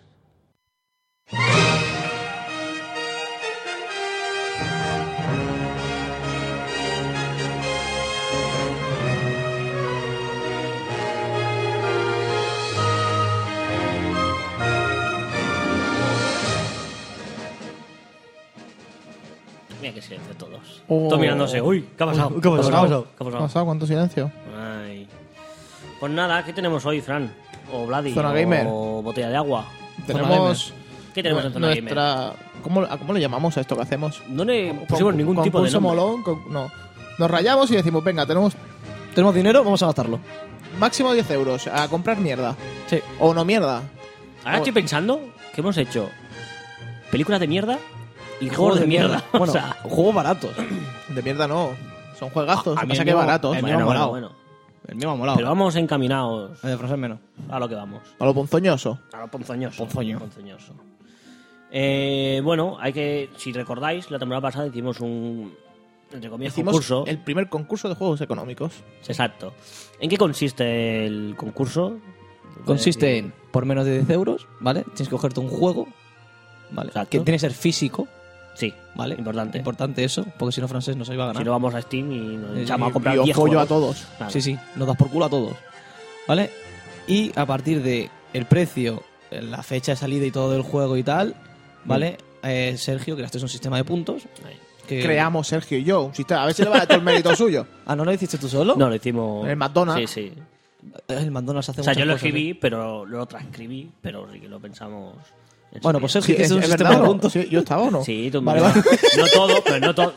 Speaker 3: Mira que silencio todos.
Speaker 2: Oh.
Speaker 3: Todos mirándose. Uy, ¿qué ha pasado?
Speaker 4: Uy, ¿qué ha pasado?
Speaker 3: ¿Qué ha
Speaker 2: ¿Ha
Speaker 3: pasado?
Speaker 2: pasado? ¿Cuánto silencio?
Speaker 3: Ay. Pues nada, ¿qué tenemos hoy, Fran? O Vladi.
Speaker 2: Zona
Speaker 3: o
Speaker 2: gamer.
Speaker 3: botella de agua.
Speaker 2: Tenemos
Speaker 3: ¿Qué tenemos en Zona Gamer?
Speaker 2: nuestra... ¿Cómo, a ¿Cómo le llamamos a esto que hacemos?
Speaker 3: No le pusimos ningún tipo de
Speaker 2: Concurso
Speaker 3: nombre.
Speaker 2: molón, con- no. Nos rayamos y decimos, venga, tenemos
Speaker 4: Tenemos dinero, vamos a gastarlo.
Speaker 2: máximo 10 euros a comprar mierda.
Speaker 4: Sí.
Speaker 2: O no mierda.
Speaker 3: Ahora estoy pensando que hemos hecho películas de mierda y juegos de mierda. O
Speaker 4: Bueno,
Speaker 3: sea,
Speaker 4: juegos baratos.
Speaker 2: De mierda no. Son juegazos.
Speaker 4: A- a
Speaker 2: lo que
Speaker 4: mí
Speaker 2: pasa
Speaker 4: el
Speaker 2: que
Speaker 4: mío-
Speaker 2: baratos.
Speaker 4: el mío
Speaker 2: Bueno,
Speaker 4: me ha
Speaker 2: bueno.
Speaker 4: molado.
Speaker 3: bueno.
Speaker 4: El mío me ha molado.
Speaker 3: Pero vamos encaminados
Speaker 4: El de Fran menos.
Speaker 3: a lo que vamos.
Speaker 2: A lo ponzoñoso.
Speaker 3: A lo ponzoñoso.
Speaker 4: Ponzoño.
Speaker 3: Ponzoñoso. Eh, bueno, hay que, si recordáis, la temporada pasada hicimos un, entre comillas,
Speaker 2: Hicimos
Speaker 3: concurso.
Speaker 2: el primer concurso de juegos económicos.
Speaker 3: Exacto. ¿En qué consiste el concurso?
Speaker 4: Consiste
Speaker 3: Eh,
Speaker 4: en, por menos de 10 euros, ¿vale? Tienes que cogerte un juego, ¿vale?
Speaker 3: Exacto.
Speaker 4: Que tiene que ser físico,
Speaker 3: Sí,
Speaker 4: ¿vale?
Speaker 3: Importante.
Speaker 4: Importante eso, porque si no francés no se iba a ganar.
Speaker 3: Si no vamos a Steam y nos
Speaker 4: Sí,
Speaker 3: echamos a
Speaker 4: y-
Speaker 3: comprar
Speaker 2: y os
Speaker 3: 10
Speaker 2: follo
Speaker 3: juegos.
Speaker 2: a todos.
Speaker 3: Claro.
Speaker 4: Sí, sí, nos das por culo a todos, ¿vale? Y a partir de el precio, la fecha de salida y todo del juego y tal, ¿vale?
Speaker 3: Mm.
Speaker 4: Eh, Sergio, que este es un sistema de puntos.
Speaker 3: Ahí.
Speaker 4: Que...
Speaker 2: Creamos Sergio y yo un sistema. A ver si le vale todo el mérito suyo.
Speaker 4: Ah, ¿no lo hiciste tú solo? Eh,
Speaker 3: No, lo hicimos...
Speaker 2: En el McDonald's.
Speaker 3: Sí, sí.
Speaker 4: El McDonald's hace
Speaker 3: O sea,
Speaker 4: muchas
Speaker 3: yo lo
Speaker 4: cosas, ¿eh?
Speaker 3: escribí, pero lo transcribí, pero sí que lo pensamos... en su
Speaker 4: Bueno,
Speaker 3: día.
Speaker 4: pues Sergio, que
Speaker 2: es,
Speaker 4: este es un
Speaker 2: es
Speaker 4: sistema
Speaker 2: verdad,
Speaker 4: de
Speaker 2: ¿no?
Speaker 4: puntos.
Speaker 2: Sí, ¿Yo estaba o no?
Speaker 3: Sí, tú
Speaker 2: Vale,
Speaker 3: mira.
Speaker 2: vale.
Speaker 3: No todo, pero no todo.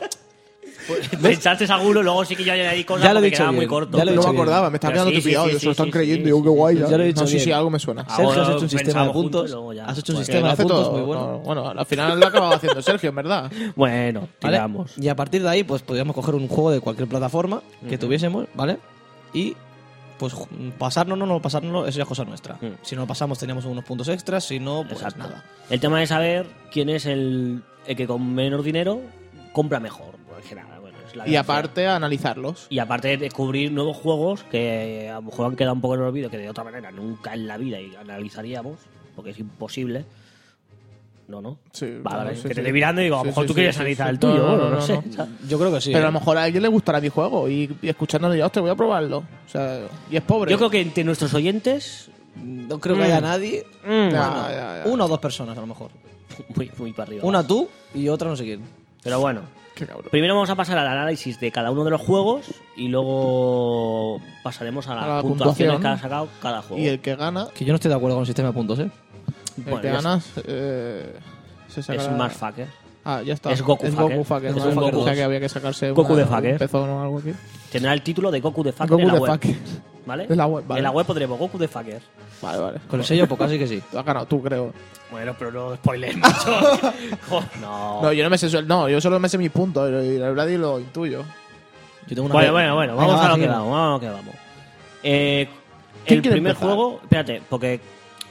Speaker 3: Pues, Pensaste alguno, luego sí que yo añadí cosas
Speaker 4: Ya lo
Speaker 3: porque
Speaker 4: he dicho
Speaker 3: quedaba
Speaker 4: bien,
Speaker 3: muy corto.
Speaker 4: ya lo he
Speaker 2: No me
Speaker 4: dicho bien.
Speaker 2: acordaba, me estaba
Speaker 3: Pero
Speaker 2: quedando
Speaker 3: sí, sí,
Speaker 2: tripillado.
Speaker 3: sí,
Speaker 2: Yo
Speaker 3: sí,
Speaker 2: se lo están
Speaker 3: sí,
Speaker 2: creyendo
Speaker 3: sí,
Speaker 2: y yo, qué
Speaker 3: sí,
Speaker 2: guay.
Speaker 4: sí,
Speaker 2: ya.
Speaker 4: ya lo he dicho
Speaker 2: No, sí,
Speaker 4: bien.
Speaker 2: sí, algo me suena.
Speaker 3: Ah,
Speaker 4: Sergio has
Speaker 3: Ahora
Speaker 4: hecho un sistema de
Speaker 3: pensábamos
Speaker 4: puntos.
Speaker 3: juntos y luego ya.
Speaker 4: Has hecho un
Speaker 3: Bueno,
Speaker 4: sistema
Speaker 2: Lo
Speaker 4: de
Speaker 2: hace
Speaker 4: puntos
Speaker 2: todo.
Speaker 4: muy bueno.
Speaker 2: No, bueno, al final lo ha acabado haciendo Sergio, en verdad.
Speaker 3: Bueno,
Speaker 4: ¿Vale?
Speaker 3: tiramos.
Speaker 4: Y a partir de ahí, pues podríamos coger un juego de cualquier plataforma que tuviésemos, ¿vale? Y pues ju- pasárnoslo o no pasárnoslo, eso ya es cosa nuestra.
Speaker 3: Mm.
Speaker 4: Si no lo pasamos, teníamos unos puntos extras, si no, pues
Speaker 3: Exacto.
Speaker 4: nada.
Speaker 3: El tema es saber quién es el, el que con menos dinero compra mejor. Pues que nada, bueno, es la
Speaker 2: Y
Speaker 3: gracia.
Speaker 2: aparte, a analizarlos.
Speaker 3: Y aparte descubrir nuevos juegos que eh, a lo mejor han quedado un poco en el olvido, que de otra manera nunca en la vida y analizaríamos, porque es imposible. No, no.
Speaker 2: Sí,
Speaker 3: vale,
Speaker 2: claro,
Speaker 3: que
Speaker 2: sí,
Speaker 3: te
Speaker 2: sí.
Speaker 3: estoy mirando y digo, a lo
Speaker 2: Sí,
Speaker 3: mejor
Speaker 2: sí,
Speaker 3: tú
Speaker 2: sí,
Speaker 3: quieres
Speaker 2: sí,
Speaker 3: analizar
Speaker 2: sí.
Speaker 3: el tuyo,
Speaker 2: No,
Speaker 3: bueno,
Speaker 2: no,
Speaker 3: no,
Speaker 2: no,
Speaker 3: sé.
Speaker 2: no.
Speaker 3: ¿sabes?
Speaker 4: Yo creo que sí.
Speaker 2: Pero a
Speaker 4: ¿eh?
Speaker 2: lo mejor a alguien le gustará mi juego y, y escuchándolo dirá, hostia, voy a probarlo. O sea, y es pobre.
Speaker 3: Yo creo que entre nuestros oyentes
Speaker 4: No creo que haya nadie.
Speaker 2: Mm. Ya, ya, ya.
Speaker 4: Una o dos personas, a lo mejor.
Speaker 3: Muy, pues muy para arriba.
Speaker 4: Una tú y otra no sé quién.
Speaker 3: Pero bueno.
Speaker 2: Qué cabrón.
Speaker 3: Primero vamos a pasar al análisis de cada uno de los juegos y luego pasaremos a las
Speaker 2: A la
Speaker 3: puntuaciones
Speaker 2: puntuación.
Speaker 3: que ha sacado cada juego.
Speaker 2: Y el que gana,
Speaker 4: Que yo no estoy de acuerdo con el sistema de puntos, ¿eh?
Speaker 3: Bueno,
Speaker 2: el que
Speaker 3: ya
Speaker 2: gana eh, se saca
Speaker 3: es más fucker.
Speaker 2: Ah, ya está.
Speaker 3: Es Goku
Speaker 2: es
Speaker 3: fucker.
Speaker 2: Goku fucker.
Speaker 3: Es
Speaker 2: vale.
Speaker 3: un Goku.
Speaker 2: O sea que había que sacarse
Speaker 3: Goku
Speaker 2: una-
Speaker 3: de fucker.
Speaker 2: un pezón o algo aquí.
Speaker 3: Tendrá el título de Goku de Fucker
Speaker 2: Goku
Speaker 3: en la
Speaker 2: de
Speaker 3: web.
Speaker 2: fucker.
Speaker 3: ¿Vale?
Speaker 2: En la web, vale.
Speaker 3: En la web pondremos Goku de Fucker.
Speaker 2: Vale, vale.
Speaker 4: Con el sello poca, sí que sí.
Speaker 2: Lo has ganado tú, creo.
Speaker 3: Bueno, pero no spoilers, macho. Joder, no.
Speaker 2: No, yo no me sé su- No, yo solo me sé mis puntos. Y la verdad y lo intuyo.
Speaker 4: Yo tengo una
Speaker 3: Bueno, bueno, bueno.
Speaker 4: Venga,
Speaker 3: Vamos
Speaker 4: va,
Speaker 3: a lo que
Speaker 4: sigue.
Speaker 3: vamos. Vamos a lo que vamos. Eh,
Speaker 2: ¿Quién
Speaker 3: el
Speaker 2: quiere
Speaker 3: primer
Speaker 2: empezar?
Speaker 3: juego... Espérate, porque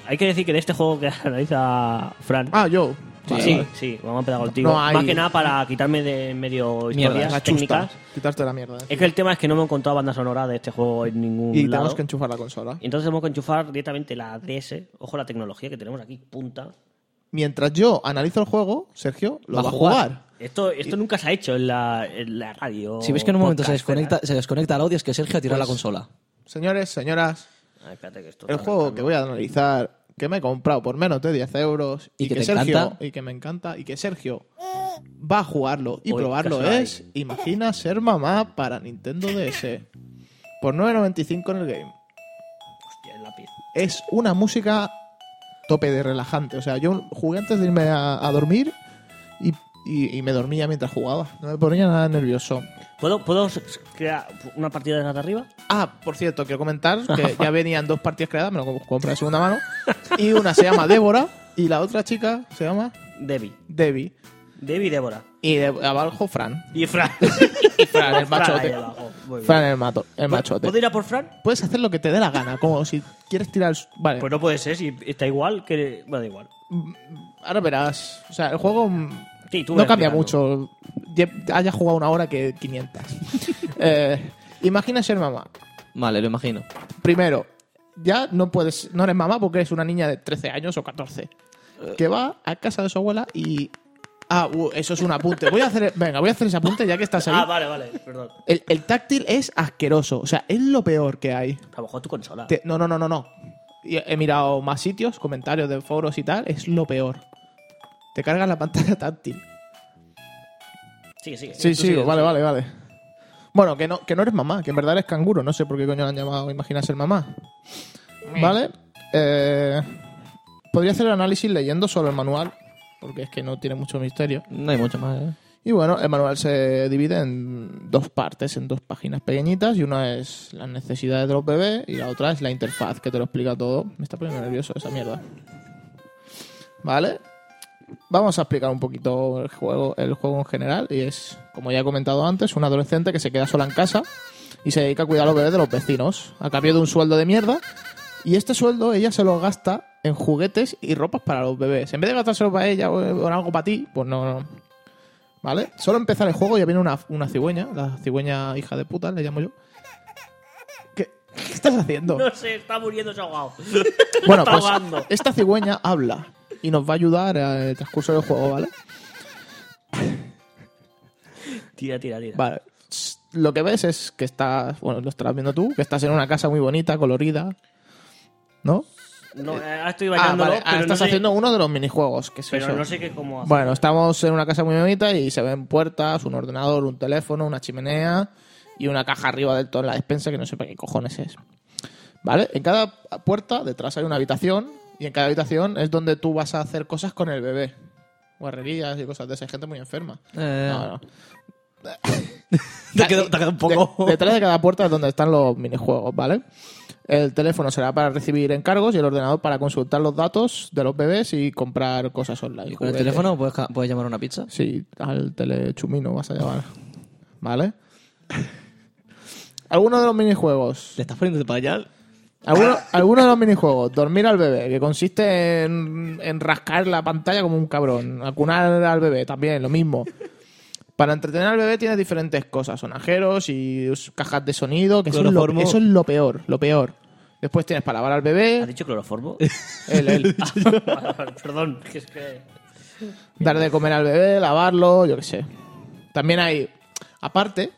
Speaker 3: hay que decir que de este juego que analiza Fran...
Speaker 2: Ah, yo.
Speaker 3: Sí,
Speaker 2: Vale,
Speaker 3: sí,
Speaker 2: vale.
Speaker 3: sí, vamos a empezar contigo.
Speaker 2: No hay-
Speaker 3: Más que nada para quitarme de en medio historias
Speaker 2: La chusta.
Speaker 3: técnicas.
Speaker 2: Quitarte la mierda. eh.
Speaker 3: Es que el tema es que no me he encontrado banda sonora de este juego en ningún
Speaker 2: Y tenemos
Speaker 3: lado.
Speaker 2: que enchufar la consola.
Speaker 3: Entonces tenemos que enchufar directamente la DS. Ojo la tecnología que tenemos aquí, punta.
Speaker 2: Mientras yo analizo el juego, Sergio lo
Speaker 4: Va a
Speaker 2: va a
Speaker 4: jugar.
Speaker 2: jugar.
Speaker 3: Esto, esto nunca se ha hecho en la, en la radio.
Speaker 4: Si ves que en un momento se
Speaker 3: podcast,
Speaker 4: desconecta,
Speaker 3: ¿verdad?
Speaker 4: se desconecta el audio, es que Sergio ha tirado la consola.
Speaker 2: Señores, señoras,
Speaker 3: Ah, espérate que esto
Speaker 2: el
Speaker 3: está
Speaker 2: juego que
Speaker 3: arrancando.
Speaker 2: voy a analizar, que me he comprado por menos de 10 euros,
Speaker 4: Y
Speaker 2: y,
Speaker 4: que
Speaker 2: que,
Speaker 4: te
Speaker 2: Sergio,
Speaker 4: encanta.
Speaker 2: y que me encanta, y que Sergio va a jugarlo y
Speaker 3: Uy,
Speaker 2: probarlo
Speaker 3: casual.
Speaker 2: es, imagina ser mamá para Nintendo DS, por 9.95 en el game.
Speaker 3: Hostia, el lápiz.
Speaker 2: Es una música tope de relajante, o sea, yo jugué antes de irme a, a dormir y, y- y me dormía mientras jugaba, no me ponía nada nervioso.
Speaker 3: ¿Puedo, ¿Puedo s- s- crear una partida desde arriba?
Speaker 2: Ah, por cierto, quiero comentar que ya venían dos partidas creadas, me lo com- compré de segunda mano. Y una se llama Débora y la otra chica se llama
Speaker 3: Debbie.
Speaker 2: Debbie.
Speaker 3: Debbie y Débora.
Speaker 2: Y de abajo Fran.
Speaker 3: Y Fran.
Speaker 2: Fran, el
Speaker 3: Fran ahí
Speaker 2: machote.
Speaker 3: abajo. Muy bien.
Speaker 2: Fran, el, mato, el
Speaker 3: ¿Puedo
Speaker 2: machote.
Speaker 3: ir a por Fran?
Speaker 2: Puedes hacer lo que te dé la gana, como si quieres tirar. el s- Vale,
Speaker 3: Pues no puede ser, si está igual que. Bueno, da igual.
Speaker 2: ahora verás. O sea, el juego mm,
Speaker 3: Sí, tú
Speaker 2: no
Speaker 3: ves
Speaker 2: cambia
Speaker 3: explicando.
Speaker 2: mucho. Lle- Haya jugado una hora que 500. Eh, imagina ser mamá.
Speaker 4: Vale, lo imagino.
Speaker 2: Primero, ya no puedes, no eres mamá porque eres una niña de 13 años o 14 que va a casa de su abuela y ah, uh, eso es un apunte. Voy a hacer, venga, voy a hacer ese apunte ya que estás ahí.
Speaker 3: Ah, vale, vale, perdón.
Speaker 2: El, el táctil es asqueroso, o sea, es lo peor que hay.
Speaker 3: A lo mejor tu consola.
Speaker 2: Te- no, no, no, no, no. Y He mirado más sitios, comentarios de foros y tal, es lo peor. Te cargas la pantalla táctil.
Speaker 3: Sigue, sigue.
Speaker 2: Sí, sí, vale, vale, vale. Bueno, que no, que no eres mamá, que en verdad eres canguro. No sé por qué coño la han llamado Imagina ser mamá. ¿Vale? Eh, podría hacer el análisis leyendo solo el manual, porque es que no tiene mucho misterio.
Speaker 4: No hay mucho más, ¿eh?
Speaker 2: Y bueno, el manual se divide en dos partes, en dos páginas pequeñitas, y una es las necesidades de los bebés y la otra es la interfaz, que te lo explica todo. Me está poniendo nervioso esa mierda. ¿Vale? Vamos a explicar un poquito el juego, el juego en general, y es, como ya he comentado antes, un adolescente que se queda sola en casa y se dedica a cuidar a los bebés de los vecinos, a cambio de un sueldo de mierda, y este sueldo ella se lo gasta en juguetes y ropas para los bebés. En vez de gastárselo para ella o o en algo para ti, pues no, no, ¿Vale? Solo empezar el juego ya viene una, una cigüeña, la cigüeña hija de puta, le llamo yo. ¿Qué, qué estás haciendo?
Speaker 3: No sé, está muriendo ese ahogado.
Speaker 2: bueno,
Speaker 3: está
Speaker 2: pues
Speaker 3: ahogando.
Speaker 2: esta cigüeña habla y nos va a ayudar en el transcurso del juego, ¿vale?
Speaker 3: Tira, tira, tira.
Speaker 2: Vale. Lo que ves es que estás, bueno, lo estarás viendo tú, que estás en una casa muy bonita, colorida, ¿no?
Speaker 3: No, eh, ahora estoy
Speaker 2: Ah,
Speaker 3: bailando.
Speaker 2: vale. Ah,
Speaker 3: pero
Speaker 2: estás
Speaker 3: no sé,
Speaker 2: haciendo uno de los minijuegos. Que es
Speaker 3: Pero
Speaker 2: eso.
Speaker 3: no sé qué cómo hacer.
Speaker 2: Bueno, estamos en una casa muy bonita y se ven puertas, un ordenador, un teléfono, una chimenea y una caja arriba del todo en la despensa que no sé para qué cojones es. ¿Vale? En cada puerta detrás hay una habitación y en cada habitación es donde tú vas a hacer cosas con el bebé. Guarrerías y cosas de esa gente muy enferma.
Speaker 4: Eh.
Speaker 2: No, no.
Speaker 4: Te ha quedado- te ha quedado un poco.
Speaker 2: De- detrás de cada puerta es donde están los minijuegos, ¿vale? El teléfono será para recibir encargos y el ordenador para consultar los datos de los bebés y comprar cosas online.
Speaker 4: Y con el
Speaker 2: juguetes.
Speaker 4: teléfono puedes, ca- puedes llamar a una pizza.
Speaker 2: Sí, al telechumino vas a llamar. ¿Vale? Algunos de los minijuegos.
Speaker 4: ¿Le estás poniendo de payal?
Speaker 2: Algunos alguno de los minijuegos. Dormir al bebé, que consiste en, en rascar la pantalla como un cabrón. Acunar al bebé, también, lo mismo. Para entretener al bebé tienes diferentes cosas. Sonajeros y us- cajas de sonido, que eso es, lo,
Speaker 4: Cloroformo.
Speaker 2: eso es lo peor, lo peor. Después tienes para lavar al
Speaker 3: ¿Has
Speaker 2: bebé,
Speaker 3: dicho cloroformo?
Speaker 2: el- el-
Speaker 3: Perdón, que es que.
Speaker 2: dar de comer al bebé, lavarlo, yo qué sé. También hay, aparte,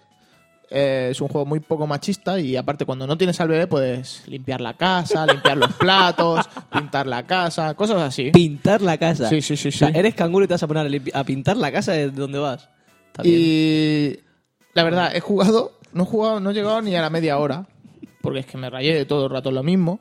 Speaker 2: eh, es un juego muy poco machista y aparte cuando no tienes al bebé puedes limpiar la casa, limpiar los platos, pintar la casa, cosas así.
Speaker 4: Pintar la casa.
Speaker 2: Sí, sí, sí,
Speaker 4: O sea,
Speaker 2: sí.
Speaker 4: eres canguro y te vas a poner a, limpi- a pintar la casa de donde vas. Está bien.
Speaker 2: Y la verdad, he jugado, no he jugado, no he llegado ni a la media hora, porque es que me rayé todo el rato en lo mismo.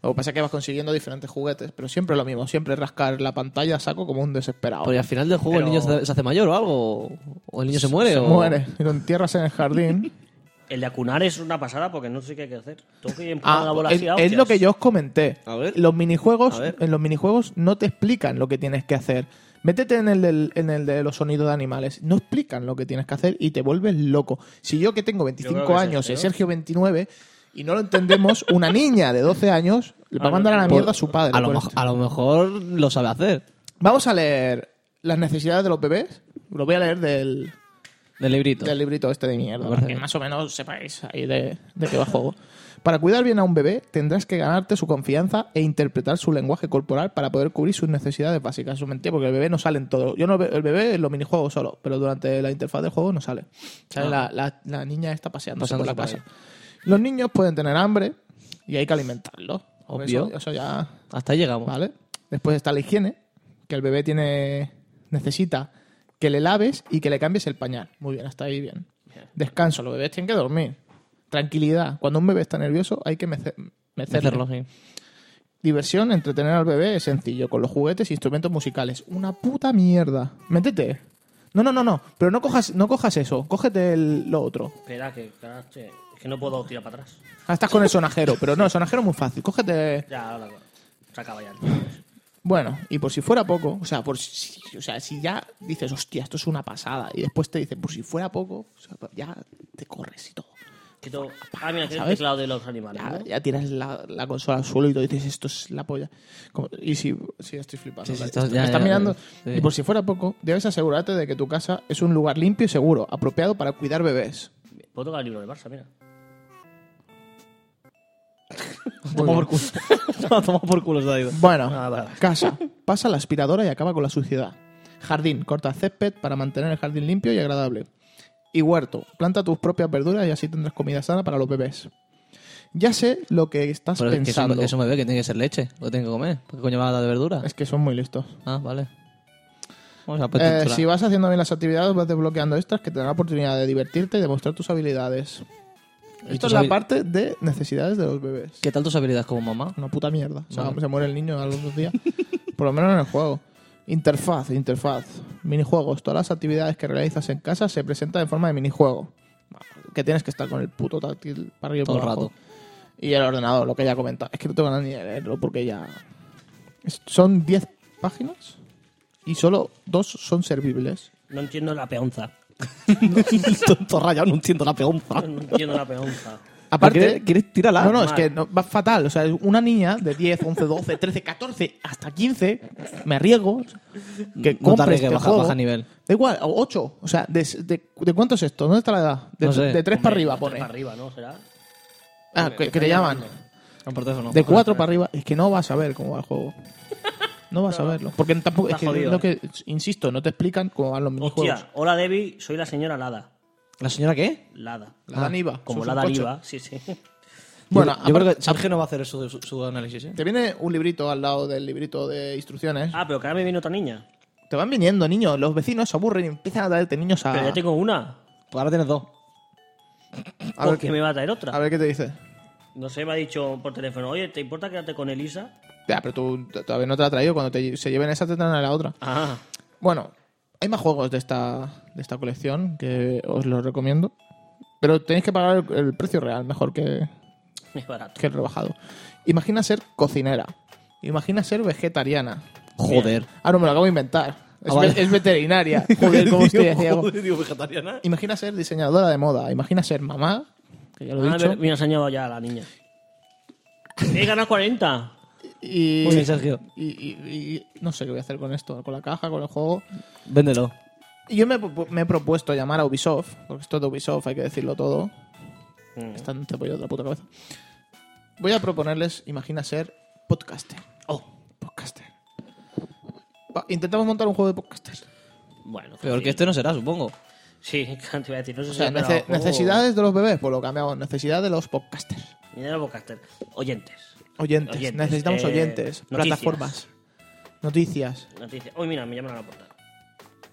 Speaker 2: Lo que pasa es que vas consiguiendo diferentes juguetes, pero siempre lo mismo, siempre rascar la pantalla a saco como un desesperado.
Speaker 4: Porque al final del juego el niño se, se hace mayor o algo. O el niño se muere.
Speaker 2: se
Speaker 4: o...
Speaker 2: muere y lo entierras en el jardín.
Speaker 3: El de acunar es una pasada porque no sé qué hay que hacer. Tengo que empujar
Speaker 2: Ah,
Speaker 3: la bola
Speaker 2: es,
Speaker 3: así a
Speaker 2: es
Speaker 3: hostias.
Speaker 2: lo que yo os comenté.
Speaker 4: A ver.
Speaker 2: Los minijuegos,
Speaker 4: A ver.
Speaker 2: en los minijuegos no te explican lo que tienes que hacer. Métete en el, del- en el de los sonidos de animales. No explican lo que tienes que hacer y te vuelves loco. Si yo que tengo
Speaker 3: Yo
Speaker 2: 25
Speaker 3: creo que es
Speaker 2: años
Speaker 3: este,
Speaker 2: y
Speaker 3: ¿no?
Speaker 2: Sergio 29 y no lo entendemos, una niña de 12 años le va a
Speaker 3: Ah,
Speaker 2: mandar a la
Speaker 3: por-
Speaker 2: mierda a su padre.
Speaker 4: A lo,
Speaker 2: por
Speaker 4: mej-
Speaker 2: esto.
Speaker 4: a lo mejor lo sabe hacer.
Speaker 2: Vamos a leer las necesidades de los bebés. Lo voy a leer del,
Speaker 4: Del librito.
Speaker 2: del librito este de mierda,
Speaker 4: Me parece
Speaker 2: para que
Speaker 4: bien.
Speaker 2: más o menos sepáis ahí de, de qué va el juego. Para cuidar bien a un bebé, tendrás que ganarte su confianza e interpretar su lenguaje corporal para poder cubrir sus necesidades básicas. Eso es mentira, porque el bebé no sale en todo. Yo no ve- el bebé en los minijuegos solo, pero durante la interfaz del juego no sale. Sale
Speaker 4: Ah.
Speaker 2: la, la- la niña está paseando por
Speaker 4: Paseándose
Speaker 2: la
Speaker 4: por
Speaker 2: casa. Los niños pueden tener hambre y hay que alimentarlos.
Speaker 4: Obvio.
Speaker 2: Eso- eso ya
Speaker 4: Hasta ahí llegamos.
Speaker 2: ¿Vale? Después está la higiene, que el bebé tiene necesita que le laves y que le cambies el pañal. Muy bien, hasta ahí bien. Descanso, los bebés tienen que dormir. Tranquilidad. Cuando un bebé está nervioso hay que mecer, mecerle.
Speaker 4: Hacerlo, sí.
Speaker 2: Diversión, entretener al bebé es sencillo, con los juguetes e instrumentos musicales. Una puta mierda. Métete. No, no, no, no. Pero no cojas, no cojas eso. Cógete el- lo otro.
Speaker 3: Espera, que, carajo, che, es que no puedo tirar para atrás.
Speaker 2: Ah, estás con el sonajero, pero no, el sonajero es muy fácil. Cógete
Speaker 3: Ya, ahora se acaba ya.
Speaker 2: Bueno, y por si fuera poco, o sea, por si, o sea, si ya dices, hostia, esto es una pasada, y después te dicen, por si fuera poco, o sea, pues ya te corres y todo.
Speaker 3: Quito... Ah, mira, que es el
Speaker 2: ¿Sabes?
Speaker 3: teclado de los animales.
Speaker 2: Ya,
Speaker 3: ¿no?
Speaker 2: ya tiras la, la consola al suelo y todo, y dices, esto es la polla. Como- y si, sí, estoy flipando.
Speaker 4: Sí, sí,
Speaker 2: la-
Speaker 4: estás-
Speaker 2: me
Speaker 4: ya,
Speaker 2: estás
Speaker 4: ya,
Speaker 2: mirando.
Speaker 4: sí.
Speaker 2: Y por si fuera poco, debes asegurarte de que tu casa es un lugar limpio y seguro, apropiado para cuidar bebés.
Speaker 3: Puedo tocar el libro del Barça, mira.
Speaker 4: Toma por culo. Toma por culo, se ha ido.
Speaker 2: Bueno,
Speaker 3: Ah, vale.
Speaker 2: casa. Pasa la aspiradora y acaba con la suciedad. Jardín. Corta césped para mantener el jardín limpio y agradable. Y huerto. Planta tus propias verduras y así tendrás comida sana para los bebés. Ya sé lo que estás
Speaker 4: Pero es que
Speaker 2: pensando.
Speaker 4: eso, eso me ve que tiene que ser leche, lo que tiene que comer. ¿Por qué coño va a dar de verdura?
Speaker 2: Es que son muy listos.
Speaker 4: Ah, vale. Ah, Vamos a
Speaker 2: Eh,
Speaker 4: poner
Speaker 2: si vas haciendo bien las actividades, vas desbloqueando extras que te dan la oportunidad de divertirte y demostrar tus habilidades. Esto
Speaker 4: tus
Speaker 2: es la
Speaker 4: habi-
Speaker 2: parte de necesidades de los bebés.
Speaker 4: ¿Qué tal tus habilidades como mamá?
Speaker 2: Una puta mierda. O sea, se muere el niño a los dos días. Por lo menos en el juego. Interfaz, interfaz. Minijuegos. Todas las actividades que realizas en casa se presentan en forma de minijuego. Que tienes que estar con el puto táctil para arriba y
Speaker 4: Todo
Speaker 2: para
Speaker 4: el
Speaker 2: abajo.
Speaker 4: rato.
Speaker 2: Y el ordenador, lo que ya he comentado. Es que no tengo ganas ni de leerlo porque ya... Es- Son 10 páginas y solo dos son servibles.
Speaker 3: No entiendo la peonza.
Speaker 4: Tonto rayado, no entiendo la
Speaker 2: Ah.
Speaker 4: peonza.
Speaker 3: No entiendo la peonza.
Speaker 2: Aparte...
Speaker 4: ¿Quieres, quieres tirarla?
Speaker 2: No, no, es
Speaker 3: Mal.
Speaker 2: que no- va fatal. O sea, una niña de 10, 11, 12, 13, 14, hasta 15, me arriesgo que
Speaker 4: No te
Speaker 2: compre
Speaker 4: arriesgues,
Speaker 2: este
Speaker 4: baja,
Speaker 2: juego.
Speaker 4: baja nivel.
Speaker 2: Da igual, 8. O sea, de, de, de cuánto es esto? ¿Dónde está la edad? De,
Speaker 4: No sé.
Speaker 2: 3 para arriba, pone.
Speaker 3: Para arriba, ¿no? ¿Será?
Speaker 2: Ah, que, que te llaman.
Speaker 4: No, por teléfono.
Speaker 2: De 4 para arriba. Es que no vas a ver cómo va el juego. No vas a verlo. Porque tampoco. Es
Speaker 3: Está
Speaker 2: que,
Speaker 3: jodido, eh.
Speaker 2: lo que, insisto, no te explican cómo van los minijuegos.
Speaker 3: Hostia, hola Debbie, soy la señora Lada.
Speaker 4: ¿La señora qué?
Speaker 3: Lada.
Speaker 2: La Daniva.
Speaker 3: Como
Speaker 2: sus
Speaker 3: Lada
Speaker 2: coches.
Speaker 3: Liva, sí, sí.
Speaker 2: Bueno,
Speaker 4: yo, yo creo
Speaker 2: aparte-
Speaker 4: que Sergio no va a hacer su, su, su análisis. ¿eh?
Speaker 2: Te viene un librito al lado del librito de instrucciones.
Speaker 3: Ah, pero que ahora me viene otra niña.
Speaker 2: Te van viniendo niños, los vecinos se aburren y empiezan a traerte niños a.
Speaker 3: Pero ya tengo una.
Speaker 4: Pues ahora tienes dos. Oh,
Speaker 2: A ver
Speaker 3: ¿Por qué
Speaker 2: qué-
Speaker 3: me va a traer otra?
Speaker 2: A ver qué te dice.
Speaker 3: No sé, me ha dicho por teléfono, oye, ¿te importa quedarte con Elisa?
Speaker 2: Ya, pero tú t- todavía no te la has traído. Cuando te- se lleven esa, te traen a la otra.
Speaker 3: Ah,
Speaker 2: Bueno, hay más juegos de esta, de esta colección que os los recomiendo. Pero tenéis que pagar el, el precio real, mejor que,
Speaker 3: es barato.
Speaker 2: que el rebajado. Imagina ser cocinera. Imagina ser vegetariana.
Speaker 4: Joder.
Speaker 2: Ah, no, me lo acabo de inventar. Es,
Speaker 4: Ah, vale.
Speaker 2: ve- es veterinaria. Joder, cómo estoy de ciego.
Speaker 4: Joder, digo, vegetariana.
Speaker 2: Imagina ser diseñadora de moda. Imagina ser mamá. Que ya lo he
Speaker 3: Ah,
Speaker 2: dicho.
Speaker 3: me, me ha enseñado ya la niña. He ganado 40.
Speaker 2: Y,
Speaker 4: Muy bien, Sergio.
Speaker 2: y- y- y no sé qué voy a hacer con esto, con la caja, con el juego.
Speaker 4: Véndelo.
Speaker 2: Y yo me, propu- me he propuesto llamar a Ubisoft, porque esto es de Ubisoft, hay que decirlo todo.
Speaker 3: Mm,
Speaker 2: Está en te pollo de la puta cabeza. Voy a proponerles, imagina ser podcaster.
Speaker 3: Oh,
Speaker 2: Podcaster. Va, intentamos montar un juego de podcaster.
Speaker 3: bueno.
Speaker 4: Peor
Speaker 3: sí.
Speaker 4: que este no será, supongo.
Speaker 3: Sí, te iba a decir, no sé
Speaker 2: O
Speaker 3: si
Speaker 2: sea,
Speaker 3: he pegado
Speaker 2: nece-
Speaker 3: a juego.
Speaker 2: necesidades de los bebés, pues lo cambiamos. Necesidad de los podcasters.
Speaker 3: Mira los podcaster. Oyentes.
Speaker 2: Oyentes.
Speaker 3: Oyentes,
Speaker 2: Necesitamos
Speaker 3: eh,
Speaker 2: oyentes,
Speaker 3: noticias.
Speaker 2: plataformas, noticias.
Speaker 3: Noticias. Uy, mira, me llaman a la puerta.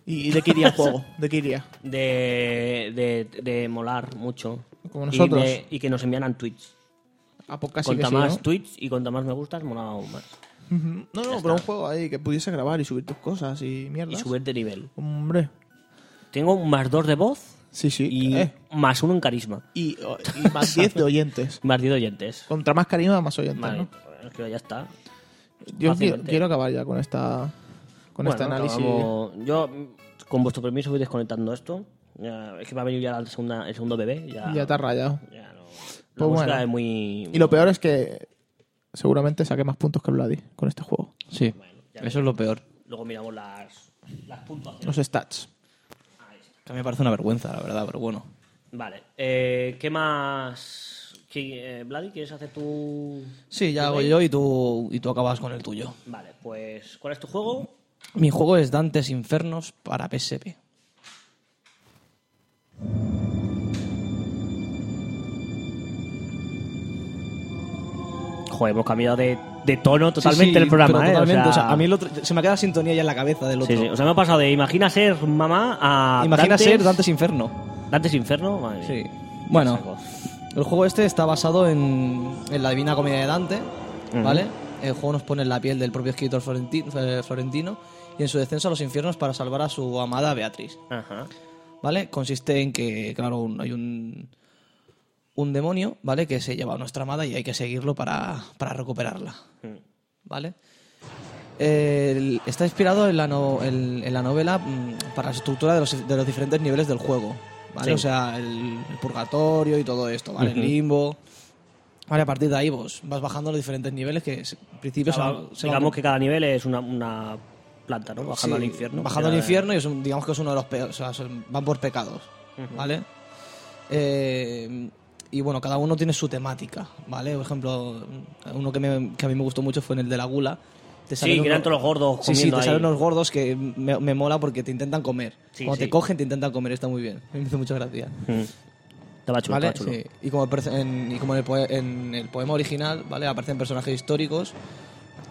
Speaker 2: ¿Y, y de qué iría el juego? ¿De qué iría?
Speaker 3: De, de, de molar mucho.
Speaker 2: Como
Speaker 3: Y
Speaker 2: nosotros.
Speaker 3: de- Y, que nos enviaran tweets.
Speaker 2: A podcast
Speaker 3: cuanta
Speaker 2: que sí,
Speaker 3: más
Speaker 2: ¿no?
Speaker 3: tweets y cuanta más me gustas, molaba aún más.
Speaker 2: No, no, pero un juego ahí que pudiese grabar y subir tus cosas y mierda.
Speaker 3: Y subir de nivel.
Speaker 2: Hombre.
Speaker 3: Tengo un más dos de voz
Speaker 2: Sí, sí.
Speaker 3: y
Speaker 2: eh.
Speaker 3: más uno en carisma.
Speaker 2: Y, o- y más 10 de oyentes.
Speaker 3: Más diez de oyentes.
Speaker 2: Contra más carisma, más oyentes.
Speaker 3: Vale, pues,
Speaker 2: ¿no?
Speaker 3: es que ya está.
Speaker 2: Yo quiero,
Speaker 3: fácilmente.
Speaker 2: quiero acabar ya con esta con
Speaker 3: Bueno,
Speaker 2: este análisis.
Speaker 3: acabamos- Yo, mm, con vuestro permiso, voy desconectando esto. Ya- es que va a venir ya la segunda, el segundo bebé. Ya,
Speaker 2: Ya te has rayado.
Speaker 3: ya no- la
Speaker 2: Pues
Speaker 3: música
Speaker 2: bueno.
Speaker 3: es muy...
Speaker 2: Y lo peor es que seguramente saqué más puntos que Vladi con este juego.
Speaker 4: Sí. Eso es lo peor.
Speaker 3: Luego miramos las, las puntuaciones.
Speaker 2: Los stats.
Speaker 4: Que a mí me parece una vergüenza, la verdad, pero bueno.
Speaker 3: Vale. eh, ¿Qué más? ¿Qué, eh, Vladi, ¿quieres hacer tu...?
Speaker 4: Sí, ya hago yo y tú, y tú acabas con el tuyo.
Speaker 3: Vale, pues... ¿Cuál es tu juego?
Speaker 4: Mi juego es Dantes Infernos para PSP.
Speaker 3: Joder, hemos cambiado de, de tono totalmente
Speaker 4: Sí, sí,
Speaker 3: el programa,
Speaker 4: pero
Speaker 3: ¿eh?
Speaker 4: totalmente, o sea, a mí el otro- se me ha quedado sintonía ya en la cabeza del otro.
Speaker 3: Sí, sí. O sea, me ha pasado de imagina ser mamá a.
Speaker 4: Imagina
Speaker 3: Dantes-
Speaker 4: ser Dantes Inferno.
Speaker 3: Dantes Inferno, madre mía.
Speaker 4: Sí.
Speaker 3: Qué
Speaker 4: Bueno,
Speaker 3: saco.
Speaker 4: el juego este está basado en, en la Divina Comedia de Dante, ¿vale? El juego nos pone en la piel del propio escritor florenti- eh, florentino y en su descenso a los infiernos para salvar a su amada Beatriz.
Speaker 3: Ajá.
Speaker 4: ¿vale? Consiste en que, claro, un- hay un, un demonio, ¿vale? Que se lleva a nuestra amada y hay que seguirlo para, para recuperarla, ¿vale? El- está inspirado en la, no- en- en la novela mm, para la estructura de los, de los diferentes niveles del juego, ¿vale?
Speaker 3: Sí.
Speaker 4: O sea, el, el purgatorio y todo esto, ¿vale? El limbo... Vale, a partir de ahí vos vas bajando los diferentes niveles que se- en principio se
Speaker 3: Cada-
Speaker 4: van- se van
Speaker 3: digamos que cada nivel es una, una planta, ¿no? Bajando
Speaker 4: Sí,
Speaker 3: al infierno.
Speaker 4: Bajando al
Speaker 3: Era-
Speaker 4: infierno y es un- digamos que es uno de los peores. O sea, son- van por pecados, ¿vale? Eh, y bueno, cada uno tiene su temática, ¿vale? Por ejemplo, uno que, me- que a mí me gustó mucho fue en el de la gula. Te
Speaker 3: Sí, que eran
Speaker 4: uno-
Speaker 3: todos los gordos
Speaker 4: Sí, sí,
Speaker 3: comiendo
Speaker 4: te salen
Speaker 3: ahí.
Speaker 4: unos gordos que me, me mola porque te intentan comer.
Speaker 3: Sí,
Speaker 4: Cuando
Speaker 3: sí.
Speaker 4: te cogen, te intentan comer, está muy bien. Me hizo mucha gracia.
Speaker 3: Mm. Estaba chulo,
Speaker 4: ¿Vale?
Speaker 3: estaba chulo.
Speaker 4: Sí. Y como, perce- en, y como en, el poe- en el poema original, ¿vale? Aparecen personajes históricos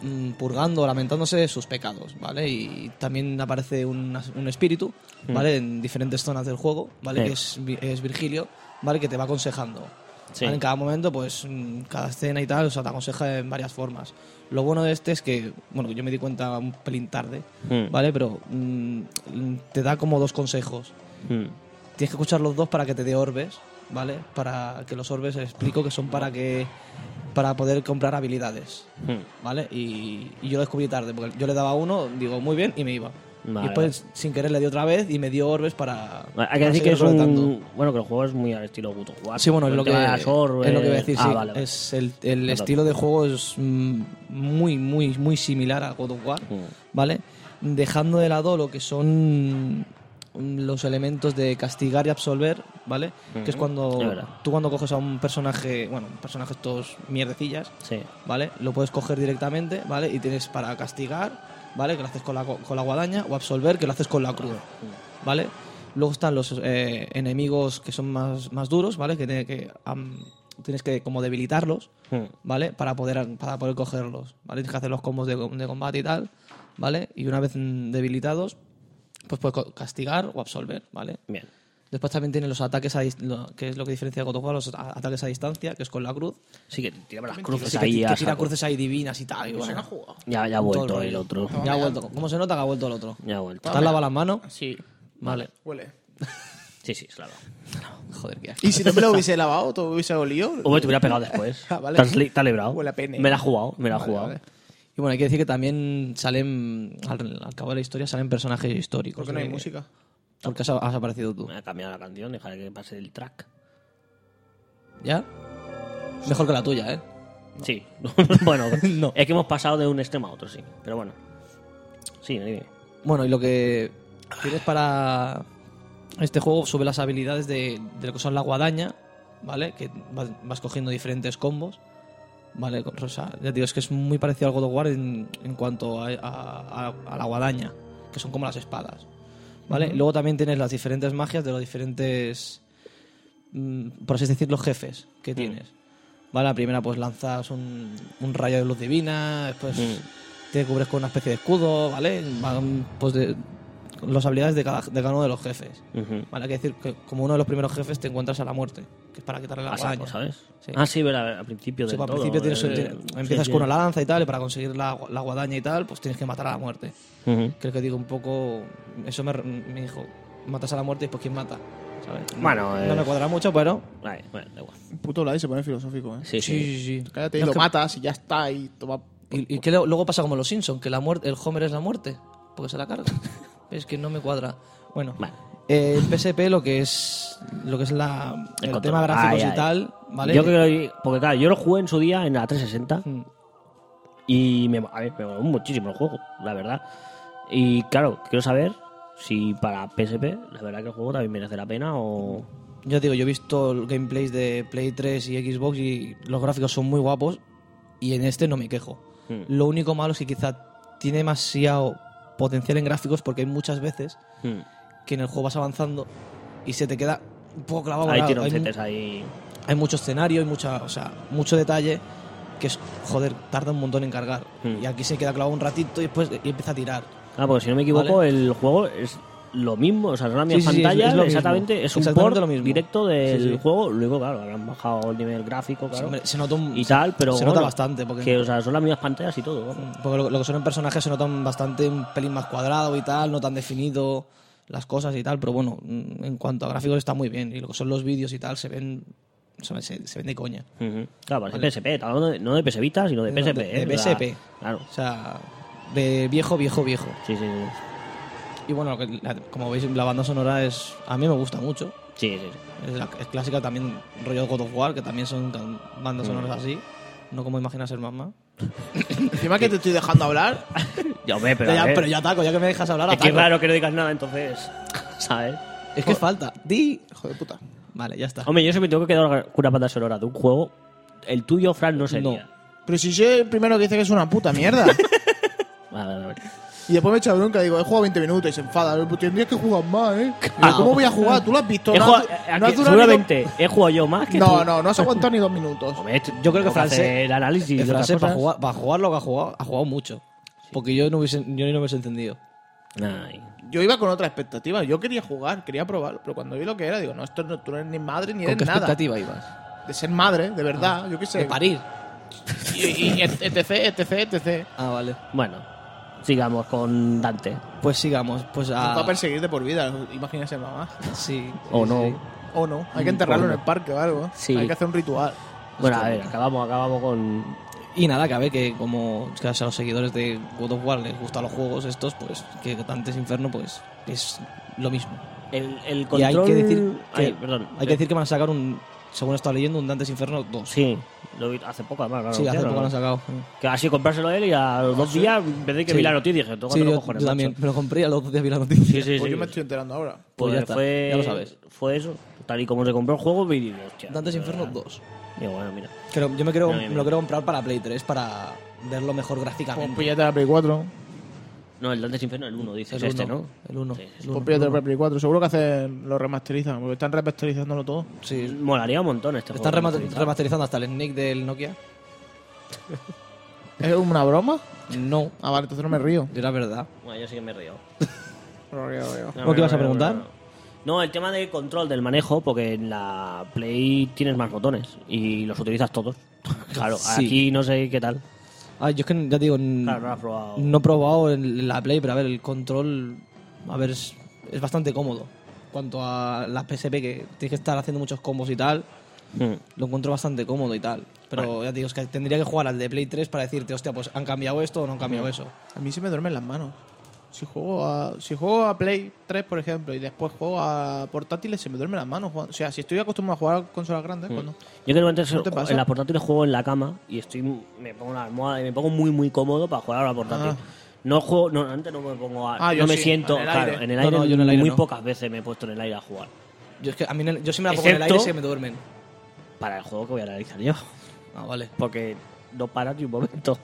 Speaker 4: mm, purgando, lamentándose sus pecados, ¿vale? Y también aparece un, as- un espíritu, ¿vale? En diferentes zonas del juego, ¿vale?
Speaker 3: Mm. Sí.
Speaker 4: Que es, Vi- es Virgilio, ¿vale? Que te va aconsejando.
Speaker 3: Sí.
Speaker 4: ¿vale? En cada momento, pues, mm, cada escena y tal, o sea, te aconseja en varias formas. Lo bueno de este es que, bueno, yo me di cuenta un pelín tarde,
Speaker 3: Mm.
Speaker 4: ¿vale? Pero mm, te da como dos consejos.
Speaker 3: Mm.
Speaker 4: Tienes que escuchar los dos para que te dé orbes, ¿vale? Para que los orbes explico que son para que para poder comprar habilidades,
Speaker 3: Mm.
Speaker 4: ¿vale? Y, y yo lo descubrí tarde, porque yo le daba uno, digo, muy bien, y me iba.
Speaker 3: Vale, Ah,
Speaker 4: y después, sin querer, le di otra vez y me dio orbes para...
Speaker 3: Hay que
Speaker 4: para
Speaker 3: decir que
Speaker 4: seguir
Speaker 3: es un...
Speaker 4: recolectando.
Speaker 3: Bueno, que el juego es muy al estilo Guto Jugar.
Speaker 4: Sí, bueno, es
Speaker 3: El
Speaker 4: lo que,
Speaker 3: tema de las orbes.
Speaker 4: es lo que voy a decir,
Speaker 3: Ah,
Speaker 4: sí.
Speaker 3: vale, vale.
Speaker 4: Es el el
Speaker 3: Notable.
Speaker 4: estilo de juego es mm, muy, muy, muy similar a God of War,
Speaker 3: Mm.
Speaker 4: ¿vale? Dejando de lado lo que son mm, los elementos de castigar y absolver, ¿vale? Que es
Speaker 3: Ujú,
Speaker 4: cuando
Speaker 3: es verdad.
Speaker 4: tú cuando coges a un personaje, bueno, un personaje estos mierdecillas,
Speaker 3: Sí.
Speaker 4: ¿vale? Lo puedes coger directamente, ¿vale? Y tienes para castigar, ¿vale? Que lo haces con la, con la guadaña, o absolver, que lo haces con la cruz, ¿vale? Luego están los eh, enemigos que son más, más duros, ¿vale? Que, tiene que am, tienes que como debilitarlos,
Speaker 3: Mm.
Speaker 4: ¿vale? Para poder, para poder cogerlos, ¿vale? Tienes que hacer los combos de, de combate y tal, ¿vale? Y una vez mm, debilitados, pues puedes co- castigar o absolver, ¿vale?
Speaker 3: Bien.
Speaker 4: Después también tienen los ataques a dis- lo- que es lo que diferencia a God of War, los a- ataques a distancia, que es con la cruz.
Speaker 3: Sí, que tiraba las
Speaker 4: Que
Speaker 3: cruces
Speaker 4: sí, que
Speaker 3: Pues ahí.
Speaker 4: ti-
Speaker 3: a
Speaker 4: que, tira
Speaker 3: saco.
Speaker 4: cruces ahí divinas y tal. y bueno,
Speaker 3: Ya, ya ha
Speaker 4: todo
Speaker 3: vuelto
Speaker 4: rollo.
Speaker 3: el otro.
Speaker 4: Ya ha vuelto. ¿Cómo se nota que ha vuelto el otro?
Speaker 3: Ya ha vuelto.
Speaker 4: ¿Te has lavado las manos?
Speaker 2: Sí.
Speaker 4: Vale.
Speaker 2: Huele.
Speaker 3: Sí, sí, claro.
Speaker 4: Joder, qué asco.
Speaker 2: Y si no me lo hubiese lavado, todo hubiese olido.
Speaker 3: O te hubiera pegado después.
Speaker 2: Ah, vale.
Speaker 3: Te has li- te has librado.
Speaker 2: Huele a pene.
Speaker 3: Me la ha jugado, me la ha
Speaker 2: Vale,
Speaker 3: jugado.
Speaker 2: vale.
Speaker 4: Y bueno, hay que decir que también salen, al, al cabo de la historia, salen personajes históricos.
Speaker 2: Porque no hay
Speaker 4: de-
Speaker 2: música.
Speaker 4: Porque has, has aparecido tú.
Speaker 3: Me ha cambiado la canción, dejaré que pase el track.
Speaker 4: ¿Ya? Mejor que la tuya, ¿eh?
Speaker 3: Sí. bueno, es que hemos pasado de un extremo a otro, sí. Pero bueno. Sí, dime.
Speaker 4: Bueno, y lo que tienes para este juego sobre las habilidades de, de lo que son la guadaña, ¿vale? Que vas, vas cogiendo diferentes combos, ¿vale? Con- O sea, ya te digo, es que es muy parecido al God of War en, en cuanto a, a- a- a la guadaña, que son como las espadas, ¿vale? Luego también tienes las diferentes magias de los diferentes, mm, por así decir, los jefes que tienes. ¿Vale? La primera, pues lanzas un, un rayo de luz divina, después te cubres con una especie de escudo, ¿vale? Van, pues, de, con las habilidades de cada, de cada uno de los jefes.
Speaker 3: Ujú.
Speaker 4: ¿Vale? Hay que decir que como uno de los primeros jefes te encuentras a la muerte, que es para quitarle la
Speaker 3: A saco,
Speaker 4: guadaña.
Speaker 3: ¿sabes?
Speaker 4: Sí.
Speaker 3: Ah, sí, verdad, al principio
Speaker 4: Sí,
Speaker 3: del
Speaker 4: pues, al
Speaker 3: todo,
Speaker 4: principio tienes-
Speaker 3: eh,
Speaker 4: tienes-
Speaker 3: sí,
Speaker 4: empiezas
Speaker 3: sí.
Speaker 4: con una lanza y tal, y para conseguir la, la guadaña y tal, pues tienes que matar a la muerte.
Speaker 3: Ujú.
Speaker 4: Creo que digo un poco... Eso me, me dijo, matas a la muerte y después ¿quién mata? ¿Sabes?
Speaker 3: Bueno, eh,
Speaker 4: No me cuadra mucho, pero...
Speaker 3: vale, bueno, da igual.
Speaker 2: Puto Vladi se pone filosófico, ¿eh?
Speaker 3: Sí, sí.
Speaker 4: sí.
Speaker 2: Cállate y
Speaker 4: No,
Speaker 2: lo
Speaker 4: es que-
Speaker 2: matas y ya está. Y toma.
Speaker 4: Y, y que lo- luego pasa como los Simpsons, que la muerte, el Homer es la muerte, porque se la carga. es que no me cuadra. Bueno,
Speaker 3: Vale.
Speaker 4: eh, el PSP lo que es lo que es la, el,
Speaker 3: control.
Speaker 4: tema gráficos
Speaker 3: Ay,
Speaker 4: y
Speaker 3: ay.
Speaker 4: tal, ¿vale?
Speaker 3: Yo creo que- Porque claro, yo lo jugué en su día en la 360
Speaker 4: Mm.
Speaker 3: y me, a ver, me moló muchísimo el juego, la verdad. Y claro, quiero saber si para PSP, la verdad que el juego también merece la pena o...
Speaker 4: Yo digo, yo he visto gameplays de Play 3 y Xbox y los gráficos son muy guapos y en este no me quejo.
Speaker 3: Mm.
Speaker 4: Lo único malo es que quizá tiene demasiado potencial en gráficos porque hay muchas veces
Speaker 3: Hmm.
Speaker 4: que en el juego vas avanzando y se te queda un poco clavado.
Speaker 3: Ahí
Speaker 4: claro, hay mu-
Speaker 3: tironcetes, ahí...
Speaker 4: hay mucho escenario, hay mucha, o sea, mucho detalle que es, joder, tarda un montón en cargar.
Speaker 3: Hmm.
Speaker 4: Y aquí se queda clavado un ratito y después y empieza a tirar.
Speaker 3: Ah, porque si no me equivoco,
Speaker 4: Vale.
Speaker 3: el juego es lo mismo, o sea, son las
Speaker 4: Sí,
Speaker 3: mismas
Speaker 4: sí, sí, es-
Speaker 3: pantallas,
Speaker 4: es lo mismo.
Speaker 3: exactamente, es un
Speaker 4: Exactamente
Speaker 3: port
Speaker 4: lo mismo.
Speaker 3: directo del
Speaker 4: Sí, sí.
Speaker 3: juego, luego, claro, habrán bajado el nivel gráfico,
Speaker 4: O sea,
Speaker 3: claro,
Speaker 4: hombre, se nota un-
Speaker 3: y tal, pero
Speaker 4: se nota
Speaker 3: bueno,
Speaker 4: bastante porque,
Speaker 3: que, o sea, son las mismas pantallas y todo, vamos.
Speaker 4: porque lo, lo que son en personajes se notan bastante un pelín más cuadrado y tal, no tan definido las cosas y tal, pero bueno, mm, en cuanto a gráficos está muy bien y lo que son los vídeos y tal se ven se, se- se ven de coña.
Speaker 3: Ujú. Claro, parece PSP, está hablando de- no de PS Vita, sino de
Speaker 4: No,
Speaker 3: PSP.
Speaker 4: de-
Speaker 3: ¿eh?
Speaker 4: de
Speaker 3: O sea,
Speaker 4: PSP.
Speaker 3: Claro,
Speaker 4: O sea, de viejo, viejo, viejo.
Speaker 3: sí, sí,
Speaker 4: Y bueno, lo que- la- como veis, la banda sonora es a mí me gusta mucho.
Speaker 3: sí, sí, sí, sí.
Speaker 4: Es, la- es clásica también, rollo God of War, que también son can- bandas sonoras así. No como imaginas ser mamá.
Speaker 2: Encima que te estoy dejando hablar.
Speaker 3: Ya, hombre, pero,
Speaker 4: Pero,
Speaker 3: a
Speaker 4: ya,
Speaker 3: ver,
Speaker 4: pero yo ataco, ya que me dejas hablar,
Speaker 3: es que
Speaker 4: ataco.
Speaker 3: es raro que no digas nada, entonces, ¿sabes?
Speaker 4: Es que falta. Di.
Speaker 2: Hijo de puta.
Speaker 4: Vale, ya está.
Speaker 3: Hombre, yo siempre tengo que quedar con una banda sonora de un juego, el tuyo, Fran, no sería.
Speaker 2: Pero si soy el primero que dice que es una puta mierda.
Speaker 3: Vale, vale, vale.
Speaker 2: Y después me echa bronca, digo, he jugado 20 minutos y se enfada. "Pues Tendrías que jugar más, ¿eh? Digo, ¿Cómo voy a jugar? Tú lo has visto.
Speaker 3: Ah. He
Speaker 2: no has-
Speaker 3: jugado-
Speaker 2: no has durado ni
Speaker 3: aquí-
Speaker 2: dos-
Speaker 3: seguramente he jugado yo más que
Speaker 2: No,
Speaker 3: ¿eh? tú.
Speaker 2: no, no has aguantado ni dos minutos.
Speaker 3: Hombre,
Speaker 4: Yo creo que Francés-
Speaker 3: El análisis.
Speaker 4: El
Speaker 3: de otras
Speaker 4: francés, para
Speaker 3: cosas.
Speaker 4: jugar, para jugar lo que ha jugado, ha jugado mucho. Porque yo no hubiese, yo no hubiese entendido.
Speaker 3: Ay.
Speaker 2: Yo iba con otra expectativa. Yo quería jugar, quería probarlo. Pero cuando vi lo que era, digo, no, esto no, tú no eres ni madre ni
Speaker 4: ¿Con
Speaker 2: eres
Speaker 4: qué
Speaker 2: nada. Eh,
Speaker 4: expectativa ibas?
Speaker 2: De ser madre, de
Speaker 3: Ah,
Speaker 2: verdad, yo qué sé.
Speaker 4: De parir.
Speaker 2: Y, y- y et- etc, etc, etc.
Speaker 4: Ah, vale.
Speaker 3: Bueno, sigamos con Dante.
Speaker 4: Pues sigamos. Pues
Speaker 2: Nos
Speaker 3: Ah.
Speaker 4: a...
Speaker 2: va a perseguir de por vida, imagínese mamá.
Speaker 4: Sí.
Speaker 3: O
Speaker 4: sí,
Speaker 3: no.
Speaker 4: sí.
Speaker 2: O no, hay que enterrarlo en el parque o algo.
Speaker 3: Mm, Sí.
Speaker 2: Hay que hacer un ritual.
Speaker 3: Bueno, a ver, acabamos, acabamos con.
Speaker 4: Y nada, que a ver que como que a los seguidores de God of War les gustan los juegos estos, pues que Dante's Inferno pues es lo mismo.
Speaker 3: El, el
Speaker 4: Y
Speaker 3: control.
Speaker 4: hay que decir que,
Speaker 3: Ay, perdón. eh,
Speaker 4: hay que decir que van a sacar un, según estaba leyendo, un Dante's Inferno 2.
Speaker 3: Sí, lo vi hace poco además. lo
Speaker 4: Sí, hace
Speaker 3: anunciaron,
Speaker 4: poco lo
Speaker 3: ¿no?
Speaker 4: han sacado.
Speaker 3: Que así comprárselo él y a los dos días, en vez de que
Speaker 4: Sí.
Speaker 3: vi la noticia, dije, tócate
Speaker 4: Sí,
Speaker 3: los
Speaker 4: yo,
Speaker 3: cojones,
Speaker 4: yo también
Speaker 3: macho.
Speaker 4: me lo compré y a los dos días vi la noticia.
Speaker 3: Sí, sí,
Speaker 2: Pues
Speaker 3: sí.
Speaker 2: yo me estoy enterando ahora.
Speaker 4: Pues ya está,
Speaker 3: fue,
Speaker 4: ya lo sabes.
Speaker 3: Fue eso, tal y como se compró el juego, y dije, hostia.
Speaker 4: Dante's
Speaker 3: de
Speaker 4: Inferno
Speaker 3: verdad.
Speaker 4: 2.
Speaker 3: Digo, bueno, mira.
Speaker 4: Que lo- yo me, creo,
Speaker 3: No, bien,
Speaker 4: me lo
Speaker 3: bien.
Speaker 4: quiero comprar para Play 3 para verlo mejor
Speaker 2: Pues
Speaker 4: gráficamente.
Speaker 2: píllate la Play 4.
Speaker 3: No, el Dante's Inferno, el 1, dices,
Speaker 4: El
Speaker 3: este,
Speaker 4: uno,
Speaker 3: ¿no?
Speaker 4: El 1.
Speaker 3: Sí, sí.
Speaker 2: Pues píllate la Play 4. Seguro que hacen, lo remasterizan, porque están remasterizándolo todo.
Speaker 4: Sí.
Speaker 3: Molaría un montón este
Speaker 4: Están
Speaker 3: juego.
Speaker 4: remate- remasterizando hasta el Snake del Nokia.
Speaker 2: ¿Es una broma?
Speaker 4: No,
Speaker 2: Ah, vale, entonces no me río.
Speaker 4: era verdad.
Speaker 3: Bueno, yo sí que me he reído.
Speaker 2: No me río, me río.
Speaker 3: No,
Speaker 4: ¿Lo
Speaker 3: no,
Speaker 4: que ibas a
Speaker 3: no, no, no,
Speaker 4: preguntar?
Speaker 3: No, No, el tema del control, del manejo, porque en la Play tienes más botones y los utilizas todos. Claro,
Speaker 4: Sí.
Speaker 3: aquí no sé qué tal.
Speaker 4: Ah, yo es que ya te digo, n-
Speaker 3: Claro, no lo has probado.
Speaker 4: no he probado el- la Play, pero a ver, el control, a ver, es, es bastante cómodo. Cuanto a la PSP, que tienes que estar haciendo muchos combos y tal,
Speaker 3: Mm.
Speaker 4: lo encuentro bastante cómodo y tal. Pero ya te digo, es que tendría que jugar al de Play 3 para decirte, hostia, pues han cambiado esto o no han cambiado eso.
Speaker 2: A mí se me duermen las manos. Si juego a, si juego a Play 3, por ejemplo, y después juego a portátiles, se me duermen las manos. jugando. O sea, si estoy acostumbrado a jugar a consolas grandes, pues no.
Speaker 3: Yo creo que antes
Speaker 2: ¿No te pasa?
Speaker 3: en la portátil juego en la cama y estoy me pongo una almohada y me pongo muy muy cómodo para jugar a la portátil.
Speaker 2: Ah.
Speaker 3: No juego, no, antes no me pongo a,
Speaker 2: Ah, yo
Speaker 3: no me
Speaker 2: sí,
Speaker 3: siento,
Speaker 2: en el
Speaker 3: claro,
Speaker 2: aire.
Speaker 3: en el
Speaker 4: No,
Speaker 3: aire
Speaker 4: no, yo en el aire
Speaker 3: muy
Speaker 4: no.
Speaker 3: pocas veces me he puesto en el aire a jugar
Speaker 4: Yo es que a mí, en el- yo si me la pongo en el aire
Speaker 3: Excepto-
Speaker 4: se me duermen.
Speaker 3: para el juego que voy a analizar yo,
Speaker 4: Ah, vale.
Speaker 3: porque no paras ni un momento.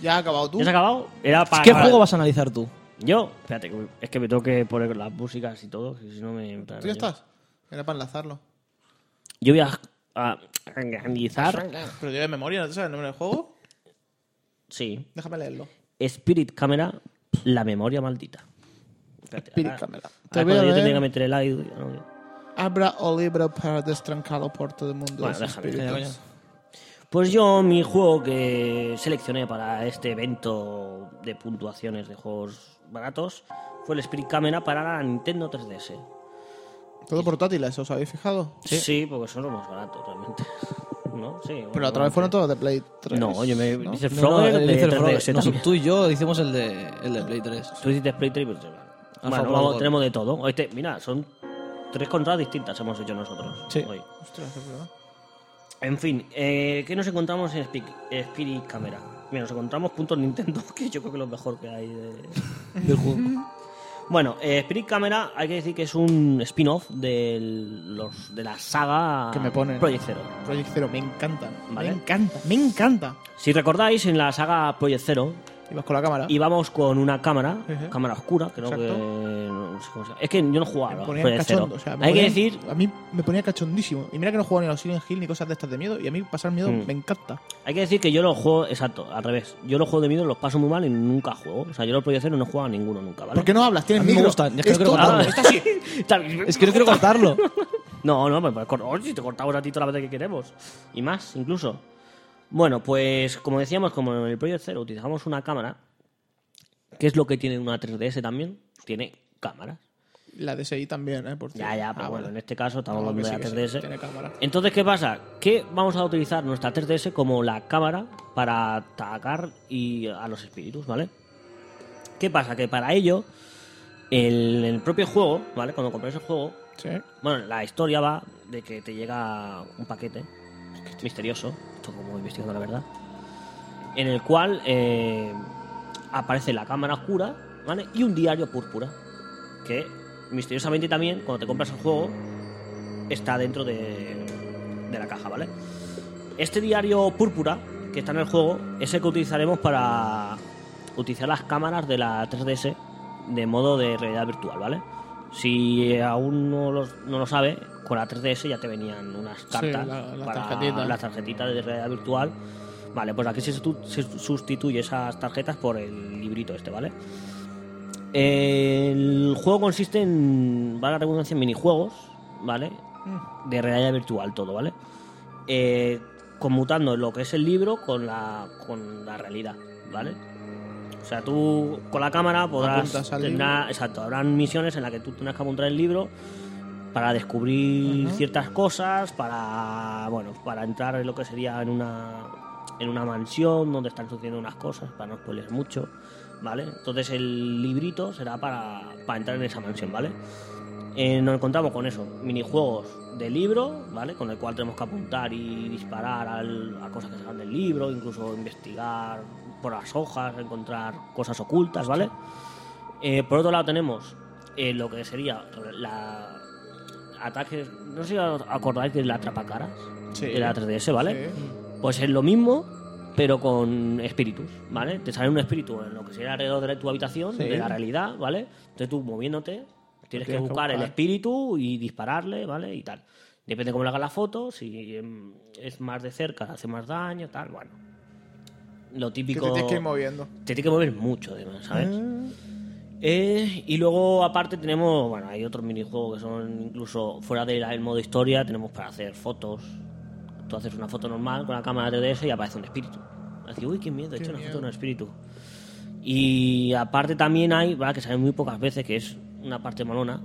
Speaker 2: Ya has acabado tú.
Speaker 3: ¿Ya se ha acabado? Era para
Speaker 4: ¿Qué
Speaker 3: acabar.
Speaker 4: juego vas a analizar tú?
Speaker 3: Yo, espérate, que- es que me tengo que poner las músicas y todo, que si no me
Speaker 2: ¿Tú ya estás? Era para enlazarlo.
Speaker 3: Yo voy a, a analizar
Speaker 2: Pero tiene memoria, ¿no te sabes el nombre del juego?
Speaker 3: sí,
Speaker 2: Déjame leerlo.
Speaker 3: Spirit Camera, la memoria maldita. Espérate,
Speaker 2: Spirit
Speaker 3: ahora-
Speaker 2: Camera. Te
Speaker 3: Ahora
Speaker 2: voy a
Speaker 3: Ah, cuando yo
Speaker 2: leer.
Speaker 3: tenía que meter el aire. ¿no?
Speaker 2: Abra o libro para destrancar la puerta del mundo. de los
Speaker 3: Bueno, déjame,
Speaker 2: espíritus.
Speaker 4: coño.
Speaker 3: Pues yo mi juego que seleccioné para este evento de puntuaciones de juegos baratos fue el Spirit Camera para la Nintendo 3DS.
Speaker 2: Todo portátiles, ¿os habéis fijado?
Speaker 3: Sí, porque son los más baratos realmente. ¿No? Sí, bueno,
Speaker 2: Pero la otra vez fueron todos de Play 3.
Speaker 3: No, yo me hice el
Speaker 4: No,
Speaker 3: Frogger
Speaker 4: no, el
Speaker 3: de
Speaker 4: Little Frogger.
Speaker 3: 3DS
Speaker 4: Nos-
Speaker 3: también.
Speaker 4: Tú y yo hicimos el de, el de Play 3.
Speaker 3: Tú hiciste Play Trip, pues, Bueno,
Speaker 4: favor,
Speaker 3: vamos,
Speaker 4: gol.
Speaker 3: tenemos de todo. Este, mira, son tres contras distintas hemos hecho nosotros.
Speaker 4: Sí.
Speaker 3: hoy.
Speaker 2: Ostras, es verdad.
Speaker 3: En fin, eh, ¿qué nos encontramos en Spirit, Spirit Camera? Mira, nos encontramos puntos Nintendo, que yo creo que es lo mejor que hay de- del juego. Bueno, eh, Spirit Camera hay que decir que es un spin-off de, los, de la saga
Speaker 2: Que me ponen.
Speaker 3: Project Zero.
Speaker 2: Project Zero, me encanta.
Speaker 3: Vale.
Speaker 2: Me encanta, me encanta.
Speaker 3: Si recordáis, en la saga Project Zero
Speaker 2: Ibas con la cámara.
Speaker 3: íbamos con una cámara,
Speaker 2: Ah. Ujú.
Speaker 3: cámara oscura, creo
Speaker 2: Exacto.
Speaker 3: que... no sé cómo se llama. Es que yo no jugaba.
Speaker 2: me
Speaker 3: a
Speaker 2: ponía
Speaker 3: Project Zero.
Speaker 2: cachondo. o sea, me
Speaker 3: hay que
Speaker 2: ponía-
Speaker 3: decir
Speaker 2: A mí me ponía cachondísimo. Y mira que no jugaba ni a los Silent Hill ni cosas de estas de miedo. Y a mí pasar miedo
Speaker 3: Mm.
Speaker 2: me encanta.
Speaker 3: Hay que decir que yo los juego, exacto, al revés. Yo los juegos de miedo los paso muy mal y nunca juego. O sea, yo los Project Zero no juego a ninguno nunca, ¿vale?
Speaker 2: ¿Por qué no hablas? Tienes
Speaker 4: A mí me
Speaker 2: micro.
Speaker 4: gustan, es que no
Speaker 2: Esto-
Speaker 4: quiero
Speaker 3: Ah,
Speaker 4: cortarlo.
Speaker 3: está así.
Speaker 4: Es que no quiero cortarlo.
Speaker 3: No, no, pues, pues, cor- oye, si te cortamos a ti toda la vez que queremos. Y más, incluso. Bueno, pues como decíamos, como en el Project Zero utilizamos una cámara, que es lo que tiene una 3DS también, tiene cámaras.
Speaker 2: La DSI también, ¿eh? Por
Speaker 3: Ya,
Speaker 2: cierto.
Speaker 3: ya,
Speaker 2: Ah,
Speaker 3: pero bueno,
Speaker 2: vale.
Speaker 3: en este caso estamos
Speaker 2: No,
Speaker 3: hablando
Speaker 2: que
Speaker 3: de
Speaker 2: sí,
Speaker 3: la
Speaker 2: que sí,
Speaker 3: 3DS.
Speaker 2: tiene cámara.
Speaker 3: Entonces, ¿qué pasa? Que vamos a utilizar nuestra 3DS como la cámara para atacar y a los espíritus, ¿vale? ¿Qué pasa? Que para ello, el, el propio juego, ¿vale? Cuando compráis el juego,
Speaker 2: Sí.
Speaker 3: bueno, la historia va de que te llega un paquete misterioso, esto como investigando la verdad, en el cual eh, aparece la cámara oscura ¿vale? y un diario púrpura, que misteriosamente también, cuando te compras el juego, está dentro de, de la caja, ¿vale? Este diario púrpura que está en el juego es el que utilizaremos para utilizar las cámaras de la 3DS de modo de realidad virtual, ¿vale? Si aún no lo, no lo sabe, con la 3DS ya te venían unas cartas
Speaker 2: la- la
Speaker 3: para
Speaker 2: tarjetita.
Speaker 3: las tarjetitas de realidad virtual. Vale, pues aquí se sustitu- se sustituye esas tarjetas por el librito este, ¿vale? El juego consiste en, vale la redundancia, en minijuegos, ¿vale? De realidad virtual todo, ¿vale? Eh, conmutando lo que es el libro con la, con la realidad, ¿vale? O sea, tú con la cámara podrás...
Speaker 2: Apuntas al
Speaker 3: tendrá- exacto, habrán misiones en las que tú tendrás que apuntar el libro para descubrir ciertas cosas, para, bueno, para entrar en lo que sería en una en una mansión donde están sucediendo unas cosas, para no spoiler mucho, ¿vale? Entonces el librito será para, para entrar en esa mansión, ¿vale? Eh, nos encontramos con eso, minijuegos de libro, ¿vale? Con el cual tenemos que apuntar y disparar al- a cosas que salgan del libro, incluso investigar por las hojas, encontrar cosas ocultas, ¿vale? Eh, por otro lado tenemos eh, lo que sería la ataques, no sé si os acordáis de la atrapacaras
Speaker 2: Sí.
Speaker 3: de la 3DS, ¿vale? Pues es lo mismo, pero con espíritus, ¿vale? Te sale un espíritu en lo que sería alrededor de tu habitación, de la realidad, ¿vale? Entonces tú moviéndote, tienes que
Speaker 2: que
Speaker 3: buscar el
Speaker 2: buscar.
Speaker 3: espíritu y dispararle, ¿vale? Y tal. Depende cómo le hagas la foto, si em, es más de cerca, hace más daño, tal, bueno. Lo
Speaker 2: Que
Speaker 3: típico
Speaker 2: te tienes que ir moviendo.
Speaker 3: te tiene que mover mucho, además, ¿sabes? Ah. Eh, y luego, aparte, tenemos. Bueno, hay otros minijuegos que son incluso fuera del el modo historia. Tenemos para hacer fotos. Tú haces una foto normal con la cámara 3DS y aparece un espíritu. Así, uy, qué miedo, he hecho una foto de un espíritu. Y aparte, también hay, ¿verdad? que salen muy pocas veces, que es una parte malona.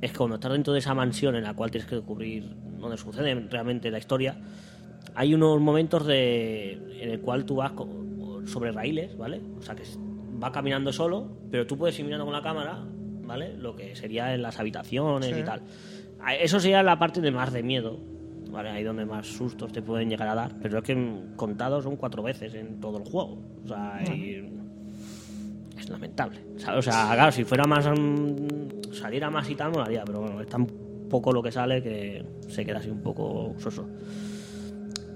Speaker 3: Es que cuando estás dentro de esa mansión en la cual tienes que descubrir dónde sucede realmente la historia, hay unos momentos de, en el cual tú vas co- sobre raíles, ¿vale? O sea, que s- va caminando solo, pero tú puedes ir mirando con la cámara, ¿vale? Lo que sería en las habitaciones y tal. A- Eso sería la parte de más de miedo, ¿vale? Ahí donde más sustos te pueden llegar a dar, pero es que mm, contado son cuatro veces en todo el juego. O sea, y- es lamentable. ¿sabes? O sea, claro, si fuera más. mm, saliera más y tal, molaría, pero bueno, es tan poco lo que sale que se queda así un poco soso.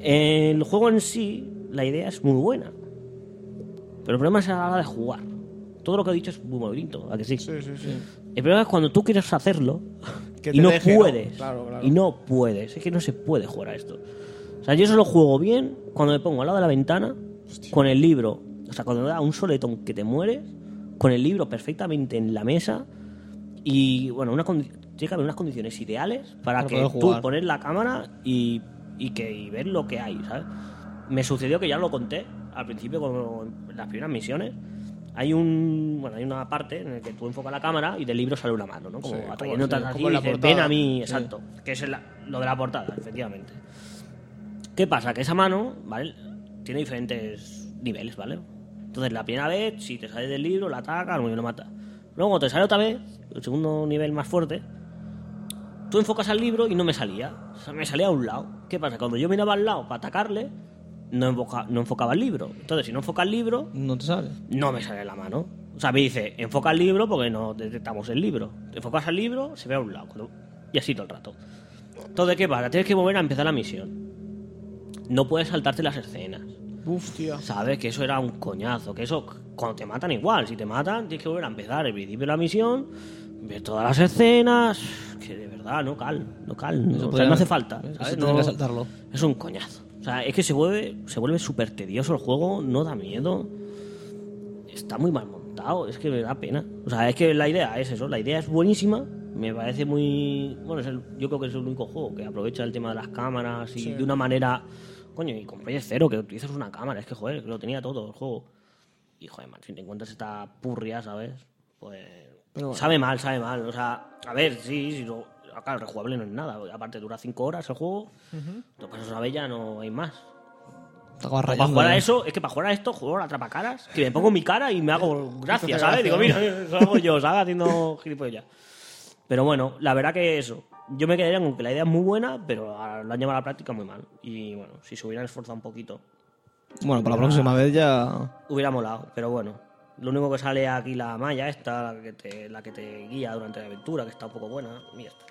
Speaker 3: El juego en sí, la idea es muy buena. Pero el problema es a la hora de jugar. Todo lo que he dicho es muy bonito, ¿a que sí?
Speaker 2: Sí, sí, sí.
Speaker 3: El problema es cuando tú quieres hacerlo
Speaker 2: Que
Speaker 3: y
Speaker 2: te
Speaker 3: no
Speaker 2: deje, ¿no?
Speaker 3: puedes.
Speaker 2: Claro, claro.
Speaker 3: Y no puedes. Es que no se puede jugar a esto. O sea, yo solo juego bien cuando me pongo al lado de la ventana con el libro. O sea, cuando da un soletón que te mueres, con el libro perfectamente en la mesa. Y bueno, una condi- tiene que haber unas condiciones ideales para
Speaker 4: Para
Speaker 3: que
Speaker 4: poder
Speaker 3: tú
Speaker 4: jugar.
Speaker 3: poner la cámara y, y que y ver lo que hay, ¿sabes? Me sucedió que ya lo conté al principio con las primeras misiones. Hay un bueno, hay una parte en la que tú enfocas la cámara y del libro sale una mano, ¿no? Como atrayéndote
Speaker 2: sí,
Speaker 3: así
Speaker 2: como
Speaker 3: y
Speaker 2: en la
Speaker 3: dices,
Speaker 2: portada.
Speaker 3: ven a mí, exacto, que es la- lo de la portada, efectivamente. ¿Qué pasa? Que esa mano, ¿vale? Tiene diferentes niveles, ¿vale? Entonces, la primera vez, si te sale del libro, la ataca, lo mata. Luego te sale otra vez, el segundo nivel más fuerte, tú enfocas al libro y no me salía. O sea, me salía a un lado. ¿Qué pasa? Cuando yo miraba al lado para atacarle, no, enfoca- no enfocaba el libro. Entonces, si no enfoca el libro,
Speaker 4: No te sale.
Speaker 3: no me sale la mano. O sea, me dice, enfoca el libro porque no detectamos el libro. Enfocas al libro, se ve a un lado. Cuando- Y así todo el rato. Entonces, ¿qué pasa? Tienes que volver a empezar la misión. No puedes saltarte las escenas.
Speaker 2: Mm. Hostia.
Speaker 3: Sabes que eso era un coñazo. Que eso, cuando te matan, igual. Si te matan, tienes que volver a empezar el principio de la misión, ver todas las escenas. Que de verdad, no cal. No cal. No,
Speaker 4: Eso
Speaker 3: o sea,
Speaker 4: podría-
Speaker 3: no hace falta.
Speaker 4: eso
Speaker 3: ¿sabes?
Speaker 4: tendría
Speaker 3: No-
Speaker 4: que saltarlo.
Speaker 3: Es un coñazo. O sea, es que se vuelve se vuelve súper tedioso el juego. No da miedo. Está muy mal montado. Es que me da pena. O sea, es que la idea es eso. La idea es buenísima. Me parece muy. Bueno, es el- yo creo que es el único juego que aprovecha el tema de las cámaras y de una manera. Coño, y con Play Cero, que utilizas una cámara. Es que, joder, lo tenía todo el juego. Y joder, man, si te encuentras esta purria, ¿sabes? Pues. Sabe mal, sabe mal. O sea, a ver, sí, sí. lo- Claro, rejugable no es nada. Aparte, dura 5 horas el juego. Lo pasas una bella, no hay más.
Speaker 4: Te acabas
Speaker 3: Para
Speaker 4: rayando, ¿eh?
Speaker 3: jugar a
Speaker 4: ¿no?
Speaker 3: eso, es que para jugar a esto, juego la atrapacaras, que me pongo mi cara y me hago gracia, ¿sabes? Digo, mira, eso hago yo, ¿sabes? Haciendo gilipollas. Pero bueno, la verdad que eso. Yo me quedaría con que la idea es muy buena, pero a- lo han llevado a la práctica muy mal. Y bueno, si se hubieran esforzado un poquito,
Speaker 4: Bueno, para la próxima
Speaker 3: Ah.
Speaker 4: vez ya.
Speaker 3: hubiera molado. Pero bueno, lo único que sale aquí la malla esta, la que te, la que te guía durante la aventura, que está un poco buena, y ya está.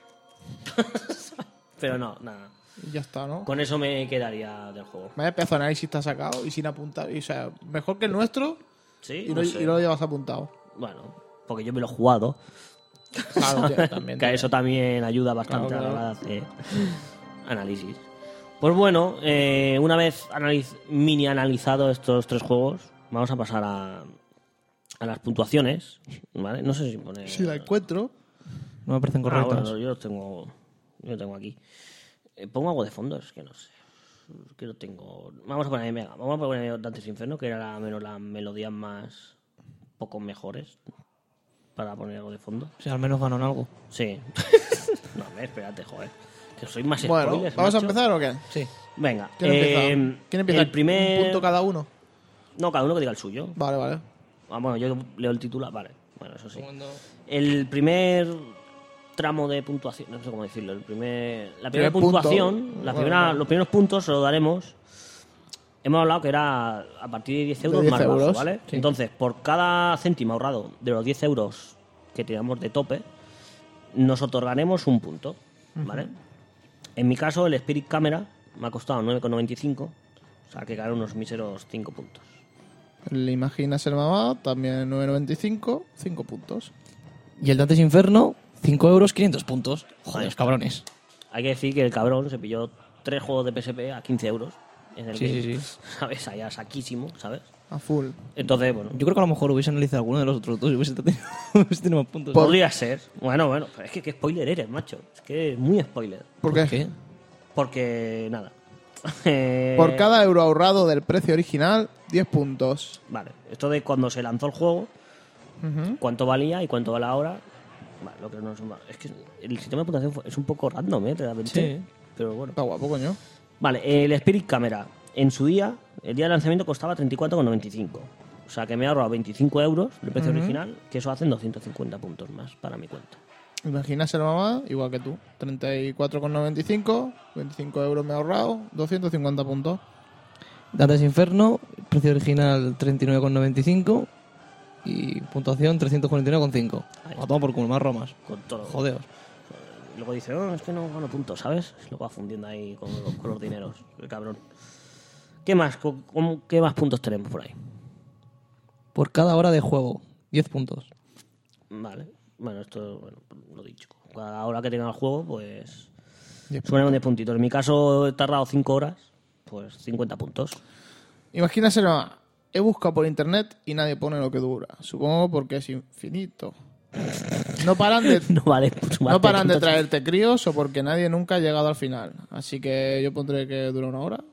Speaker 3: pero no, nada.
Speaker 2: Ya está, ¿no?
Speaker 3: Con eso me quedaría del juego.
Speaker 2: Vaya pedazo de análisis te ha sacado y sin apuntar. y, o sea, mejor que el nuestro,
Speaker 3: Sí,
Speaker 2: y no,
Speaker 3: no sé.
Speaker 2: y no lo llevas apuntado.
Speaker 3: Bueno, porque yo me lo he jugado.
Speaker 2: Claro, tío, también.
Speaker 3: que eso también ayuda bastante
Speaker 2: Claro,
Speaker 3: a la
Speaker 2: claro.
Speaker 3: hora de hacer análisis. Pues bueno, eh, una vez analiz- mini analizado estos tres juegos, vamos a pasar a, a las puntuaciones. ¿vale? No sé si pone.
Speaker 2: Si la encuentro,
Speaker 4: No me parecen
Speaker 3: Ah,
Speaker 4: correctas.
Speaker 3: bueno, yo los tengo, yo los tengo aquí. Eh, Pongo algo de fondo, es que no sé. Es Que no tengo. Vamos a poner, venga, vamos a poner Dantes Inferno, que era la, menos las melodías más. poco mejores. Para poner algo de fondo.
Speaker 4: O sea, al menos ganan algo.
Speaker 3: Sí. no, hombre, espérate, joder. Que soy más
Speaker 2: bueno,
Speaker 3: spoilers,
Speaker 2: ¿vamos a
Speaker 3: macho.
Speaker 2: empezar o qué?
Speaker 4: Sí.
Speaker 3: Venga.
Speaker 2: ¿Quién
Speaker 3: eh,
Speaker 2: empieza? ¿Quién empieza?
Speaker 3: El primer...
Speaker 2: Un punto cada uno.
Speaker 3: No, cada uno que diga el suyo.
Speaker 2: Vale, vale.
Speaker 3: Ah, bueno, yo leo el titular, vale. Bueno, eso sí. El primer tramo de puntuación, no sé cómo decirlo, el primer, la primera
Speaker 2: Primer punto.
Speaker 3: puntuación, la
Speaker 2: Bueno,
Speaker 3: primera,
Speaker 2: bueno.
Speaker 3: los primeros puntos se los daremos. Hemos hablado que era a partir de 10 euros
Speaker 2: 10
Speaker 3: más bajo,
Speaker 2: euros,
Speaker 3: ¿vale?
Speaker 2: sí.
Speaker 3: Entonces, por cada céntimo ahorrado de los 10 euros que tiramos de tope, nos otorgaremos un punto, ¿vale? En mi caso, el Spirit Camera me ha costado 9,95, o sea que ganaron unos míseros 5 puntos.
Speaker 2: Le imaginas el mamá, también 9.95, 5 puntos.
Speaker 4: Y el Dantes Inferno, 5 euros, 500 puntos. Joder,
Speaker 3: Ahí.
Speaker 4: cabrones.
Speaker 3: Hay que decir que el cabrón se pilló tres juegos de PSP a 15 euros. En el
Speaker 4: Sí,
Speaker 3: Game,
Speaker 4: sí,
Speaker 3: ¿Sabes? Allá saquísimo, ¿sabes?
Speaker 2: A full.
Speaker 3: Entonces, bueno,
Speaker 4: Yo creo que a lo mejor hubiese analizado alguno de los otros dos y hubiese tenido, hubiese tenido más puntos.
Speaker 3: podría ser. Bueno, bueno, pero es que qué spoiler eres, macho. Es que muy spoiler.
Speaker 2: ¿Por
Speaker 4: ¿Por
Speaker 2: qué?
Speaker 4: qué?
Speaker 3: Porque, nada. Eh,
Speaker 2: Por cada euro ahorrado del precio original, 10 puntos.
Speaker 3: Vale, esto de cuando se lanzó el juego, cuánto valía y cuánto vale ahora. Vale, lo que no es, es que el sistema de puntuación fue- es un poco random, ¿eh? Realmente.
Speaker 4: Sí.
Speaker 3: Pero bueno.
Speaker 2: Está guapo, coño.
Speaker 3: Vale, el Spirit Camera. En su día, el día de lanzamiento costaba 34,95. O sea que me he ahorrado 25 euros del precio original, que eso hacen 250 puntos más para mi cuenta.
Speaker 2: Imaginas el mamá, igual que tú. 34,95, 25 euros me he ahorrado, 250 puntos.
Speaker 4: Dantes Inferno, precio original 39,95 y puntuación 349,5.
Speaker 3: Ahí.
Speaker 4: A tomar por culo, más romas.
Speaker 3: Con todo.
Speaker 4: Jodeos.
Speaker 3: Y luego dice, "Oh, es que no gano puntos, ¿sabes? Y Luego va fundiendo ahí con, los- con los dineros, el cabrón. ¿Qué más? ¿Cómo- cómo- ¿Qué más puntos tenemos por ahí?
Speaker 4: Por cada hora de juego, 10 puntos.
Speaker 3: Vale. Bueno, esto, bueno, lo dicho. Cada hora que tenga el juego, pues.
Speaker 2: Diez
Speaker 3: Suelen 10 puntitos. En mi caso, he tardado 5 horas, pues 50 puntos.
Speaker 2: Imaginas el mamá. He buscado por internet y nadie pone lo que dura. Supongo porque es infinito. No paran de,
Speaker 3: No vale. pues
Speaker 2: no paran de
Speaker 3: puntos.
Speaker 2: traerte críos o porque nadie nunca ha llegado al final. Así que yo pondré que dura una hora.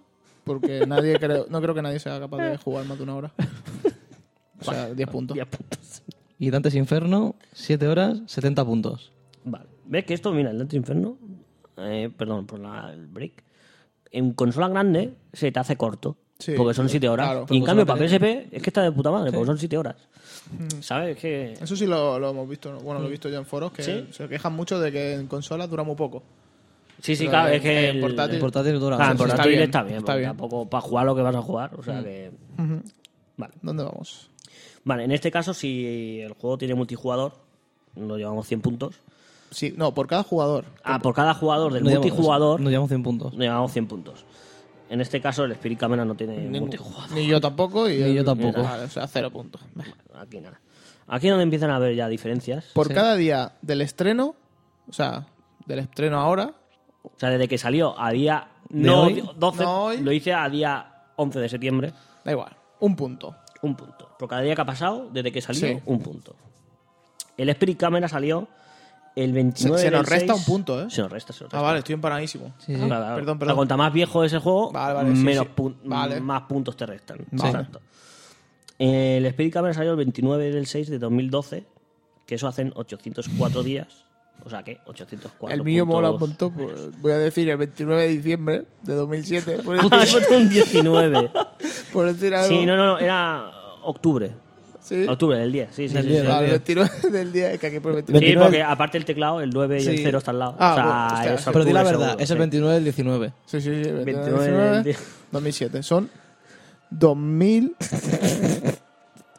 Speaker 2: Porque nadie creo, no creo que nadie sea capaz de jugar más de una hora. O sea, 10 puntos.
Speaker 3: 10 puntos.
Speaker 4: Y Dantes Inferno, 7 horas, 70 puntos.
Speaker 3: Vale. ¿Ves que esto, mira, el Dante Inferno, eh, perdón por la- el break, en consola grande se te hace corto.
Speaker 2: Sí,
Speaker 3: porque son 7 horas.
Speaker 2: claro.
Speaker 3: y en
Speaker 4: Porque
Speaker 3: cambio,
Speaker 4: son
Speaker 3: para PSP es que está de puta madre, porque son 7 horas.
Speaker 2: Mm.
Speaker 3: ¿Sabes? Es que.
Speaker 2: Eso sí lo, lo hemos visto. ¿no? Bueno, lo he visto yo en foros que
Speaker 3: Sí.
Speaker 2: se quejan mucho de que en consolas dura muy poco.
Speaker 3: Sí, sí,
Speaker 2: Pero
Speaker 3: claro,
Speaker 2: en-
Speaker 3: es que.
Speaker 2: en
Speaker 3: el-
Speaker 2: portátil-
Speaker 4: El portátil dura.
Speaker 3: Claro, en
Speaker 2: Está
Speaker 3: portátil
Speaker 2: bien,
Speaker 3: está bien.
Speaker 2: está
Speaker 3: porque
Speaker 2: bien. Mm.
Speaker 3: Tampoco para jugar lo que vas a jugar. O sea que. Vale.
Speaker 2: ¿Dónde vamos?
Speaker 3: Vale, en este caso, si el juego tiene multijugador, nos llevamos 100 puntos.
Speaker 2: Sí, no, por cada jugador.
Speaker 3: Ah, por cada jugador del
Speaker 4: No llevamos-
Speaker 3: multijugador,
Speaker 4: No llevamos 100 puntos.
Speaker 3: nos llevamos 100 puntos. En este caso, el Spirit Camera no tiene multijugador.
Speaker 2: Ni yo tampoco. Y
Speaker 4: Ni yo tampoco.
Speaker 2: Vale, o sea, cero puntos.
Speaker 3: Aquí nada. Aquí es donde empiezan a haber ya diferencias.
Speaker 2: Por cada día del estreno, o sea, del estreno ahora,
Speaker 3: O sea, desde que salió a día
Speaker 4: ¿De
Speaker 3: no,
Speaker 4: hoy?
Speaker 3: 12,
Speaker 2: No hoy.
Speaker 3: lo hice a día 11 de septiembre,
Speaker 2: da igual, un punto.
Speaker 3: un punto. Por cada día que ha pasado, desde que salió,
Speaker 2: Sí.
Speaker 3: un punto. El Spirit Camera salió el 29
Speaker 2: Se- se nos
Speaker 3: del
Speaker 2: resta
Speaker 3: 6.
Speaker 2: un punto, ¿eh?
Speaker 3: Se nos resta, se nos
Speaker 2: Ah,
Speaker 3: resta.
Speaker 2: vale, estoy empanadísimo.
Speaker 4: Sí, sí.
Speaker 3: Claro, claro.
Speaker 2: ¿Eh? Perdón,
Speaker 3: O sea,
Speaker 2: perdón.
Speaker 3: cuanto más viejo es el juego,
Speaker 2: Vale, vale, sí,
Speaker 3: menos
Speaker 2: sí.
Speaker 3: pun-
Speaker 2: Vale.
Speaker 3: más puntos te restan.
Speaker 2: Vale.
Speaker 3: Exacto. El Spirit Camera salió el 29 del 6 de 2012, que eso hacen 804 días. O sea que 804
Speaker 2: el mío mola un
Speaker 3: puntos-
Speaker 2: montón. pues, voy a decir el 29 de diciembre de 2007. Por
Speaker 3: Ah, eso
Speaker 2: decir,
Speaker 3: fue un 19.
Speaker 2: por decir algo.
Speaker 3: Sí, no, no, no, era octubre.
Speaker 2: Sí.
Speaker 3: Octubre del 10, sí, sí.
Speaker 4: Del
Speaker 3: sí,
Speaker 4: 10,
Speaker 3: sí.
Speaker 2: Vale,
Speaker 4: del
Speaker 2: el 29 del día. Es que aquí por el 29.
Speaker 3: Sí,
Speaker 4: 29.
Speaker 3: porque aparte el teclado, el 9 y el
Speaker 4: Sí.
Speaker 3: 0 están al lado.
Speaker 2: Ah,
Speaker 3: o sea,
Speaker 2: bueno, hostia,
Speaker 3: es
Speaker 2: sí.
Speaker 4: Pero di la
Speaker 3: octubre
Speaker 4: verdad,
Speaker 3: seguro,
Speaker 4: es el
Speaker 3: sí.
Speaker 4: 29 del 19.
Speaker 2: Sí, sí, sí. 29,
Speaker 3: 29,
Speaker 2: 19,
Speaker 3: 20.
Speaker 2: 2007. Son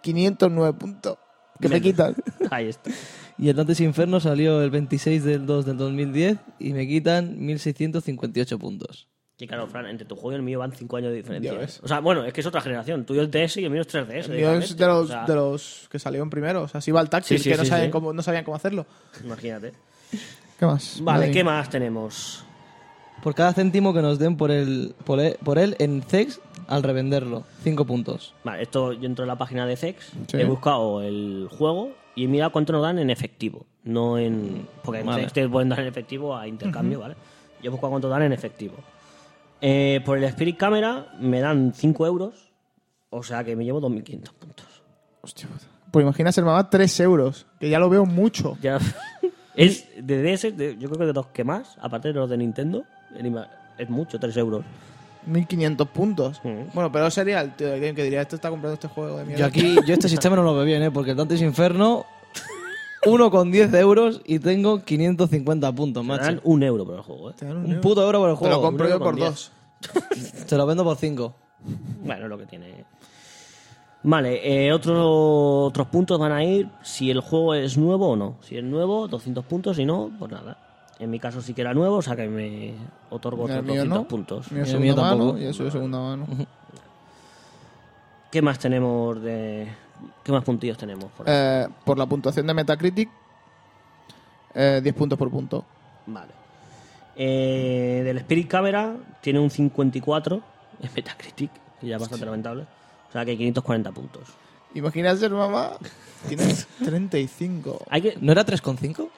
Speaker 2: 2.509 puntos que me
Speaker 3: Menos.
Speaker 2: quitan.
Speaker 3: Ahí está.
Speaker 4: Y el Dantes Inferno salió el 26 del 2 del 2010 y me quitan 1658 puntos.
Speaker 3: Que claro, Fran, entre tu juego y el mío van 5 años de diferencia.
Speaker 2: Ya ves.
Speaker 3: O sea, bueno, es que es otra generación. Tuyo el DS y el mío es 3DS.
Speaker 2: El mío es
Speaker 3: directamente.
Speaker 2: de los,
Speaker 3: O sea,
Speaker 2: de los que salieron primero. O sea, así va el táctil,
Speaker 3: Sí, sí,
Speaker 2: que no,
Speaker 3: sí,
Speaker 2: sabían
Speaker 3: sí.
Speaker 2: Cómo, no sabían cómo hacerlo.
Speaker 3: Imagínate.
Speaker 2: ¿Qué más?
Speaker 3: Vale,
Speaker 2: Madre
Speaker 3: ¿qué
Speaker 2: mía.
Speaker 3: más tenemos?
Speaker 4: Por cada céntimo que nos den por, el, por, e- por él en CEX al revenderlo. 5 puntos.
Speaker 3: Vale, esto yo entro en la página de Zex,
Speaker 2: Sí.
Speaker 3: he buscado el juego y he mirado cuánto nos dan en efectivo, no en... Porque en
Speaker 4: Vale.
Speaker 3: Zex te pueden dar en efectivo a intercambio, ¿vale? Yo he buscado cuánto dan en efectivo. Eh, por el Spirit Camera me dan 5 euros, o sea que me llevo 2.500 puntos.
Speaker 2: Hostia puta. Pues imagina ser mamá 3 euros, que ya lo veo mucho.
Speaker 3: Ya. es de DS, de- yo creo que de los que más, aparte de los de Nintendo, el ima- es mucho, 3 euros.
Speaker 2: 1500 puntos.
Speaker 3: Mm.
Speaker 2: Bueno, pero sería el tío de game que diría: Esto está comprando este juego de mierda.
Speaker 4: Yo aquí, yo este sistema no lo veo bien, ¿eh? Porque el Dante's Inferno, uno con 10 euros y tengo 550 puntos,
Speaker 3: Me dan
Speaker 4: macho.
Speaker 3: un euro por el juego, ¿eh?
Speaker 2: Te dan
Speaker 4: Un
Speaker 2: euro.
Speaker 4: puto euro por el
Speaker 2: Te
Speaker 4: juego.
Speaker 2: lo compro
Speaker 3: un
Speaker 2: yo
Speaker 3: euro
Speaker 2: por
Speaker 3: con
Speaker 2: dos.
Speaker 4: Te lo vendo por 5.
Speaker 3: Bueno, lo que tiene. Vale, eh, otro- otros puntos van a ir si el juego es nuevo o no. Si es nuevo, 200 puntos, si no, pues nada. En mi caso sí que era nuevo, o sea que me otorgo
Speaker 2: El
Speaker 3: otros
Speaker 2: mío
Speaker 3: 200
Speaker 2: no.
Speaker 3: puntos.
Speaker 2: Mío
Speaker 4: El
Speaker 2: segunda
Speaker 4: mío
Speaker 2: mano,
Speaker 4: tampoco.
Speaker 2: Y eso es segunda mano.
Speaker 3: ¿Qué más tenemos de...? ¿Qué más puntillos tenemos? por ahí?
Speaker 2: Eh, por la puntuación de Metacritic, eh, 10 puntos por punto.
Speaker 3: Vale. Eh, del Spirit Camera tiene un 54 en Metacritic, que ya es bastante lamentable. O sea que 540 puntos.
Speaker 2: Imagina ser mamá, tienes 35.
Speaker 3: Hay que,
Speaker 4: ¿No era 3,5?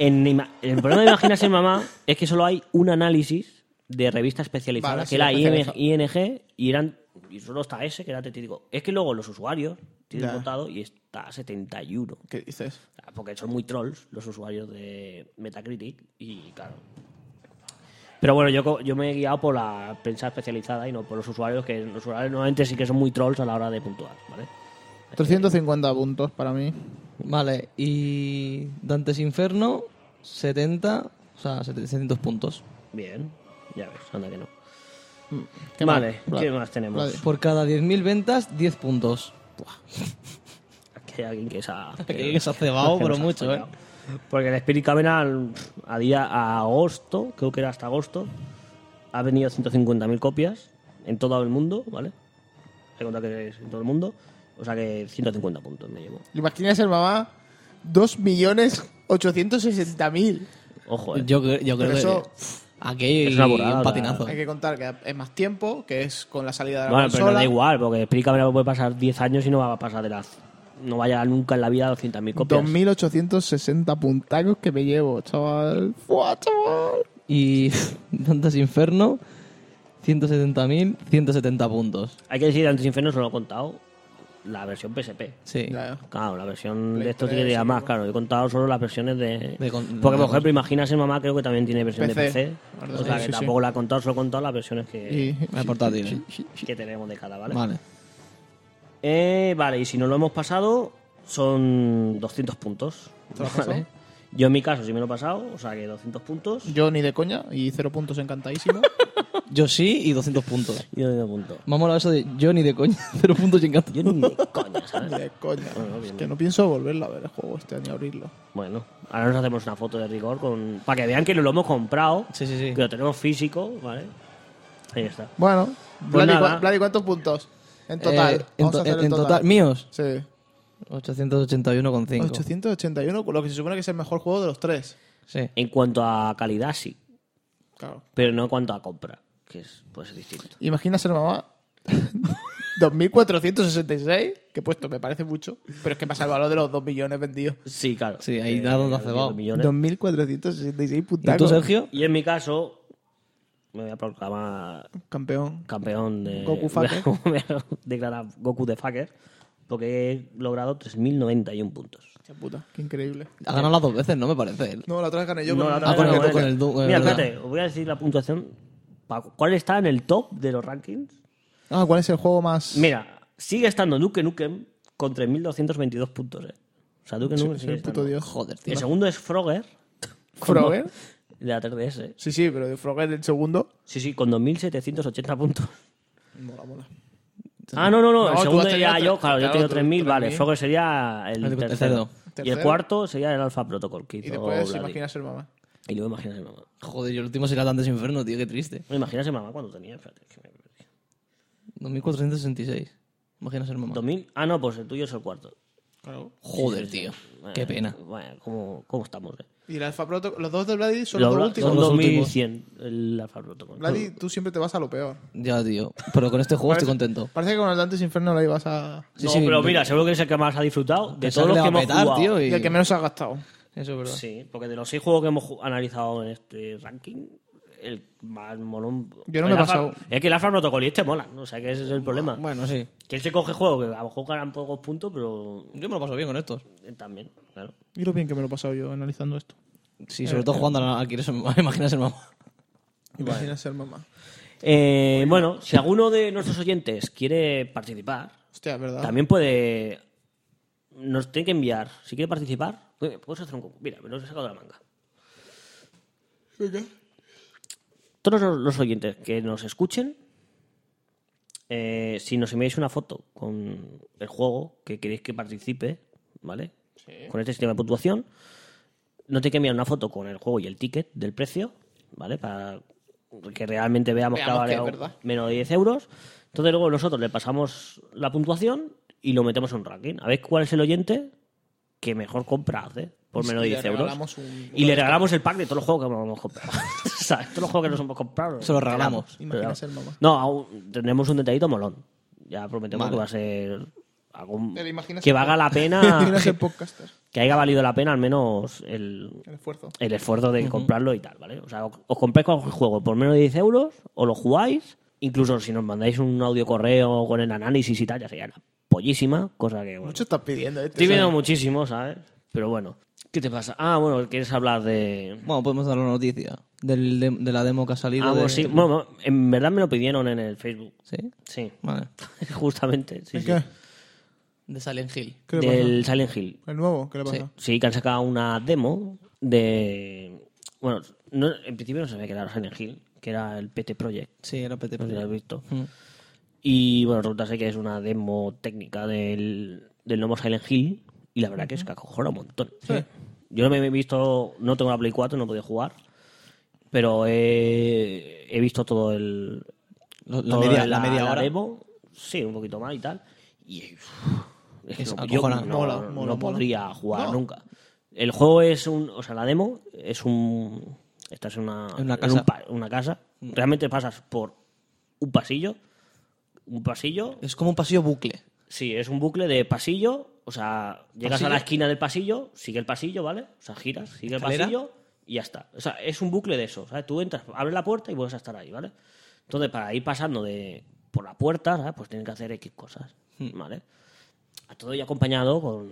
Speaker 3: En ima- el problema de Imaginarse Mamá es que solo hay un análisis de revista especializada,
Speaker 2: Vale,
Speaker 3: que
Speaker 2: sí,
Speaker 3: era
Speaker 2: especializa-
Speaker 3: ING, y eran y solo está ese, que era tetírico. Es que luego los usuarios tienen
Speaker 2: Ya.
Speaker 3: votado y está a 71. O
Speaker 2: ¿Qué dices?
Speaker 3: sea, Ah, Porque son muy trolls los usuarios de Metacritic y claro. Pero bueno, yo, co- yo me he guiado por la prensa especializada y no por los usuarios, que los usuarios normalmente sí que son muy trolls a la hora de puntuar, ¿vale?
Speaker 2: 350 puntos para mí.
Speaker 4: Vale, y Dante's Inferno, 70, o sea, 700 puntos.
Speaker 3: Bien, ya ves, anda que no.
Speaker 2: ¿Qué más?
Speaker 3: vale, ¿qué
Speaker 2: Vale.
Speaker 3: más tenemos?
Speaker 2: Vale.
Speaker 4: Por cada 10.000 ventas, 10 puntos.
Speaker 3: Aquí hay alguien que se ha,
Speaker 4: Aquí que se ha cebado,
Speaker 3: que
Speaker 4: pero
Speaker 3: nos ha
Speaker 4: mucho, ¿eh?
Speaker 3: follado. Porque el Spirit Camera a día a agosto, creo que era hasta agosto, ha vendido 150.000 copias en todo el mundo, ¿vale? He contado que es en todo el mundo. O sea que 150 puntos me llevo.
Speaker 2: Imagina ser mamá, 2.860.000.
Speaker 3: Ojo, eh.
Speaker 4: Yo, cre- yo creo
Speaker 2: Pero eso
Speaker 4: que aquí
Speaker 3: es una burrada,
Speaker 4: un patinazo.
Speaker 2: hay que contar que es más tiempo, que es con la salida de la
Speaker 3: Bueno, pero
Speaker 2: consola.
Speaker 3: no da igual, porque el Spirit Camera puede pasar 10 años y no va a pasar de las. No va a llegar nunca en la vida a 200.000 copias.
Speaker 2: 2.860 puntacos que me llevo, chaval. ¡Fua, chaval!
Speaker 4: Y Dante's Inferno, 170.000, 170 puntos.
Speaker 3: Hay que decir, antes Inferno solo he contado la versión PSP.
Speaker 4: Sí.
Speaker 2: Ya,
Speaker 3: Claro, la versión
Speaker 2: Play
Speaker 3: de esto tiene
Speaker 2: 3,
Speaker 3: que ir a
Speaker 2: sí,
Speaker 3: más,
Speaker 2: ¿no?
Speaker 3: claro. He contado solo las versiones de.
Speaker 4: De con-
Speaker 3: Porque,
Speaker 4: de-
Speaker 3: por ejemplo, imagínate, mamá, creo que también tiene versión de
Speaker 2: PC,
Speaker 3: PC.
Speaker 2: ¿verdad?
Speaker 3: O sea,
Speaker 2: Sí, sí,
Speaker 3: que tampoco la he contado, solo he contado las versiones que,
Speaker 2: Y-
Speaker 4: Me portátil.
Speaker 3: que tenemos de cada, ¿vale?
Speaker 4: Vale.
Speaker 3: Eh, vale, y si no lo hemos pasado, son 200 puntos. ¿vale? Yo en mi caso sí me lo he pasado, o sea que 200 puntos
Speaker 2: Yo ni de coña, y cero puntos encantadísimo.
Speaker 4: Yo sí y 200 puntos.
Speaker 3: y 200 puntos.
Speaker 4: Vamos a eso de yo ni de coña, 0 puntos y encanta.
Speaker 3: Yo ni de coña, ¿sabes?
Speaker 2: de coña.
Speaker 3: Bueno, bien.
Speaker 2: Es que no pienso volverlo a ver el juego este ni abrirlo.
Speaker 3: Bueno, ahora nos hacemos una foto de rigor con... para que vean que lo hemos comprado,
Speaker 4: Sí, sí, sí.
Speaker 3: que lo tenemos físico, ¿vale? Ahí está.
Speaker 2: Bueno, Vladi,
Speaker 3: Pues nada.
Speaker 2: ¿cu- Vladi, ¿cuántos puntos? En total.
Speaker 4: Eh, en,
Speaker 2: Vamos a
Speaker 4: to-
Speaker 2: hacer
Speaker 4: en- en total. míos,
Speaker 2: Sí.
Speaker 4: 881,5.
Speaker 2: 881, con lo que se supone que es el mejor juego de los tres.
Speaker 4: Sí.
Speaker 3: En cuanto a calidad, sí.
Speaker 2: Claro.
Speaker 3: pero no en cuanto a compra, que es pues distinto.
Speaker 2: Imagina ser mamá. 2466, que he puesto me parece mucho, pero es que pasa el valor de los 2 millones vendidos.
Speaker 3: Sí, claro.
Speaker 4: Sí, ahí da donde ha cebado.
Speaker 3: 10 millones.
Speaker 2: 2466
Speaker 4: ¿Y
Speaker 2: puntacos.
Speaker 4: tú, Sergio?
Speaker 3: Y en mi caso, me voy a proclamar
Speaker 2: Campeón.
Speaker 3: campeón de.
Speaker 2: Goku fucker.
Speaker 3: me voy a declarar Goku de Fucker, porque he logrado 3.091 puntos.
Speaker 2: Qué puta, qué increíble.
Speaker 4: Ha ganado las dos veces, ¿no me parece? él.
Speaker 2: No, la otra vez gané yo.
Speaker 3: No,
Speaker 2: con
Speaker 3: la
Speaker 2: una-
Speaker 3: otra
Speaker 4: Ah, con
Speaker 3: vez no,
Speaker 4: el du- con
Speaker 3: eh.
Speaker 4: el du- eh,
Speaker 3: Mira,
Speaker 4: verdad.
Speaker 3: espérate, os voy a decir la puntuación. pa- ¿Cuál está en el top de los rankings?
Speaker 2: Ah, ¿cuál es el juego más...?
Speaker 3: Mira, sigue estando Duke Nukem con 3.222 puntos, eh. O sea, Duke
Speaker 2: Sí,
Speaker 3: Nukem
Speaker 2: soy
Speaker 3: sigue
Speaker 2: el puto
Speaker 3: estando.
Speaker 2: dios.
Speaker 4: Joder, tío.
Speaker 3: El segundo es Frogger,
Speaker 2: ¿Frogger?
Speaker 3: de la 3DS.
Speaker 2: Sí, sí, pero de Frogger el segundo...
Speaker 3: ¿eh? Sí, sí, con 2.780 puntos.
Speaker 2: Mola, mola.
Speaker 3: Ah, no, no, no.
Speaker 2: No,
Speaker 3: El
Speaker 2: tú
Speaker 3: segundo
Speaker 2: has tenido
Speaker 3: ya
Speaker 2: tre-
Speaker 3: yo, claro, yo
Speaker 2: claro,
Speaker 3: he tenido
Speaker 2: tú-
Speaker 3: 3.000, vale.
Speaker 2: 3.000.
Speaker 3: Frogger sería el,
Speaker 4: El
Speaker 3: tercero.
Speaker 4: tercero.
Speaker 3: Y el
Speaker 2: Tercero.
Speaker 3: cuarto sería el Alpha Protocol. Que
Speaker 2: Y
Speaker 3: hizo
Speaker 2: después
Speaker 3: Vladi.
Speaker 2: imagina ser mamá.
Speaker 3: Y luego imaginas a mamá.
Speaker 4: Joder, yo el último será Dantes Inferno, tío, qué triste.
Speaker 3: Me imaginas a mamá cuando tenía. Espérate, es que me-
Speaker 4: 2466. Imagina ser mamá.
Speaker 3: 2000. Ah, no, pues el tuyo es el cuarto.
Speaker 4: Joder, tío.
Speaker 3: Bueno,
Speaker 4: Qué pena.
Speaker 3: Bueno, ¿cómo, cómo estamos? eh?
Speaker 2: Y el Alpha Protocol, los dos de Vladi son
Speaker 3: Lo-
Speaker 2: los dos
Speaker 3: son
Speaker 2: últimos.
Speaker 4: los últimos.
Speaker 3: 2100 el Alfa Protocol.
Speaker 2: Vladi, tú siempre te vas a lo peor.
Speaker 4: Ya, tío. Pero con este juego estoy contento.
Speaker 2: Parece que con el Dantes Inferno ahí vas a.
Speaker 4: Sí,
Speaker 3: no,
Speaker 4: sí,
Speaker 3: pero
Speaker 4: me-
Speaker 3: mira, seguro que es el que más ha disfrutado de
Speaker 4: pensaba
Speaker 3: todos los
Speaker 4: le
Speaker 3: que
Speaker 4: iba
Speaker 3: hemos
Speaker 4: a petar,
Speaker 3: jugado.
Speaker 4: tío,
Speaker 2: Y el que menos has gastado.
Speaker 4: Eso es verdad.
Speaker 2: ¿eh?
Speaker 3: Sí, porque de los seis juegos que hemos ju- analizado en este ranking, el más molón.
Speaker 2: Yo no
Speaker 3: el
Speaker 2: me he
Speaker 3: Alpha-
Speaker 2: pasado.
Speaker 3: Es que el Alfa Protocol y este mola, o sea que ese es el problema.
Speaker 4: Bueno, sí.
Speaker 3: Que él se coge juegos que a lo mejor ganan pocos puntos, pero
Speaker 4: Yo me lo paso bien con estos.
Speaker 3: eh, también, claro.
Speaker 2: Y lo bien que me lo he pasado yo analizando esto.
Speaker 4: Sí,
Speaker 3: Eh.
Speaker 4: sobre todo jugando a, a Quieres ser mamá. Imagina ser mamá.
Speaker 2: Imagina ser mamá.
Speaker 3: Eh, bueno, si alguno de nuestros oyentes quiere participar,
Speaker 2: Hostia, es verdad.
Speaker 3: también puede. Nos tiene que enviar. Si quiere participar, eh, puedes hacer un concurso. Mira, me lo he sacado de la manga. Todos los- los oyentes que nos escuchen, eh, si nos enviáis una foto con el juego que queréis que participe, ¿vale? Con este sistema de puntuación, no te que enviar una foto con el juego y el ticket del precio, ¿vale? Para que realmente veamos,
Speaker 2: Veamos
Speaker 3: que
Speaker 2: que
Speaker 3: ha
Speaker 2: es
Speaker 3: variado
Speaker 2: verdad.
Speaker 3: menos de 10 euros. Entonces luego nosotros le pasamos la puntuación y lo metemos en un ranking. A ver cuál es el oyente que mejor compra hace por menos de
Speaker 2: Y le
Speaker 3: 10 euros.
Speaker 2: regalamos un-
Speaker 3: Y le regalamos el pack de todos los juegos que hemos comprado. O sea, Todos los juegos que nos hemos comprado.
Speaker 4: Se los regalamos.
Speaker 2: Imagina ser
Speaker 3: Pero-
Speaker 2: mamá.
Speaker 3: No, aún tendremos un detallito molón. Ya prometemos
Speaker 4: Vale.
Speaker 3: que va a ser algún...
Speaker 2: Pero imagina
Speaker 3: Que
Speaker 2: ser
Speaker 3: valga
Speaker 2: mamá.
Speaker 3: la
Speaker 2: Imagina
Speaker 3: pena...
Speaker 2: ser podcaster.
Speaker 3: que haya valido la pena al menos el,
Speaker 2: El esfuerzo.
Speaker 3: el esfuerzo de comprarlo y tal, ¿vale? O sea, os os compráis cualquier juego por menos de 10 euros, o lo jugáis, incluso si nos mandáis un audio correo con el análisis y tal, ya sería una pollísima, cosa que, bueno,
Speaker 2: Mucho estás pidiendo, eh.
Speaker 3: estoy viendo muchísimo, ¿sabes? Pero bueno, ¿qué te pasa? Ah, bueno, quieres hablar de...
Speaker 4: Bueno, podemos dar la noticia del de, de la demo que ha salido.
Speaker 3: Ah,
Speaker 4: de-
Speaker 3: bueno, sí, bueno, en verdad me lo pidieron en el Facebook,
Speaker 4: ¿Sí?
Speaker 3: sí,
Speaker 4: Vale.
Speaker 3: justamente, sí, sí.
Speaker 2: ¿Qué?
Speaker 4: De Silent Hill.
Speaker 2: ¿Qué le pasa?
Speaker 3: del Silent Hill.
Speaker 2: ¿El nuevo? ¿Qué le pasa?
Speaker 4: Sí.
Speaker 3: Sí, que han sacado una demo de. Bueno, no- en principio no sabía que era Silent Hill, que era el PT Project,
Speaker 4: Sí, era PT.
Speaker 3: no sé si lo has visto.
Speaker 4: Mm.
Speaker 3: Y bueno, resulta ser que es una demo técnica del, del nuevo Silent Hill, y la verdad que es que acojona un montón. Yo no me he visto, no tengo la Play 4, no he podido jugar, pero he, he visto todo el.
Speaker 4: Lo- La
Speaker 3: toda
Speaker 4: media, la media hora.
Speaker 3: demo, sí, un poquito más y tal. Y. Es que
Speaker 4: Es
Speaker 3: no- yo
Speaker 4: acojonante.
Speaker 3: no-
Speaker 2: Mola,
Speaker 3: no
Speaker 2: mola, mola.
Speaker 3: podría jugar
Speaker 2: No.
Speaker 3: nunca. El juego es un. O sea, la demo es un. Estás en una,
Speaker 4: En una
Speaker 3: en
Speaker 4: casa. Mm.
Speaker 3: un pa- una casa. Realmente pasas por un pasillo. Un pasillo.
Speaker 4: Es como un pasillo bucle.
Speaker 3: Sí, es un bucle de pasillo. O sea, llegas a
Speaker 4: Pasillo.
Speaker 3: la esquina del pasillo, sigue el pasillo, ¿vale? O sea, giras, sigue
Speaker 4: Escalera.
Speaker 3: el pasillo y ya está. O sea, es un bucle de eso. ¿sabes? Tú entras, abres la puerta y vuelves a estar ahí, ¿vale? Entonces, para ir pasando de por la puerta, ¿sabes? Pues tienen que hacer X cosas,
Speaker 4: Hmm.
Speaker 3: ¿vale? A todo ello acompañado con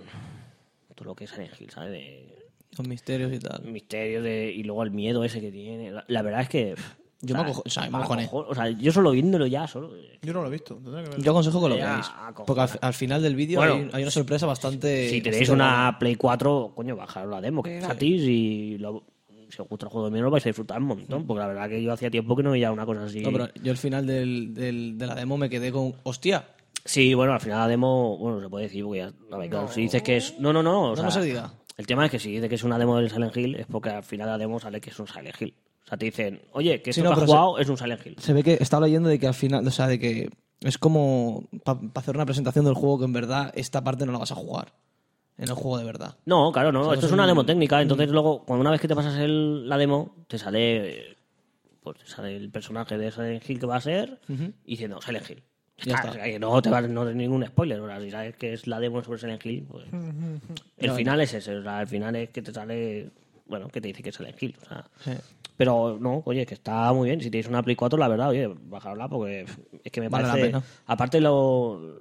Speaker 3: todo lo que es Silent Hill, ¿sabes? De
Speaker 4: Con misterios y tal.
Speaker 3: misterios de, y luego el miedo ese que tiene. La, la verdad es que...
Speaker 4: Yo me acojo- o sea, me acojoné.
Speaker 3: acojo- o sea, yo solo viéndolo ya, solo...
Speaker 2: Yo no lo he visto. Tendré que verlo.
Speaker 4: Yo aconsejo que lo
Speaker 3: Ya,
Speaker 4: veáis.
Speaker 3: acojonante.
Speaker 4: Porque al, al final del vídeo
Speaker 3: Bueno,
Speaker 4: hay, hay una sorpresa bastante.
Speaker 3: Si tenéis
Speaker 4: bastante
Speaker 3: una
Speaker 4: buena.
Speaker 3: Play 4, coño, bajaros la demo, que es gratis y lo- si os gusta el juego de miedo lo vais a disfrutar un montón, porque la verdad que yo hacía tiempo que no veía una cosa así.
Speaker 4: Mm. No, pero yo al final del, del- de la demo me quedé con. ¡Hostia!
Speaker 3: Sí, bueno, al final la demo, bueno, se puede decir, porque ya, a ver, claro, si dices que es... No, no, no, o
Speaker 4: No,
Speaker 3: sea,
Speaker 4: no se diga.
Speaker 3: El tema es que si dices que es una demo del Silent Hill, es porque al final la demo sale que es un Silent Hill. O sea, te dicen, oye, que
Speaker 4: Sí,
Speaker 3: esto
Speaker 4: no,
Speaker 3: que has
Speaker 4: pero se-
Speaker 3: jugado es un Silent Hill.
Speaker 4: Se ve que estaba leyendo de que al final. O sea, de que es como. Para hacer una presentación del juego que en verdad esta parte no la vas a jugar. En el juego de verdad.
Speaker 3: No, claro, no.
Speaker 4: sea,
Speaker 3: Esto
Speaker 4: es
Speaker 3: es una
Speaker 4: un-
Speaker 3: demo técnica. Entonces, luego, cuando una vez que te pasas el- la demo, te sale. eh, Pues te sale el personaje de Silent Hill que va a ser y diciendo Silent Hill.
Speaker 4: Ya
Speaker 3: Ya
Speaker 4: está.
Speaker 3: está. o sea, que no te va no tener ningún spoiler. O sea, si sabes que es la demo sobre Silent Hill, pues. El final es ese. O sea, el final es que te sale. Bueno, que te dice que es Silent Hill. O sea.
Speaker 4: Sí.
Speaker 3: Pero no, oye, que está muy bien. Si tenéis una Play 4, la verdad, oye, bajarla porque pff, es que me
Speaker 4: Vale la
Speaker 3: parece.
Speaker 4: pena.
Speaker 3: Aparte, lo-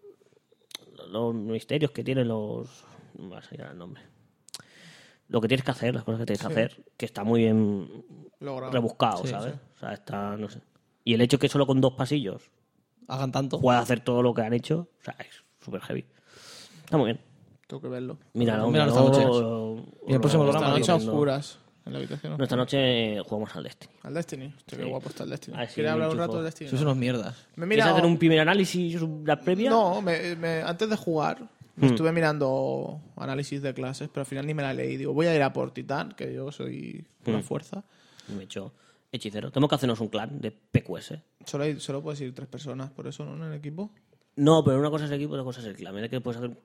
Speaker 3: los misterios que tienen los. No me va a salir ahora el nombre. Lo que tienes que hacer, las cosas que tienes que hacer, que está muy bien
Speaker 2: Logrado.
Speaker 3: rebuscado, ¿sabes? O sea, está, no sé. Y el hecho que solo con dos pasillos
Speaker 4: Hagan tanto.
Speaker 3: puedas hacer todo lo que han hecho, o sea, es súper heavy. Está muy bien.
Speaker 2: Tengo que verlo.
Speaker 3: Míralo,
Speaker 4: Míralo esta noche. Y el próximo
Speaker 2: Esta
Speaker 4: programa,
Speaker 2: noche a
Speaker 3: Esta noche,
Speaker 2: oscuras. En la habitación.
Speaker 3: esta noche jugamos al Destiny.
Speaker 2: Al Destiny. Hostia, qué guapo está el Destiny.
Speaker 3: Ah, sí,
Speaker 2: ¿Quieres hablar un
Speaker 3: mucho
Speaker 2: rato del
Speaker 3: juego.
Speaker 2: Destiny?
Speaker 4: Sois unos mierdas.
Speaker 2: Me he
Speaker 3: ¿Quieres
Speaker 2: mirado-
Speaker 3: hacer un primer análisis, una previa?
Speaker 2: No, me- me- antes de jugar
Speaker 3: Mm.
Speaker 2: Estuve mirando análisis de clases, pero al final ni me la leí. Digo, voy a ir a por Titán, que yo soy
Speaker 3: Hmm.
Speaker 2: una fuerza.
Speaker 3: Me he hecho hechicero. Tenemos que hacernos un clan de PQS.
Speaker 2: Solo, hay- solo puedes ir tres personas, por eso no en el equipo.
Speaker 3: No, pero una cosa es el equipo, otra cosa es el clan. Mira que puedes hacer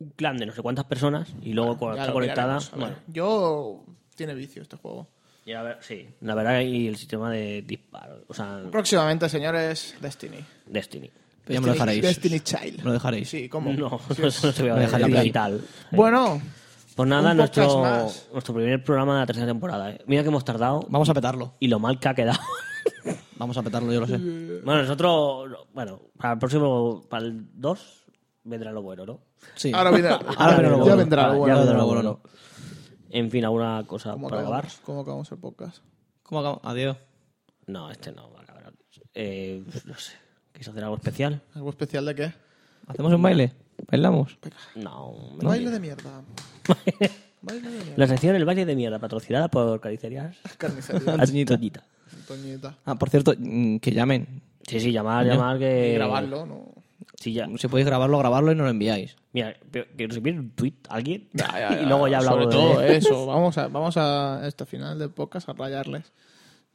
Speaker 3: un clan de no sé cuántas personas y luego cuando
Speaker 2: Ya
Speaker 3: está
Speaker 2: lo
Speaker 3: conectada.
Speaker 2: miraremos, a ver.
Speaker 3: Bueno,
Speaker 2: Yo. Tiene vicio este juego.
Speaker 3: y a ver, sí. La verdad, y el sistema de disparo. O sea,
Speaker 2: Próximamente, señores, Destiny.
Speaker 3: Destiny.
Speaker 4: Pero Pues ya me lo dejaréis.
Speaker 2: Destiny Child.
Speaker 4: Me lo dejaréis.
Speaker 2: Sí, ¿cómo?
Speaker 3: No, no,
Speaker 2: Sí,
Speaker 3: no
Speaker 2: es-
Speaker 3: se voy a
Speaker 4: Me deja la
Speaker 3: dejar
Speaker 4: play.
Speaker 3: digital.
Speaker 2: Bueno,
Speaker 3: Pues nada,
Speaker 2: un
Speaker 3: nuestro,
Speaker 2: podcast más.
Speaker 3: nuestro primer programa de la tercera temporada. ¿eh? Mira que hemos tardado
Speaker 4: Vamos a petarlo.
Speaker 3: y lo mal que ha quedado.
Speaker 4: Vamos a petarlo, yo lo
Speaker 2: Mm.
Speaker 4: sé.
Speaker 3: bueno, nosotros, bueno, para el próximo, para el 2, vendrá lo bueno, ¿no?
Speaker 4: Sí.
Speaker 2: ahora viene.
Speaker 4: Ahora viene lo
Speaker 2: ya
Speaker 4: bueno.
Speaker 2: vendrá
Speaker 3: Ah,
Speaker 2: lo
Speaker 3: ya
Speaker 2: bueno.
Speaker 3: vendrá lo
Speaker 4: bueno.
Speaker 3: bueno. En fin, ¿alguna cosa
Speaker 2: ¿Cómo
Speaker 3: para acabar?
Speaker 2: acabamos, ¿Cómo acabamos el podcast?
Speaker 4: ¿Cómo acabamos? Adiós.
Speaker 3: No, este no va a acabar. Eh, no sé. ¿Quieres hacer algo especial?
Speaker 2: ¿Algo especial de qué?
Speaker 4: ¿Hacemos un baile? ¿Bailamos?
Speaker 3: No. me
Speaker 2: Baile
Speaker 3: lo
Speaker 2: de mierda. Baile de
Speaker 3: digo.
Speaker 2: mierda.
Speaker 3: La sección El baile de mierda, patrocinada por Carnicerías Ah,
Speaker 2: Carnicería,
Speaker 4: Antoñita.
Speaker 3: Antoñita.
Speaker 2: Toñita.
Speaker 4: Ah, por cierto, mm, que llamen.
Speaker 3: Sí, sí, llamar, llamar que...
Speaker 2: Y grabarlo, ¿no?
Speaker 3: Sí, ya.
Speaker 4: Si podéis grabarlo, grabarlo y nos lo enviáis.
Speaker 3: Mira, pero que recibir un tweet a alguien y luego ya hablamos
Speaker 2: Sobre
Speaker 3: de...
Speaker 2: todo ¿eh? eso. Vamos a, vamos a este final del podcast a rayarles.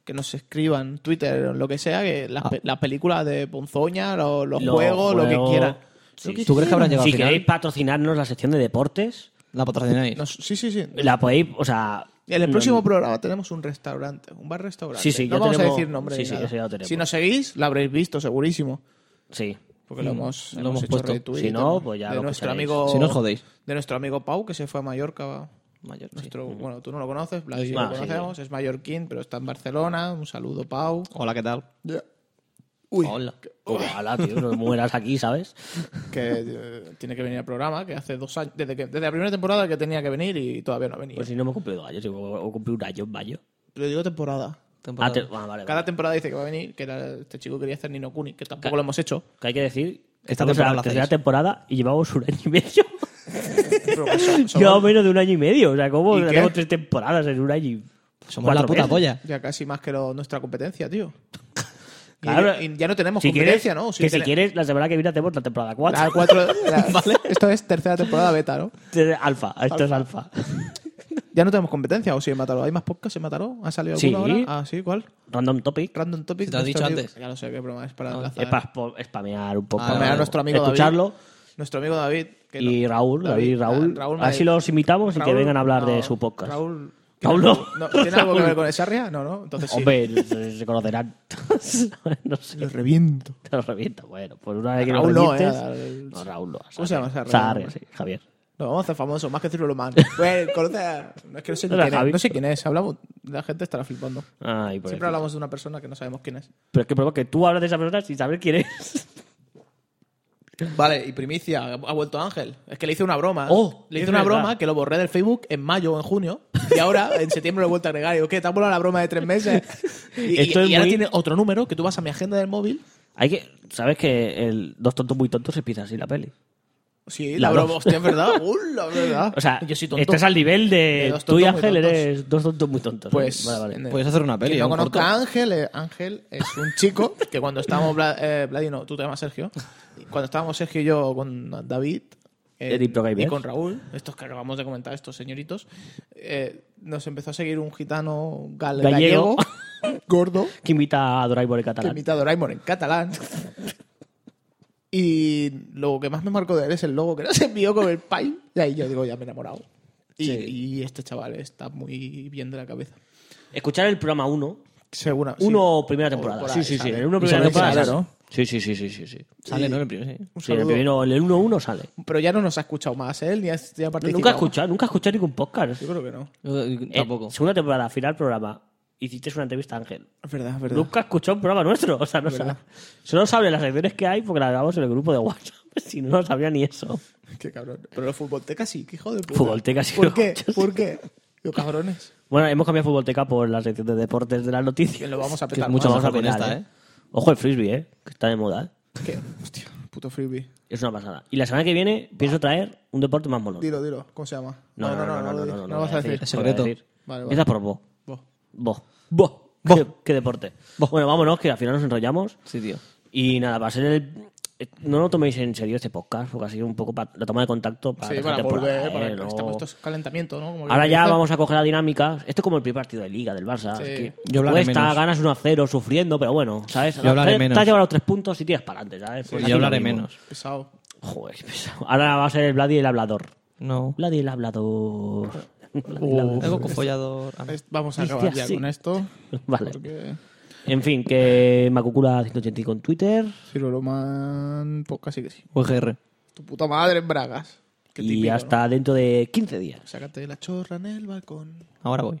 Speaker 2: Que nos escriban Twitter o lo que sea, que las, pe- las películas de Ponzoña, lo- los,
Speaker 3: Ah. Los
Speaker 2: juegos, lo que
Speaker 3: juegos.
Speaker 2: quieran.
Speaker 3: Sí.
Speaker 2: Lo que
Speaker 4: ¿Tú crees que habrán llegado
Speaker 3: Si
Speaker 4: al final?
Speaker 3: queréis patrocinarnos la sección de deportes,
Speaker 4: La patrocináis.
Speaker 2: Nos- sí, sí, sí.
Speaker 3: la podéis, o sea...
Speaker 2: En el próximo programa tenemos un restaurante, un bar restaurante.
Speaker 3: Sí, sí,
Speaker 2: no
Speaker 3: ya
Speaker 2: vamos
Speaker 3: tenemos-
Speaker 2: a decir nombre.
Speaker 3: sí,
Speaker 2: ni
Speaker 3: sí,
Speaker 2: nada.
Speaker 3: eso ya lo tenemos.
Speaker 2: Si nos seguís, la habréis visto, segurísimo.
Speaker 3: Sí.
Speaker 2: Porque
Speaker 3: Mm,
Speaker 2: lo hemos,
Speaker 4: lo
Speaker 2: hemos
Speaker 4: hemos
Speaker 2: hecho
Speaker 4: puesto.
Speaker 2: retweet
Speaker 3: Si no, pues ya
Speaker 2: de
Speaker 3: lo
Speaker 2: nuestro
Speaker 3: escucharéis.
Speaker 2: amigo,
Speaker 4: Si no os jodéis.
Speaker 2: De nuestro amigo Pau, que se fue a Mallorca. va.
Speaker 4: Mayor, sí.
Speaker 2: Nuestro- Bueno, tú no lo conoces, Vlad y yo
Speaker 3: Ah,
Speaker 2: lo
Speaker 3: sí,
Speaker 2: conocemos. Es mallorquín, pero está en Barcelona. Un saludo, Pau.
Speaker 4: Hola, ¿qué tal?
Speaker 2: Uy,
Speaker 4: Hola.
Speaker 3: Ojalá, tío, no mueras aquí, ¿sabes?
Speaker 2: que eh, tiene que venir al programa, que hace dos años, desde, que, desde la primera temporada que tenía que venir y todavía no ha venido.
Speaker 3: Pues si no me he cumplido dos años, si me he cumplido un año en mayo.
Speaker 2: Pero digo temporada.
Speaker 3: Ah, te- ah, vale,
Speaker 2: Cada
Speaker 3: vale.
Speaker 2: temporada dice que va a venir, que era- este chico quería hacer Nino Kuni, que tampoco lo hemos hecho.
Speaker 3: Que hay que decir... que
Speaker 4: Esta
Speaker 3: estamos en
Speaker 4: temporada
Speaker 3: la
Speaker 4: la
Speaker 3: tercera
Speaker 4: hacéis.
Speaker 3: temporada y llevamos un año y medio.
Speaker 2: Pero que so- somos-
Speaker 3: Llevamos menos de un año y medio. O sea, ¿cómo
Speaker 2: ¿Y qué?
Speaker 3: tenemos tres temporadas en un año y
Speaker 4: Somos la
Speaker 3: cuatro
Speaker 4: puta
Speaker 3: meses?
Speaker 4: polla.
Speaker 2: Ya casi más que lo- nuestra competencia, tío. Y-
Speaker 3: Claro.
Speaker 2: y, ya no tenemos
Speaker 3: Si
Speaker 2: competencia,
Speaker 3: quieres,
Speaker 2: ¿no? Sí
Speaker 3: que si
Speaker 2: tene-
Speaker 3: quieres, la semana que viene hacemos la temporada 4.
Speaker 2: la cuatro- la- Esto es tercera temporada beta, ¿no?
Speaker 3: Alfa, esto es alfa.
Speaker 2: Ya no tenemos competencia, o sí, en Mataró. ¿Hay más podcasts en Mataró? ¿Ha salido alguno
Speaker 3: Sí.
Speaker 2: ahora? Ah, sí, ¿cuál?
Speaker 3: Random topic.
Speaker 2: Random Topic.
Speaker 4: Si te lo has
Speaker 2: nuestro
Speaker 4: dicho
Speaker 2: amigo-
Speaker 4: antes.
Speaker 2: Ya lo sé qué broma es para
Speaker 3: Es
Speaker 2: enlazar.
Speaker 3: para spo- spamear un poco.
Speaker 4: Ah,
Speaker 2: Hombre, a nuestro amigo David.
Speaker 3: Ah, Escucharlo.
Speaker 2: Nuestro amigo David. que
Speaker 3: Y
Speaker 2: no-
Speaker 3: Raúl, David, Raúl.
Speaker 2: Ah, Raúl
Speaker 3: a ver si
Speaker 2: Madrid.
Speaker 3: los invitamos y que
Speaker 2: Raúl,
Speaker 3: vengan a hablar
Speaker 2: no,
Speaker 3: de su podcast.
Speaker 2: Raúl.
Speaker 3: Raúl no.
Speaker 2: ¿Tiene algo que
Speaker 3: Raúl.
Speaker 2: ver con Esarria? No, no. Entonces sí.
Speaker 3: Hombre, se se conocerán. no sé,
Speaker 2: Los reviento.
Speaker 3: te lo reviento. Bueno, pues una vez que
Speaker 2: Raúl
Speaker 3: lo
Speaker 2: no,
Speaker 3: revientes...
Speaker 2: eh, al-
Speaker 3: No, Raúl no.
Speaker 2: ¿Cómo se llama ese Raúl?
Speaker 3: Sarre, sí, Javier.
Speaker 2: Nos vamos a hacer famosos, más que Círculo Humano. Bueno, conoce a... No es que no sé ni
Speaker 3: Era
Speaker 2: quién
Speaker 3: Javi.
Speaker 2: es. No sé quién es. Hablamos... La gente estará flipando.
Speaker 3: Ay, pues por
Speaker 2: Siempre hablamos de una persona que no sabemos quién es.
Speaker 3: Pero es que prueba que tú hablas de esa persona sin saber quién es.
Speaker 2: Vale, y primicia, ha vuelto Ángel. Es que le hice una broma.
Speaker 3: Oh,
Speaker 2: le
Speaker 3: es
Speaker 2: hice una
Speaker 3: verdad.
Speaker 2: broma que lo borré del Facebook en mayo o en junio. Y ahora, en septiembre, lo he vuelto a agregar. Y digo, ¿qué? ¿Te has volado la broma de tres meses? Y,
Speaker 3: Esto
Speaker 2: y-
Speaker 3: es
Speaker 2: y ahora
Speaker 3: muy-
Speaker 2: tiene otro número que tú vas a mi agenda del móvil.
Speaker 3: Hay que... ¿Sabes que el Dos tontos muy tontos se empieza así la peli?
Speaker 2: Sí,
Speaker 3: La
Speaker 2: la, broma,
Speaker 3: dos.
Speaker 2: hostia, es verdad. Uh, la verdad.
Speaker 3: O sea,
Speaker 2: yo soy tonto.
Speaker 3: estás al nivel de...
Speaker 2: De dos
Speaker 3: tú y
Speaker 2: tontos muy
Speaker 3: Ángel
Speaker 2: tontos.
Speaker 3: eres dos tontos muy tontos. ¿eh?
Speaker 2: Pues,
Speaker 3: Vale, vale.
Speaker 2: en el-
Speaker 4: Puedes hacer una peli.
Speaker 2: Quien no
Speaker 4: un
Speaker 2: conozca
Speaker 4: corto.
Speaker 2: a Ángel, eh, Ángel es un chico que cuando estábamos, Bla- eh, Vladi, no, tú te llamas Sergio, cuando estábamos Sergio y yo con David eh,
Speaker 3: El Improgamer.
Speaker 2: y con Raúl, estos que acabamos de comentar, estos señoritos, eh, nos empezó a seguir un gitano gal-
Speaker 3: Gallego.
Speaker 2: gallego, gordo,
Speaker 3: que invita a Doraemon en
Speaker 2: que
Speaker 3: catalán.
Speaker 2: imita a Doraemon en catalán. Y lo que más me marcó de él es el logo que nos envió con el pay. Y ahí yo digo, ya me he enamorado. Y,
Speaker 3: Sí.
Speaker 2: y este chaval está muy bien de la cabeza.
Speaker 3: Escuchar el programa 1.
Speaker 2: Segura, sí.
Speaker 3: Uno primera temporada.
Speaker 2: por
Speaker 3: Sí,
Speaker 2: ahí,
Speaker 3: sí, sí.
Speaker 2: sale.
Speaker 3: El uno
Speaker 2: Y
Speaker 3: primera
Speaker 2: sale
Speaker 3: temporada.
Speaker 2: Isabel,
Speaker 3: sale.
Speaker 2: ¿no?
Speaker 3: Sí, sí, sí, sí, sí, sí.
Speaker 4: Sale, ¿no? En el primer, sí.
Speaker 2: Un
Speaker 3: Sí, el
Speaker 2: saludo.
Speaker 3: primero, el 1-1 sale.
Speaker 2: Pero ya no nos ha escuchado más él, ni ha, ni ha participado.
Speaker 3: Nunca he escuchado, nunca he escuchado ningún podcast.
Speaker 2: Yo creo que no.
Speaker 4: Eh,
Speaker 3: Eh,
Speaker 4: Tampoco.
Speaker 3: segunda temporada, final programa. Hiciste una entrevista a Ángel.
Speaker 2: Es verdad, es verdad.
Speaker 3: Nunca he escuchado un programa nuestro. O sea, no sabe. Solo sabe las secciones que hay porque las grabamos en el grupo de WhatsApp. Si no, no sabía ni eso.
Speaker 2: Qué cabrón. Pero los futboltecas sí, qué hijo de puta.
Speaker 3: Futbolteca sí
Speaker 2: ¿Por
Speaker 3: lo
Speaker 2: qué?
Speaker 3: escuchas.
Speaker 2: ¿Por qué? Yo, cabrones.
Speaker 3: Bueno, hemos cambiado Futbolteca por la sección de deportes de las
Speaker 2: Que
Speaker 3: noticias.
Speaker 2: lo vamos a
Speaker 4: Que es
Speaker 2: petar
Speaker 4: mucho
Speaker 2: más.
Speaker 4: más con
Speaker 3: pegar,
Speaker 4: esta, ¿eh?
Speaker 3: Ojo el frisbee, ¿eh? Que está de moda, ¿eh?
Speaker 2: ¿Qué? Hostia, puto freebie.
Speaker 3: Es una pasada. Y la semana que viene pienso traer un deporte más mono.
Speaker 2: Dilo, dilo. ¿Cómo se llama?
Speaker 3: No, no, no, no, no, no,
Speaker 2: lo
Speaker 3: no,
Speaker 2: digas.
Speaker 3: no,
Speaker 2: lo vas a decir.
Speaker 4: Es
Speaker 3: no lo voy a
Speaker 4: secreto.
Speaker 3: decir.
Speaker 2: Vale, vale.
Speaker 3: Empieza por vos.
Speaker 2: Vos.
Speaker 3: Vos. Vos.
Speaker 4: Vos.
Speaker 3: Qué, qué deporte. Bueno, vámonos, que al final nos enrollamos.
Speaker 4: Sí, tío.
Speaker 3: Y nada, va a ser el, eh, no lo toméis en serio este podcast, porque ha sido un poco pa- la toma de contacto para
Speaker 2: Sí,
Speaker 3: la
Speaker 2: para
Speaker 3: temporada,
Speaker 2: volver,
Speaker 3: eh,
Speaker 2: para que
Speaker 3: no-
Speaker 2: estamos estos calentamiento, ¿no? Como que
Speaker 3: Ahora ya
Speaker 2: empieza.
Speaker 3: vamos a coger la dinámica. Esto es como el primer partido de Liga del Barça.
Speaker 2: Sí.
Speaker 3: es que
Speaker 4: Yo hablaré
Speaker 3: cuesta,
Speaker 4: menos.
Speaker 3: ganas 1-0 sufriendo, pero bueno, ¿sabes?
Speaker 4: Yo hablaré
Speaker 3: Te-
Speaker 4: menos.
Speaker 3: Te has llevado los tres puntos y tiras para adelante, ¿sabes? Pues
Speaker 4: Y
Speaker 3: aquí
Speaker 4: yo
Speaker 3: lo
Speaker 4: hablaré
Speaker 3: mismo.
Speaker 4: menos.
Speaker 2: Pesado.
Speaker 3: Joder, qué pesado. Ahora va a ser el Vladi el hablador.
Speaker 4: No.
Speaker 3: Vladi el hablador. Vladi el
Speaker 2: Uh.
Speaker 3: hablador.
Speaker 4: Tengo cofollador. Ah,
Speaker 2: Es- Vamos a
Speaker 3: Hostia,
Speaker 2: acabar ya
Speaker 3: sí.
Speaker 2: con esto.
Speaker 3: Vale.
Speaker 2: Porque
Speaker 3: En fin, que Macucula185 en Twitter.
Speaker 2: Ciruloman, pues casi que sí.
Speaker 4: UGR.
Speaker 2: Tu puta madre en bragas. Qué
Speaker 3: y
Speaker 2: típico, ¿no?
Speaker 3: hasta dentro de 15 días.
Speaker 2: Sácate la chorra en el balcón.
Speaker 4: Ahora voy.